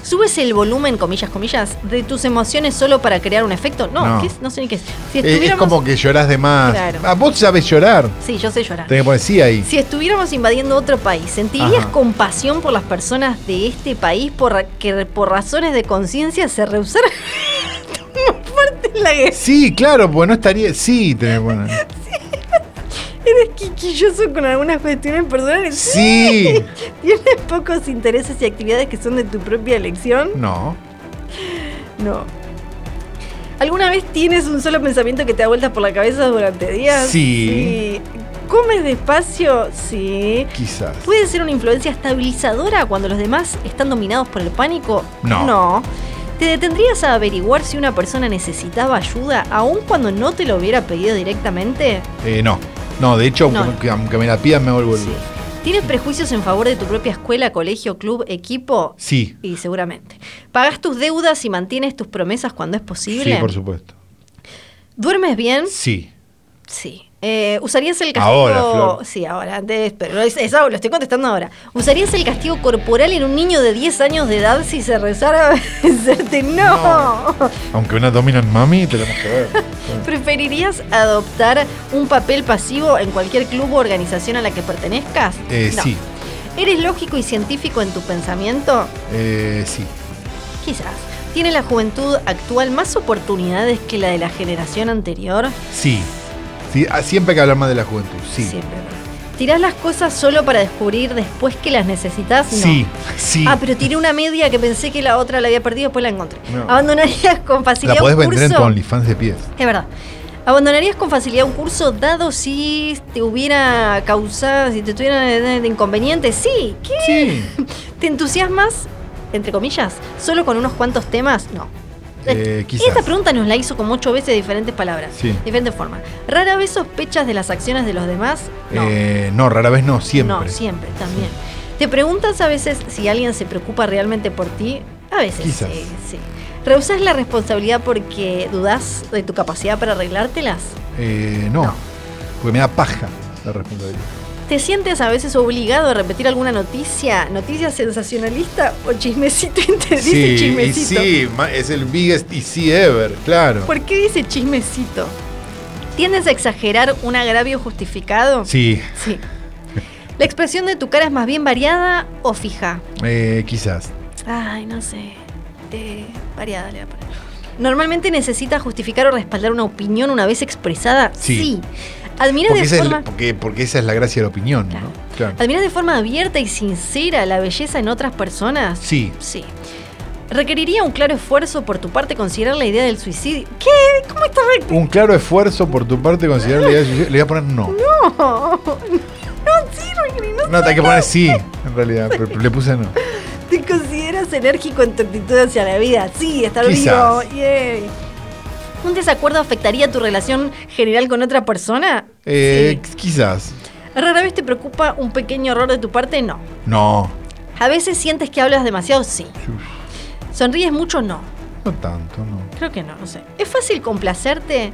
S2: ¿Subes el volumen, comillas, comillas, de tus emociones solo para crear un efecto? No,
S3: No.
S2: ¿qué es? no sé ni qué es. Si
S3: Eh, es
S2: estuviéramos-
S3: como que llorás de más.
S2: Claro.
S3: Ah, vos sabés llorar.
S2: Sí, yo sé llorar.
S3: Tenés que poner sí ahí.
S2: Si estuviéramos invadiendo otro país, ¿sentirías
S3: Ajá.
S2: compasión por las personas de este país por ra- que por razones de conciencia se rehusaran a tomar parte en la guerra?
S3: Sí, claro, porque no estaría. Sí, tenés que poner.
S2: Eres quisquilloso con algunas cuestiones personales.
S3: Sí.
S2: ¿Tienes pocos intereses y actividades que son de tu propia elección?
S3: No.
S2: No. ¿Alguna vez tienes un solo pensamiento que te da vueltas por la cabeza durante días?
S3: Sí.
S2: Sí. ¿Comes despacio? Sí.
S3: Quizás.
S2: ¿Puede ser una influencia estabilizadora cuando los demás están dominados por el pánico?
S3: No.
S2: No. ¿Te detendrías a averiguar si una persona necesitaba ayuda aun cuando no te lo hubiera pedido directamente?
S3: Eh, no. No, de hecho,
S2: No.
S3: aunque- aunque me la pidan, me vuelvo.
S2: Sí. ¿Tienes prejuicios en favor de tu propia escuela, colegio, club, equipo?
S3: Sí.
S2: Y seguramente. ¿Pagas tus deudas y mantienes tus promesas cuando es posible?
S3: Sí, por supuesto.
S2: ¿Duermes bien?
S3: Sí.
S2: Sí. Eh, ¿Usarías el castigo?
S3: Ahora, Flor.
S2: Sí, ahora, antes, pero es- es ahora, lo estoy contestando ahora. ¿Usarías el castigo corporal en un niño de 10 años de edad si se rezara a vencerte? No.
S3: Aunque una dominan mami, tenemos que ver.
S2: ¿Preferirías adoptar un papel pasivo en cualquier club o organización a la que pertenezcas?
S3: Eh,
S2: No.
S3: Sí.
S2: ¿Eres lógico y científico en tu pensamiento?
S3: Eh, sí.
S2: Quizás. ¿Tiene la juventud actual más oportunidades que la de la generación anterior?
S3: Sí. Sí, ah, Siempre hay que hablar más de la juventud. Sí. Sí.
S2: Siempre. ¿Tirás las cosas solo para descubrir después que las necesitas? No.
S3: Sí.
S2: Ah, pero tiré una media que pensé que la otra la había perdido, después la encontré.
S3: No.
S2: ¿Abandonarías con facilidad
S3: la podés
S2: un
S3: vender en
S2: curso?
S3: tu OnlyFans de pies.
S2: Es verdad. ¿Abandonarías con facilidad un curso dado si te hubiera causado, si te tuviera de de inconvenientes? Sí. ¿Qué?
S3: Sí.
S2: ¿Te entusiasmas, entre comillas, solo con unos cuantos temas? No.
S3: Eh, quizás.
S2: Esta pregunta nos la hizo como ocho veces de diferentes palabras,
S3: Sí.
S2: diferentes formas. ¿Rara vez sospechas de las acciones de los demás? No.
S3: Eh, no, rara vez no, siempre.
S2: No, siempre, también. ¿Te preguntas a veces si alguien se preocupa realmente por ti? A veces.
S3: Quizás.
S2: Sí, sí. ¿Rehusas la responsabilidad porque dudas de tu capacidad para arreglártelas?
S3: Eh, no,
S2: No.
S3: Porque me da paja la responsabilidad.
S2: ¿Te sientes a veces obligado a repetir alguna noticia, noticia sensacionalista o chismecito? Y te dice
S3: y
S2: chismecito.
S3: sí, ma- es el biggest y sí ever, claro.
S2: ¿Por qué dice chismecito? ¿Tiendes a exagerar un agravio justificado?
S3: Sí,
S2: Sí. ¿La expresión de tu cara es más bien variada o fija?
S3: eh, quizás.
S2: Ay, no sé. Eh, variada le voy a poner. ¿Normalmente necesitas justificar o respaldar una opinión una vez expresada?
S3: Sí.
S2: ¿Admiras
S3: Porque
S2: de,
S3: esa, es,
S2: forma,
S3: la- porque, porque esa es la gracia de la opinión,
S2: Claro.
S3: ¿no? Claro.
S2: ¿admiras de forma abierta y sincera la belleza en otras personas?
S3: Sí.
S2: Sí. ¿Requeriría un claro esfuerzo por tu parte considerar la idea del suicidio? ¿Qué? ¿Cómo estás? re-
S3: Un claro esfuerzo por tu parte considerar la idea de suicidio. Le voy a poner no. No,
S2: No, no, sí, Rogelio, no.
S3: te hay que poner sí, en realidad. pero le puse no.
S2: ¿Te consideras enérgico en tu actitud hacia la vida? Sí, estar
S3: Quizás.
S2: vivo. Yay. ¿Un desacuerdo afectaría tu relación general con otra persona?
S3: Eh,
S2: Sí.
S3: Quizás.
S2: ¿Rara vez te preocupa un pequeño error de tu parte? No.
S3: No.
S2: ¿A veces sientes que hablas demasiado? Sí. ¿Sonríes mucho? No.
S3: No tanto, no.
S2: Creo que no, no sé. ¿Es fácil complacerte?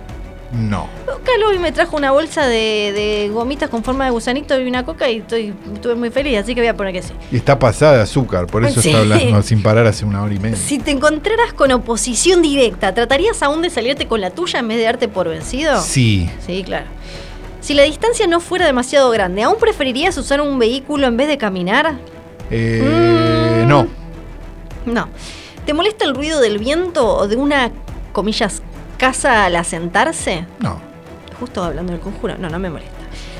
S3: No.
S2: Carlos hoy me trajo una bolsa de, de gomitas con forma de gusanito y una coca y estoy, estuve muy feliz, así que voy a poner que sí.
S3: Y está pasada de azúcar, por eso
S2: Ah, Sí.
S3: está hablando sin parar hace una hora y media.
S2: Si te encontraras con oposición directa, ¿tratarías aún de salirte con la tuya en vez de darte por vencido?
S3: Sí.
S2: Sí, claro. Si la distancia no fuera demasiado grande, ¿aún preferirías usar un vehículo en vez de caminar?
S3: Eh,
S2: Mm.
S3: No.
S2: No. ¿Te molesta el ruido del viento o de una, comillas, casa al asentarse?
S3: No.
S2: Justo hablando del conjuro, no, no me molesta.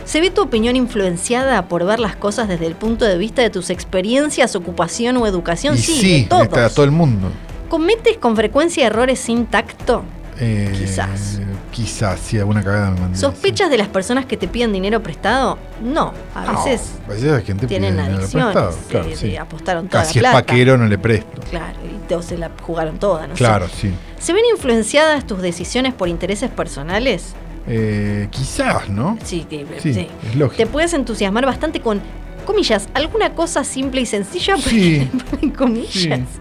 S2: ¿Se ve tu opinión influenciada por ver las cosas desde el punto de vista de tus experiencias, ocupación o educación?
S3: Y
S2: sí, de
S3: sí,
S2: todos.
S3: está todo el mundo.
S2: ¿Cometes con frecuencia errores sin tacto?
S3: Eh,
S2: Quizás.
S3: Quizás, sí, alguna cagada me mandé.
S2: ¿Sospechas de las personas que te piden dinero prestado? No, a
S3: No,
S2: veces
S3: a veces la gente pide
S2: tienen
S3: dinero
S2: adicciones,
S3: prestado,
S2: eh,
S3: claro,
S2: de-
S3: sí.
S2: apostaron toda
S3: Casi es
S2: la plata.
S3: paquero, no le presto.
S2: Claro, y todos se la jugaron toda, ¿no? sé.
S3: claro, sí.
S2: ¿Se ven influenciadas tus decisiones por intereses personales?
S3: Eh, quizás, ¿no?
S2: Sí, sí,
S3: Sí,
S2: sí.
S3: es lógico.
S2: Te puedes entusiasmar bastante con, comillas, alguna cosa simple y sencilla, por
S3: Sí.
S2: ejemplo, comillas.
S3: Sí.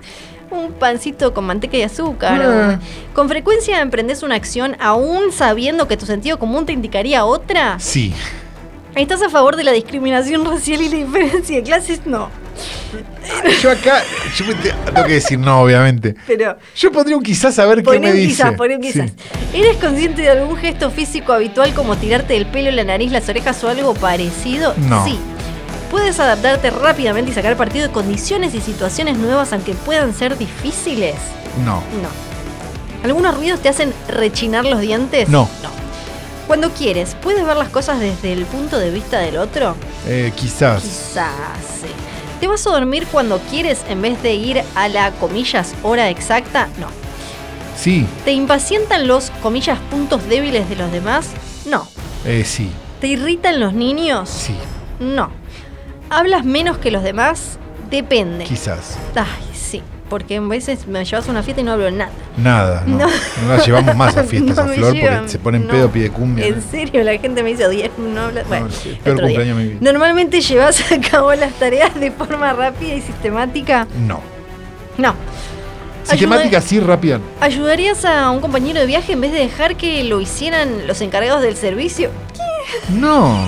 S2: Un pancito con manteca y azúcar.
S3: Ah.
S2: o- Con frecuencia emprendes una acción aún sabiendo que tu sentido común te indicaría otra.
S6: Sí.
S2: ¿Estás a favor de la discriminación racial y la diferencia de clases? No.
S3: Yo acá, yo me te- tengo que decir no, obviamente.
S2: Pero
S3: Yo pondría un quizás a ver qué
S2: Poné
S3: me
S2: un
S3: dice.
S2: quizás, poné un quizás.
S3: Sí.
S2: ¿Eres consciente de algún gesto físico habitual como tirarte del pelo, la nariz, las orejas o algo parecido?
S3: No.
S2: Sí. Puedes adaptarte rápidamente y sacar partido de condiciones y situaciones nuevas aunque puedan ser difíciles.
S3: No.
S2: No. ¿Algunos ruidos te hacen rechinar los dientes?
S3: No.
S2: Cuando quieres, ¿puedes ver las cosas desde el punto de vista del otro?
S3: Eh, quizás.
S2: Quizás. sí. ¿Te vas a dormir cuando quieres en vez de ir a la comillas hora exacta? No.
S3: Sí.
S2: ¿Te impacientan los, comillas, puntos débiles de los demás? No.
S3: Eh, sí.
S2: ¿Te irritan los niños?
S3: Sí.
S2: No. ¿Hablas menos que los demás? Depende.
S3: Quizás.
S2: Ay, sí. Porque a veces me llevas a una fiesta y no hablo nada.
S3: Nada, no.
S2: No.
S3: No, la llevamos más a fiestas
S2: No
S3: a
S2: me
S3: Flor
S2: llevan,
S3: porque se ponen
S2: no.
S3: pedo pie de cumbia.
S2: En serio, la gente me dice, "Odié, no hablas.
S3: No,
S2: Bueno,
S3: es el peor
S2: otro día.
S3: cumpleaños de mi vida.
S2: Normalmente llevas a cabo las tareas de forma rápida y sistemática.
S3: No.
S2: No.
S3: Sistemática sí, rápida.
S2: ¿Ayudarías a un compañero de viaje en vez de dejar que lo hicieran los encargados del servicio?
S3: No.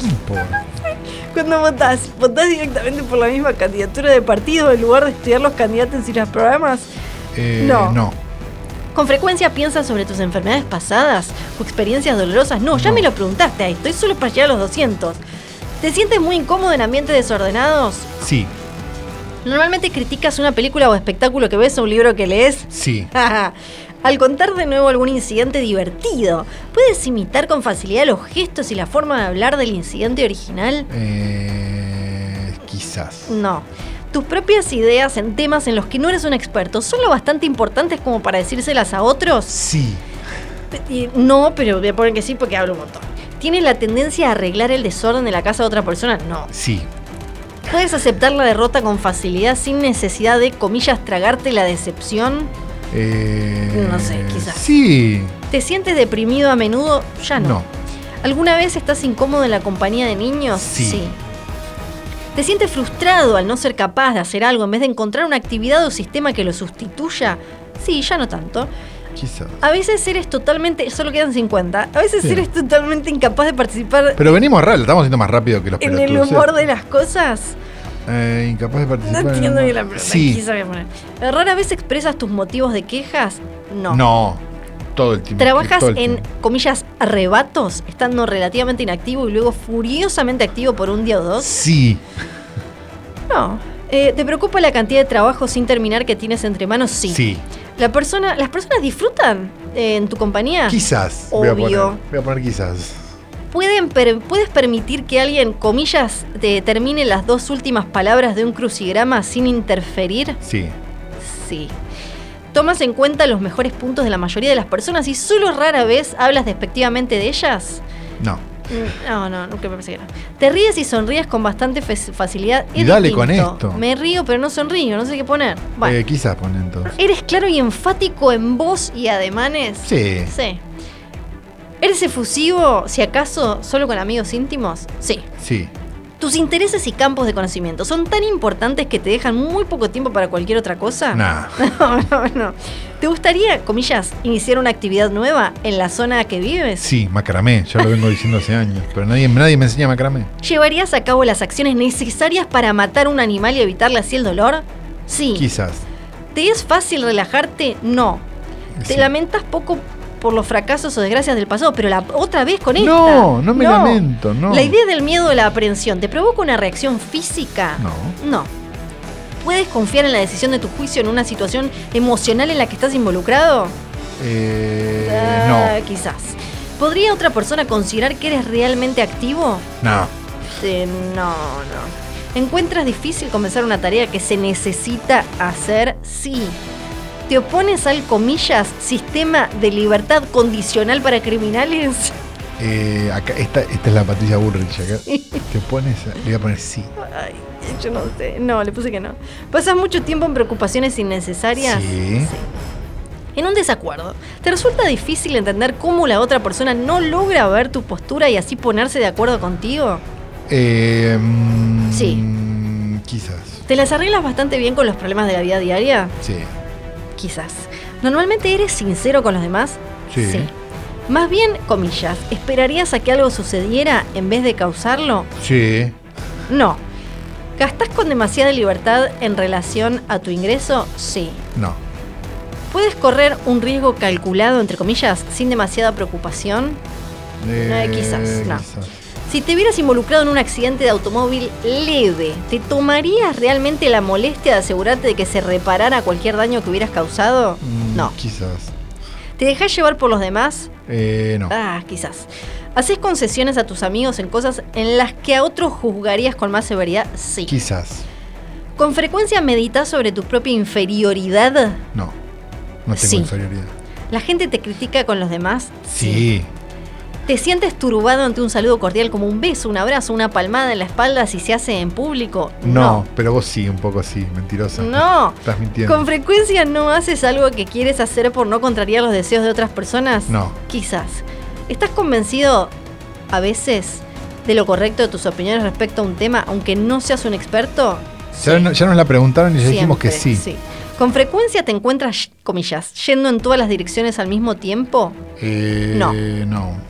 S3: ¿Qué importa?
S2: Cuando votás, votás directamente por la misma candidatura de partido en lugar de estudiar los candidatos y los programas.
S3: Eh,
S2: No.
S3: no.
S2: Con frecuencia piensas sobre tus enfermedades pasadas o experiencias dolorosas. No, ya
S3: No.
S2: me lo preguntaste, ahí estoy solo para llegar a los 200. ¿Te sientes muy incómodo en ambientes desordenados?
S3: Sí.
S2: ¿Normalmente criticas una película o espectáculo que ves o un libro que lees?
S3: Sí.
S2: Al contar de nuevo algún incidente divertido, ¿puedes imitar con facilidad los gestos y la forma de hablar del incidente original?
S3: Eh, quizás.
S2: No. Tus propias ideas en temas en los que no eres un experto son lo bastante importantes como para decírselas a otros.
S3: Sí.
S2: Y no, pero voy a poner que sí porque hablo un montón. ¿Tienes la tendencia a arreglar el desorden de la casa de otra persona? No.
S3: Sí.
S2: ¿Puedes aceptar la derrota con facilidad sin necesidad de, comillas, tragarte la decepción?
S3: Eh,
S2: No sé, quizás.
S3: Sí.
S2: ¿Te sientes deprimido a menudo? Ya no.
S3: No.
S2: ¿Alguna vez estás incómodo en la compañía de niños?
S3: Sí.
S2: ¿Te sientes frustrado al no ser capaz de hacer algo en vez de encontrar una actividad o sistema que lo sustituya? Sí, ya no tanto.
S3: Quizás.
S2: A veces eres totalmente. Solo quedan 50. A veces
S3: Sí.
S2: eres totalmente incapaz de participar
S3: Pero venimos raro, estamos haciendo más rápido que los
S2: en el
S3: pelotudos,
S2: humor
S3: ¿eh?
S2: de las cosas.
S3: Eh, incapaz de
S2: No
S3: participar. en el
S2: entiendo
S3: humor.
S2: bien la pregunta.
S3: Sí.
S2: quizá voy a poner. ¿Rara vez expresas tus motivos de quejas? No.
S3: No. Todo el tiempo.
S2: ¿Trabajas
S3: todo el
S2: en,
S3: tiempo.
S2: comillas, arrebatos, estando relativamente inactivo y luego furiosamente activo por un día o dos?
S3: Sí.
S2: No. Eh, ¿Te preocupa la cantidad de trabajo sin terminar que tienes entre manos? Sí.
S3: Sí.
S2: La persona, ¿Las personas disfrutan eh, en tu compañía?
S3: Quizás. Voy a
S2: Obvio.
S3: poner, voy a poner quizás.
S2: ¿Pueden per- ¿Puedes permitir que alguien, comillas, te termine las dos últimas palabras de un crucigrama sin interferir?
S3: Sí.
S2: Sí. ¿Tomas en cuenta los mejores puntos de la mayoría de las personas y solo rara vez hablas despectivamente de ellas?
S3: No.
S2: Mm, No, no, nunca me parece que no. Te ríes y sonríes con bastante fe- facilidad.
S3: Y
S2: Es
S3: dale con
S2: distinto.
S3: esto.
S2: Me río, pero no sonrío, no sé qué poner. Bueno. Ah.
S3: Eh, quizás ponen entonces.
S2: ¿Eres claro y enfático en voz y ademanes?
S3: Sí.
S2: Sí. ¿Eres efusivo, si acaso, solo con amigos íntimos? Sí.
S3: Sí.
S2: ¿Tus intereses y campos de conocimiento son tan importantes que te dejan muy poco tiempo para cualquier otra cosa?
S3: Nah.
S2: No, no, no. ¿Te gustaría, comillas, iniciar una actividad nueva en la zona que vives?
S3: Sí, macramé. Ya lo vengo diciendo hace años. Pero nadie, nadie me enseña macramé.
S2: ¿Llevarías a cabo las acciones necesarias para matar un animal y evitarle así el dolor? Sí.
S3: Quizás.
S2: ¿Te es fácil relajarte? No. Te
S3: Sí.
S2: lamentas poco por los fracasos o desgracias del pasado, pero la otra vez con esta.
S3: No, no me lamento, no.
S2: La idea del miedo o la aprehensión, ¿te provoca una reacción física?
S3: No.
S2: No. ¿Puedes confiar en la decisión de tu juicio en una situación emocional en la que estás involucrado?
S3: Eh,
S2: Ah,
S3: no.
S2: Quizás. ¿Podría otra persona considerar que eres realmente activo?
S3: No.
S2: Eh, no, no. ¿Encuentras difícil comenzar una tarea que se necesita hacer? Sí. ¿Te opones al comillas sistema de libertad condicional para criminales?
S3: Eh, acá, esta, esta es la patilla Bullrich. Acá. Te pones. Le voy a poner sí.
S2: Ay, yo no sé. No, le puse que no. ¿Pasas mucho tiempo en preocupaciones innecesarias?
S3: Sí.
S2: en un desacuerdo. ¿Te resulta difícil entender cómo la otra persona no logra ver tu postura y así ponerse de acuerdo contigo?
S3: Eh, mm,
S2: Sí.
S3: Quizás.
S2: ¿Te las arreglas bastante bien con los problemas de la vida diaria?
S3: Sí.
S2: Quizás. ¿Normalmente eres sincero con los demás?
S3: Sí.
S2: Más bien, comillas, ¿esperarías a que algo sucediera en vez de causarlo?
S3: Sí.
S2: No. ¿Gastás con demasiada libertad en relación a tu ingreso? Sí.
S3: No.
S2: ¿Puedes correr un riesgo calculado, entre comillas, sin demasiada preocupación?
S3: Eh,
S2: quizás, no. Si te vieras involucrado en un accidente de automóvil leve, ¿te tomarías realmente la molestia de asegurarte de que se reparara cualquier daño que hubieras causado?
S3: Mm,
S2: No.
S3: Quizás.
S2: ¿Te dejás llevar por los demás?
S3: Eh, no.
S2: Ah, quizás. ¿Haces concesiones a tus amigos en cosas en las que a otros juzgarías con más severidad? Sí.
S3: Quizás.
S2: ¿Con frecuencia meditas sobre tu propia inferioridad?
S3: No. No tengo
S2: Sí.
S3: inferioridad.
S2: ¿La gente te critica con los demás?
S3: Sí.
S2: ¿Te sientes turbado ante un saludo cordial como un beso, un abrazo, una palmada en la espalda si se hace en público?
S3: No, pero vos sí, un poco sí, mentirosa.
S2: No.
S3: Estás mintiendo.
S2: ¿Con frecuencia no haces algo que quieres hacer por no contrariar los deseos de otras personas?
S3: No.
S2: Quizás. ¿Estás convencido a veces de lo correcto de tus opiniones respecto a un tema, aunque no seas un experto?
S3: Ya, no- ya nos la preguntaron y ya dijimos que sí.
S2: Siempre, ¿Con frecuencia te encuentras, comillas, yendo en todas las direcciones al mismo tiempo?
S3: Eh,
S2: No.
S3: no.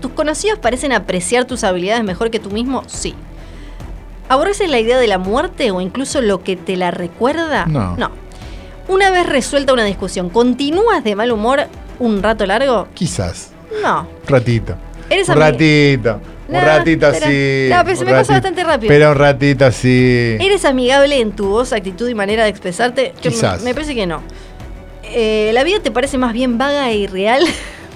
S2: ¿Tus conocidos parecen apreciar tus habilidades mejor que tú mismo? Sí. ¿Aborreces la idea de la muerte o incluso lo que te la recuerda?
S3: No.
S2: Una vez resuelta una discusión, ¿continúas de mal humor un rato largo?
S3: Quizás.
S2: No.
S3: Ratito.
S2: Eres
S3: un
S2: ami-
S3: ratito.
S2: No,
S3: un ratito
S2: pero-
S3: así.
S2: no, pero se
S3: un
S2: me pasó
S3: ratito.
S2: bastante rápido.
S3: Pero un ratito así.
S2: ¿Eres amigable en tu voz, actitud y manera de expresarte? Yo me-
S3: Quizás.
S2: Me, parece que no. Eh, ¿La vida te parece más bien vaga e irreal?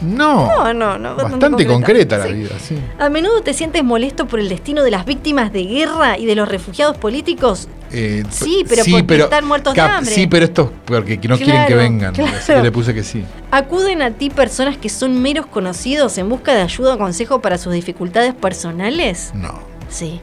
S3: No.
S2: No, no, no.
S3: Bastante concreta la
S2: Sí.
S3: vida, sí.
S2: ¿A menudo te sientes molesto por el destino de las víctimas de guerra y de los refugiados políticos?
S3: Eh,
S2: Sí, pero porque están muertos de hambre.
S3: Sí, pero estos porque que no quieren que
S2: Claro,
S3: vengan.
S2: claro.
S3: Así que le puse que sí.
S2: ¿Acuden a ti personas que son meros conocidos en busca de ayuda o consejo para sus dificultades personales?
S3: No.
S2: Sí.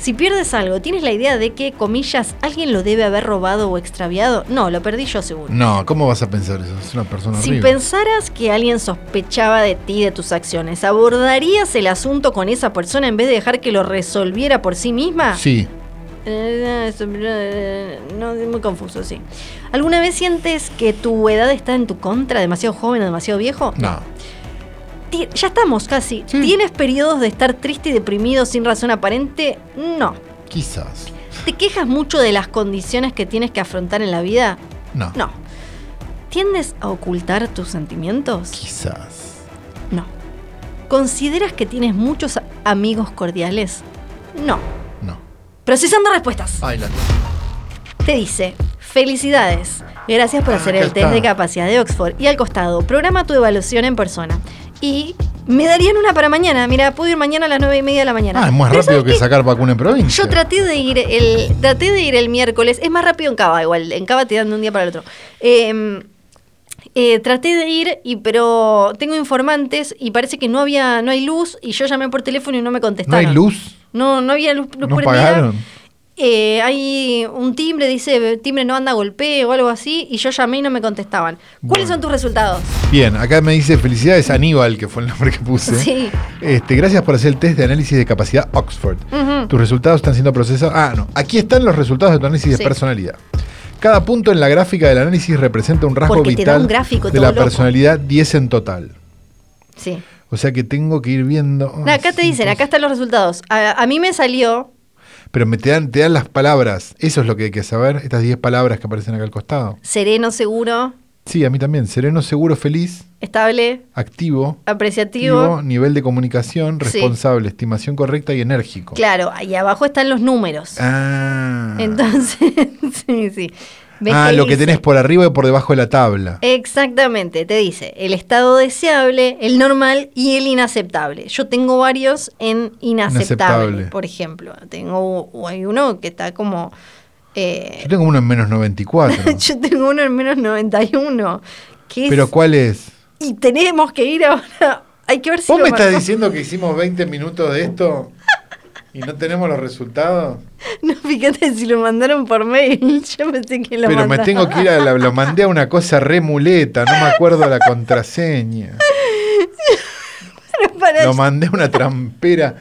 S2: Si pierdes algo, ¿tienes la idea de que, comillas, alguien lo debe haber robado o extraviado? No, lo perdí yo seguro.
S3: No, ¿cómo vas a pensar eso? Es una persona
S2: Si
S3: horrible.
S2: pensaras que alguien sospechaba de ti, de tus acciones, ¿abordarías el asunto con esa persona en vez de dejar que lo resolviera por sí misma?
S3: Sí.
S2: Eh, eso, eh, No, es muy confuso, sí. ¿Alguna vez sientes que tu edad está en tu contra, demasiado joven o demasiado viejo?
S3: No.
S2: Ti- Ya estamos casi.
S3: Sí.
S2: ¿Tienes periodos de estar triste y deprimido sin razón aparente? No.
S3: Quizás.
S2: ¿Te quejas mucho de las condiciones que tienes que afrontar en la vida?
S3: No.
S2: No. ¿Tiendes a ocultar tus sentimientos?
S3: Quizás.
S2: No. ¿Consideras que tienes muchos a- amigos cordiales? No.
S3: No.
S2: Procesando respuestas.
S3: Ay, la
S2: Te dice, felicidades. Gracias por
S3: Ah,
S2: hacer
S3: acá
S2: el test de
S3: está.
S2: capacidad de Oxford. Y al costado, programa tu evaluación en persona. Y me darían una para mañana. Mira, puedo ir mañana a las 9 y media de la mañana.
S3: Ah, es más
S2: Pero
S3: rápido
S2: ¿sabes
S3: que
S2: qué?
S3: sacar vacuna en provincia.
S2: Yo traté de ir el traté de ir el miércoles, es más rápido en Cava igual, en Cava te dan de un día para el otro. Eh, eh, traté de ir y pero tengo informantes y parece que no había no hay luz y yo llamé por teléfono y no me
S3: ¿No
S2: contestaron.
S3: hay luz?
S2: No, no había luz, luz
S3: ¿No
S2: prendida.
S3: pagaron?
S2: Eh, hay un timbre, dice timbre no anda golpee o algo así, y yo llamé y no me contestaban. ¿Cuáles
S3: Bueno.
S2: son tus resultados?
S3: Bien, acá me dice felicidades Aníbal, que fue el nombre que puse.
S2: Sí.
S3: Este, gracias por hacer el test de análisis de capacidad Oxford.
S2: Ujú.
S3: Tus resultados están siendo procesados. Ah, no. Aquí están los resultados de tu análisis
S2: Sí.
S3: de personalidad. Cada punto en la gráfica del análisis representa un rasgo
S2: Porque te da
S3: vital
S2: un gráfico
S3: de
S2: todo
S3: la
S2: loco.
S3: personalidad 10 en total.
S2: Sí.
S3: O sea que tengo que ir viendo.
S2: No, acá te
S3: pues.
S2: dicen, acá están los resultados. A, a mí me salió,
S3: Pero me te dan, te dan las palabras. Eso es lo que hay que saber. Estas 10 palabras que aparecen acá al costado.
S2: sereno, seguro,
S3: Sí, a mí también. Sereno, seguro, feliz,
S2: estable,
S3: activo,
S2: apreciativo.
S3: activo, nivel de comunicación,
S2: Sí.
S3: responsable, estimación correcta y enérgico.
S2: Claro, ahí abajo están los números.
S3: Ah.
S2: Entonces, sí, sí. ¿Ves
S3: Ah,
S2: ahí
S3: lo que
S2: dice?
S3: tenés por arriba y por debajo de la tabla.
S2: Exactamente, te dice el estado deseable, el normal y el inaceptable. Yo tengo varios en inaceptable,
S3: Inaceptable.
S2: por ejemplo. Tengo o hay uno que está como... eh,
S3: Yo tengo uno en menos 94.
S2: yo tengo uno en menos 91. Que es-
S3: Pero ¿cuál es?
S2: y tenemos que ir ahora... Hay que ver si...
S3: ¿Vos
S2: lo
S3: me estás
S2: marcó.
S3: diciendo que hicimos 20 minutos de esto? ¿Y no tenemos los resultados?
S2: No, fíjate si lo mandaron por mail. Yo pensé que lo
S3: Pero me
S2: mandaban.
S3: tengo que ir a la- lo mandé a una cosa re muleta, no me acuerdo la contraseña.
S2: Pero para-
S3: Lo mandé a una trampera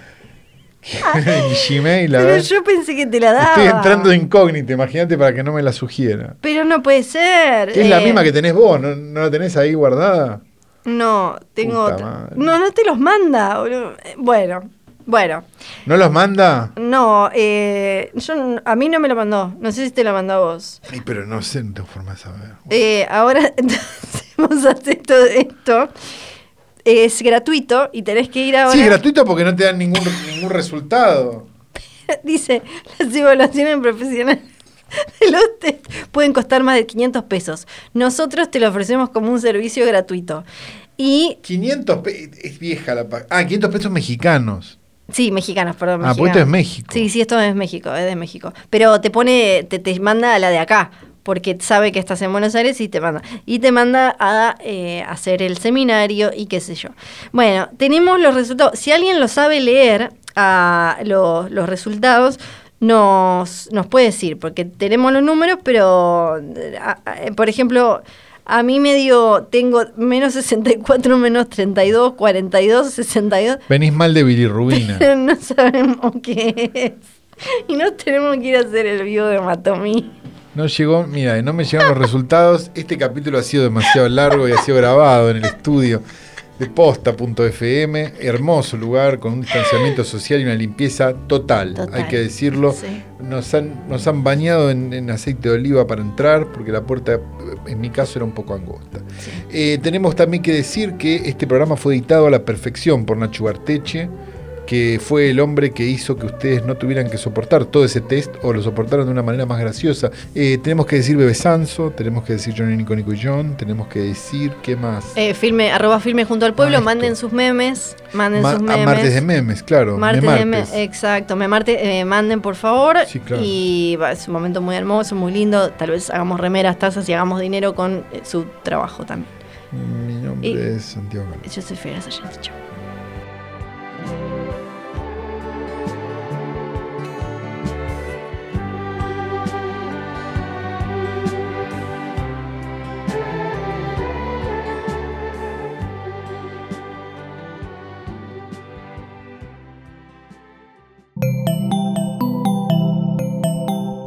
S3: en Gmail, a
S2: pero
S3: ver.
S2: yo pensé que te la daba.
S3: Estoy entrando de incógnito, imagínate para que no me la sugiera.
S2: Pero no puede ser.
S3: Que es la
S2: eh,
S3: misma que tenés vos, ¿no, no la tenés ahí guardada?
S2: No, tengo
S3: Puta
S2: otra.
S3: madre.
S2: No, no te los manda. boludo. Eh, Bueno, bueno.
S3: ¿No los manda?
S2: No, eh, yo, n- a mí no me lo mandó. No sé si te lo mandó a vos.
S3: Ay, pero no sé, no tengo forma de saber.
S2: Eh, ahora hacemos esto. esto. Es gratuito y tenés que ir ahora.
S3: Sí, es gratuito porque no te dan ningún, ningún resultado.
S2: Dice, las evaluaciones profesionales de los test pueden costar más de 500 pesos. Nosotros te lo ofrecemos como un servicio gratuito. Y,
S3: 500 pesos, es vieja la página. Ah, 500 pesos mexicanos.
S2: sí, mexicanos, perdón.
S3: Ah, pues esto es
S2: mexicanos.
S3: México.
S2: Sí, sí, esto es México, es de México. Pero te pone, te, te manda a la de acá, porque sabe que estás en Buenos Aires y te manda. Y te manda a eh, hacer el seminario y qué sé yo. Bueno, tenemos los resultados. Si alguien lo sabe leer, a los, los resultados, nos, nos puede decir, porque tenemos los números, pero, eh, a- a- por ejemplo... A mí me dio, tengo menos 64, menos 32, 42, 62.
S3: Venís mal de bilirrubina.
S2: no sabemos qué es. Y no tenemos que ir a hacer el vivo de Matomi.
S3: No llegó, mira, no me llegaron los resultados. Este capítulo ha sido demasiado largo y ha sido grabado en el estudio de posta.fm. Hermoso lugar con un distanciamiento social y una limpieza total,
S2: Total.
S3: hay que decirlo.
S2: Sí.
S3: Nos, han, nos han bañado en, en aceite de oliva para entrar porque la puerta, en mi caso, era un poco angosta. Eh, tenemos también que decir que este programa fue editado a la perfección por Nacho Barteche que fue el hombre que hizo que ustedes no tuvieran que soportar todo ese test o lo soportaron de una manera más graciosa. Eh, tenemos que decir Bebe Sanso, tenemos que decir Johnny Nico Nico y John, tenemos que decir qué más.
S2: Eh, filme, arroba filme junto al pueblo,
S3: Maestro.
S2: manden sus memes, manden
S3: Ah, Ma-
S2: sus
S3: ah,
S2: memes.
S3: martes de memes, claro.
S2: Martes
S3: me
S2: de me-
S3: martes.
S2: exacto, me marte, eh, manden por favor.
S3: Sí, claro.
S2: Y va, es un momento muy hermoso, muy lindo. Tal vez hagamos remeras, tazas y hagamos dinero con eh, su trabajo también.
S3: Mi nombre
S2: eh, Y-
S3: es Santiago Galván.
S2: Yo soy Fidel Sayas, chao.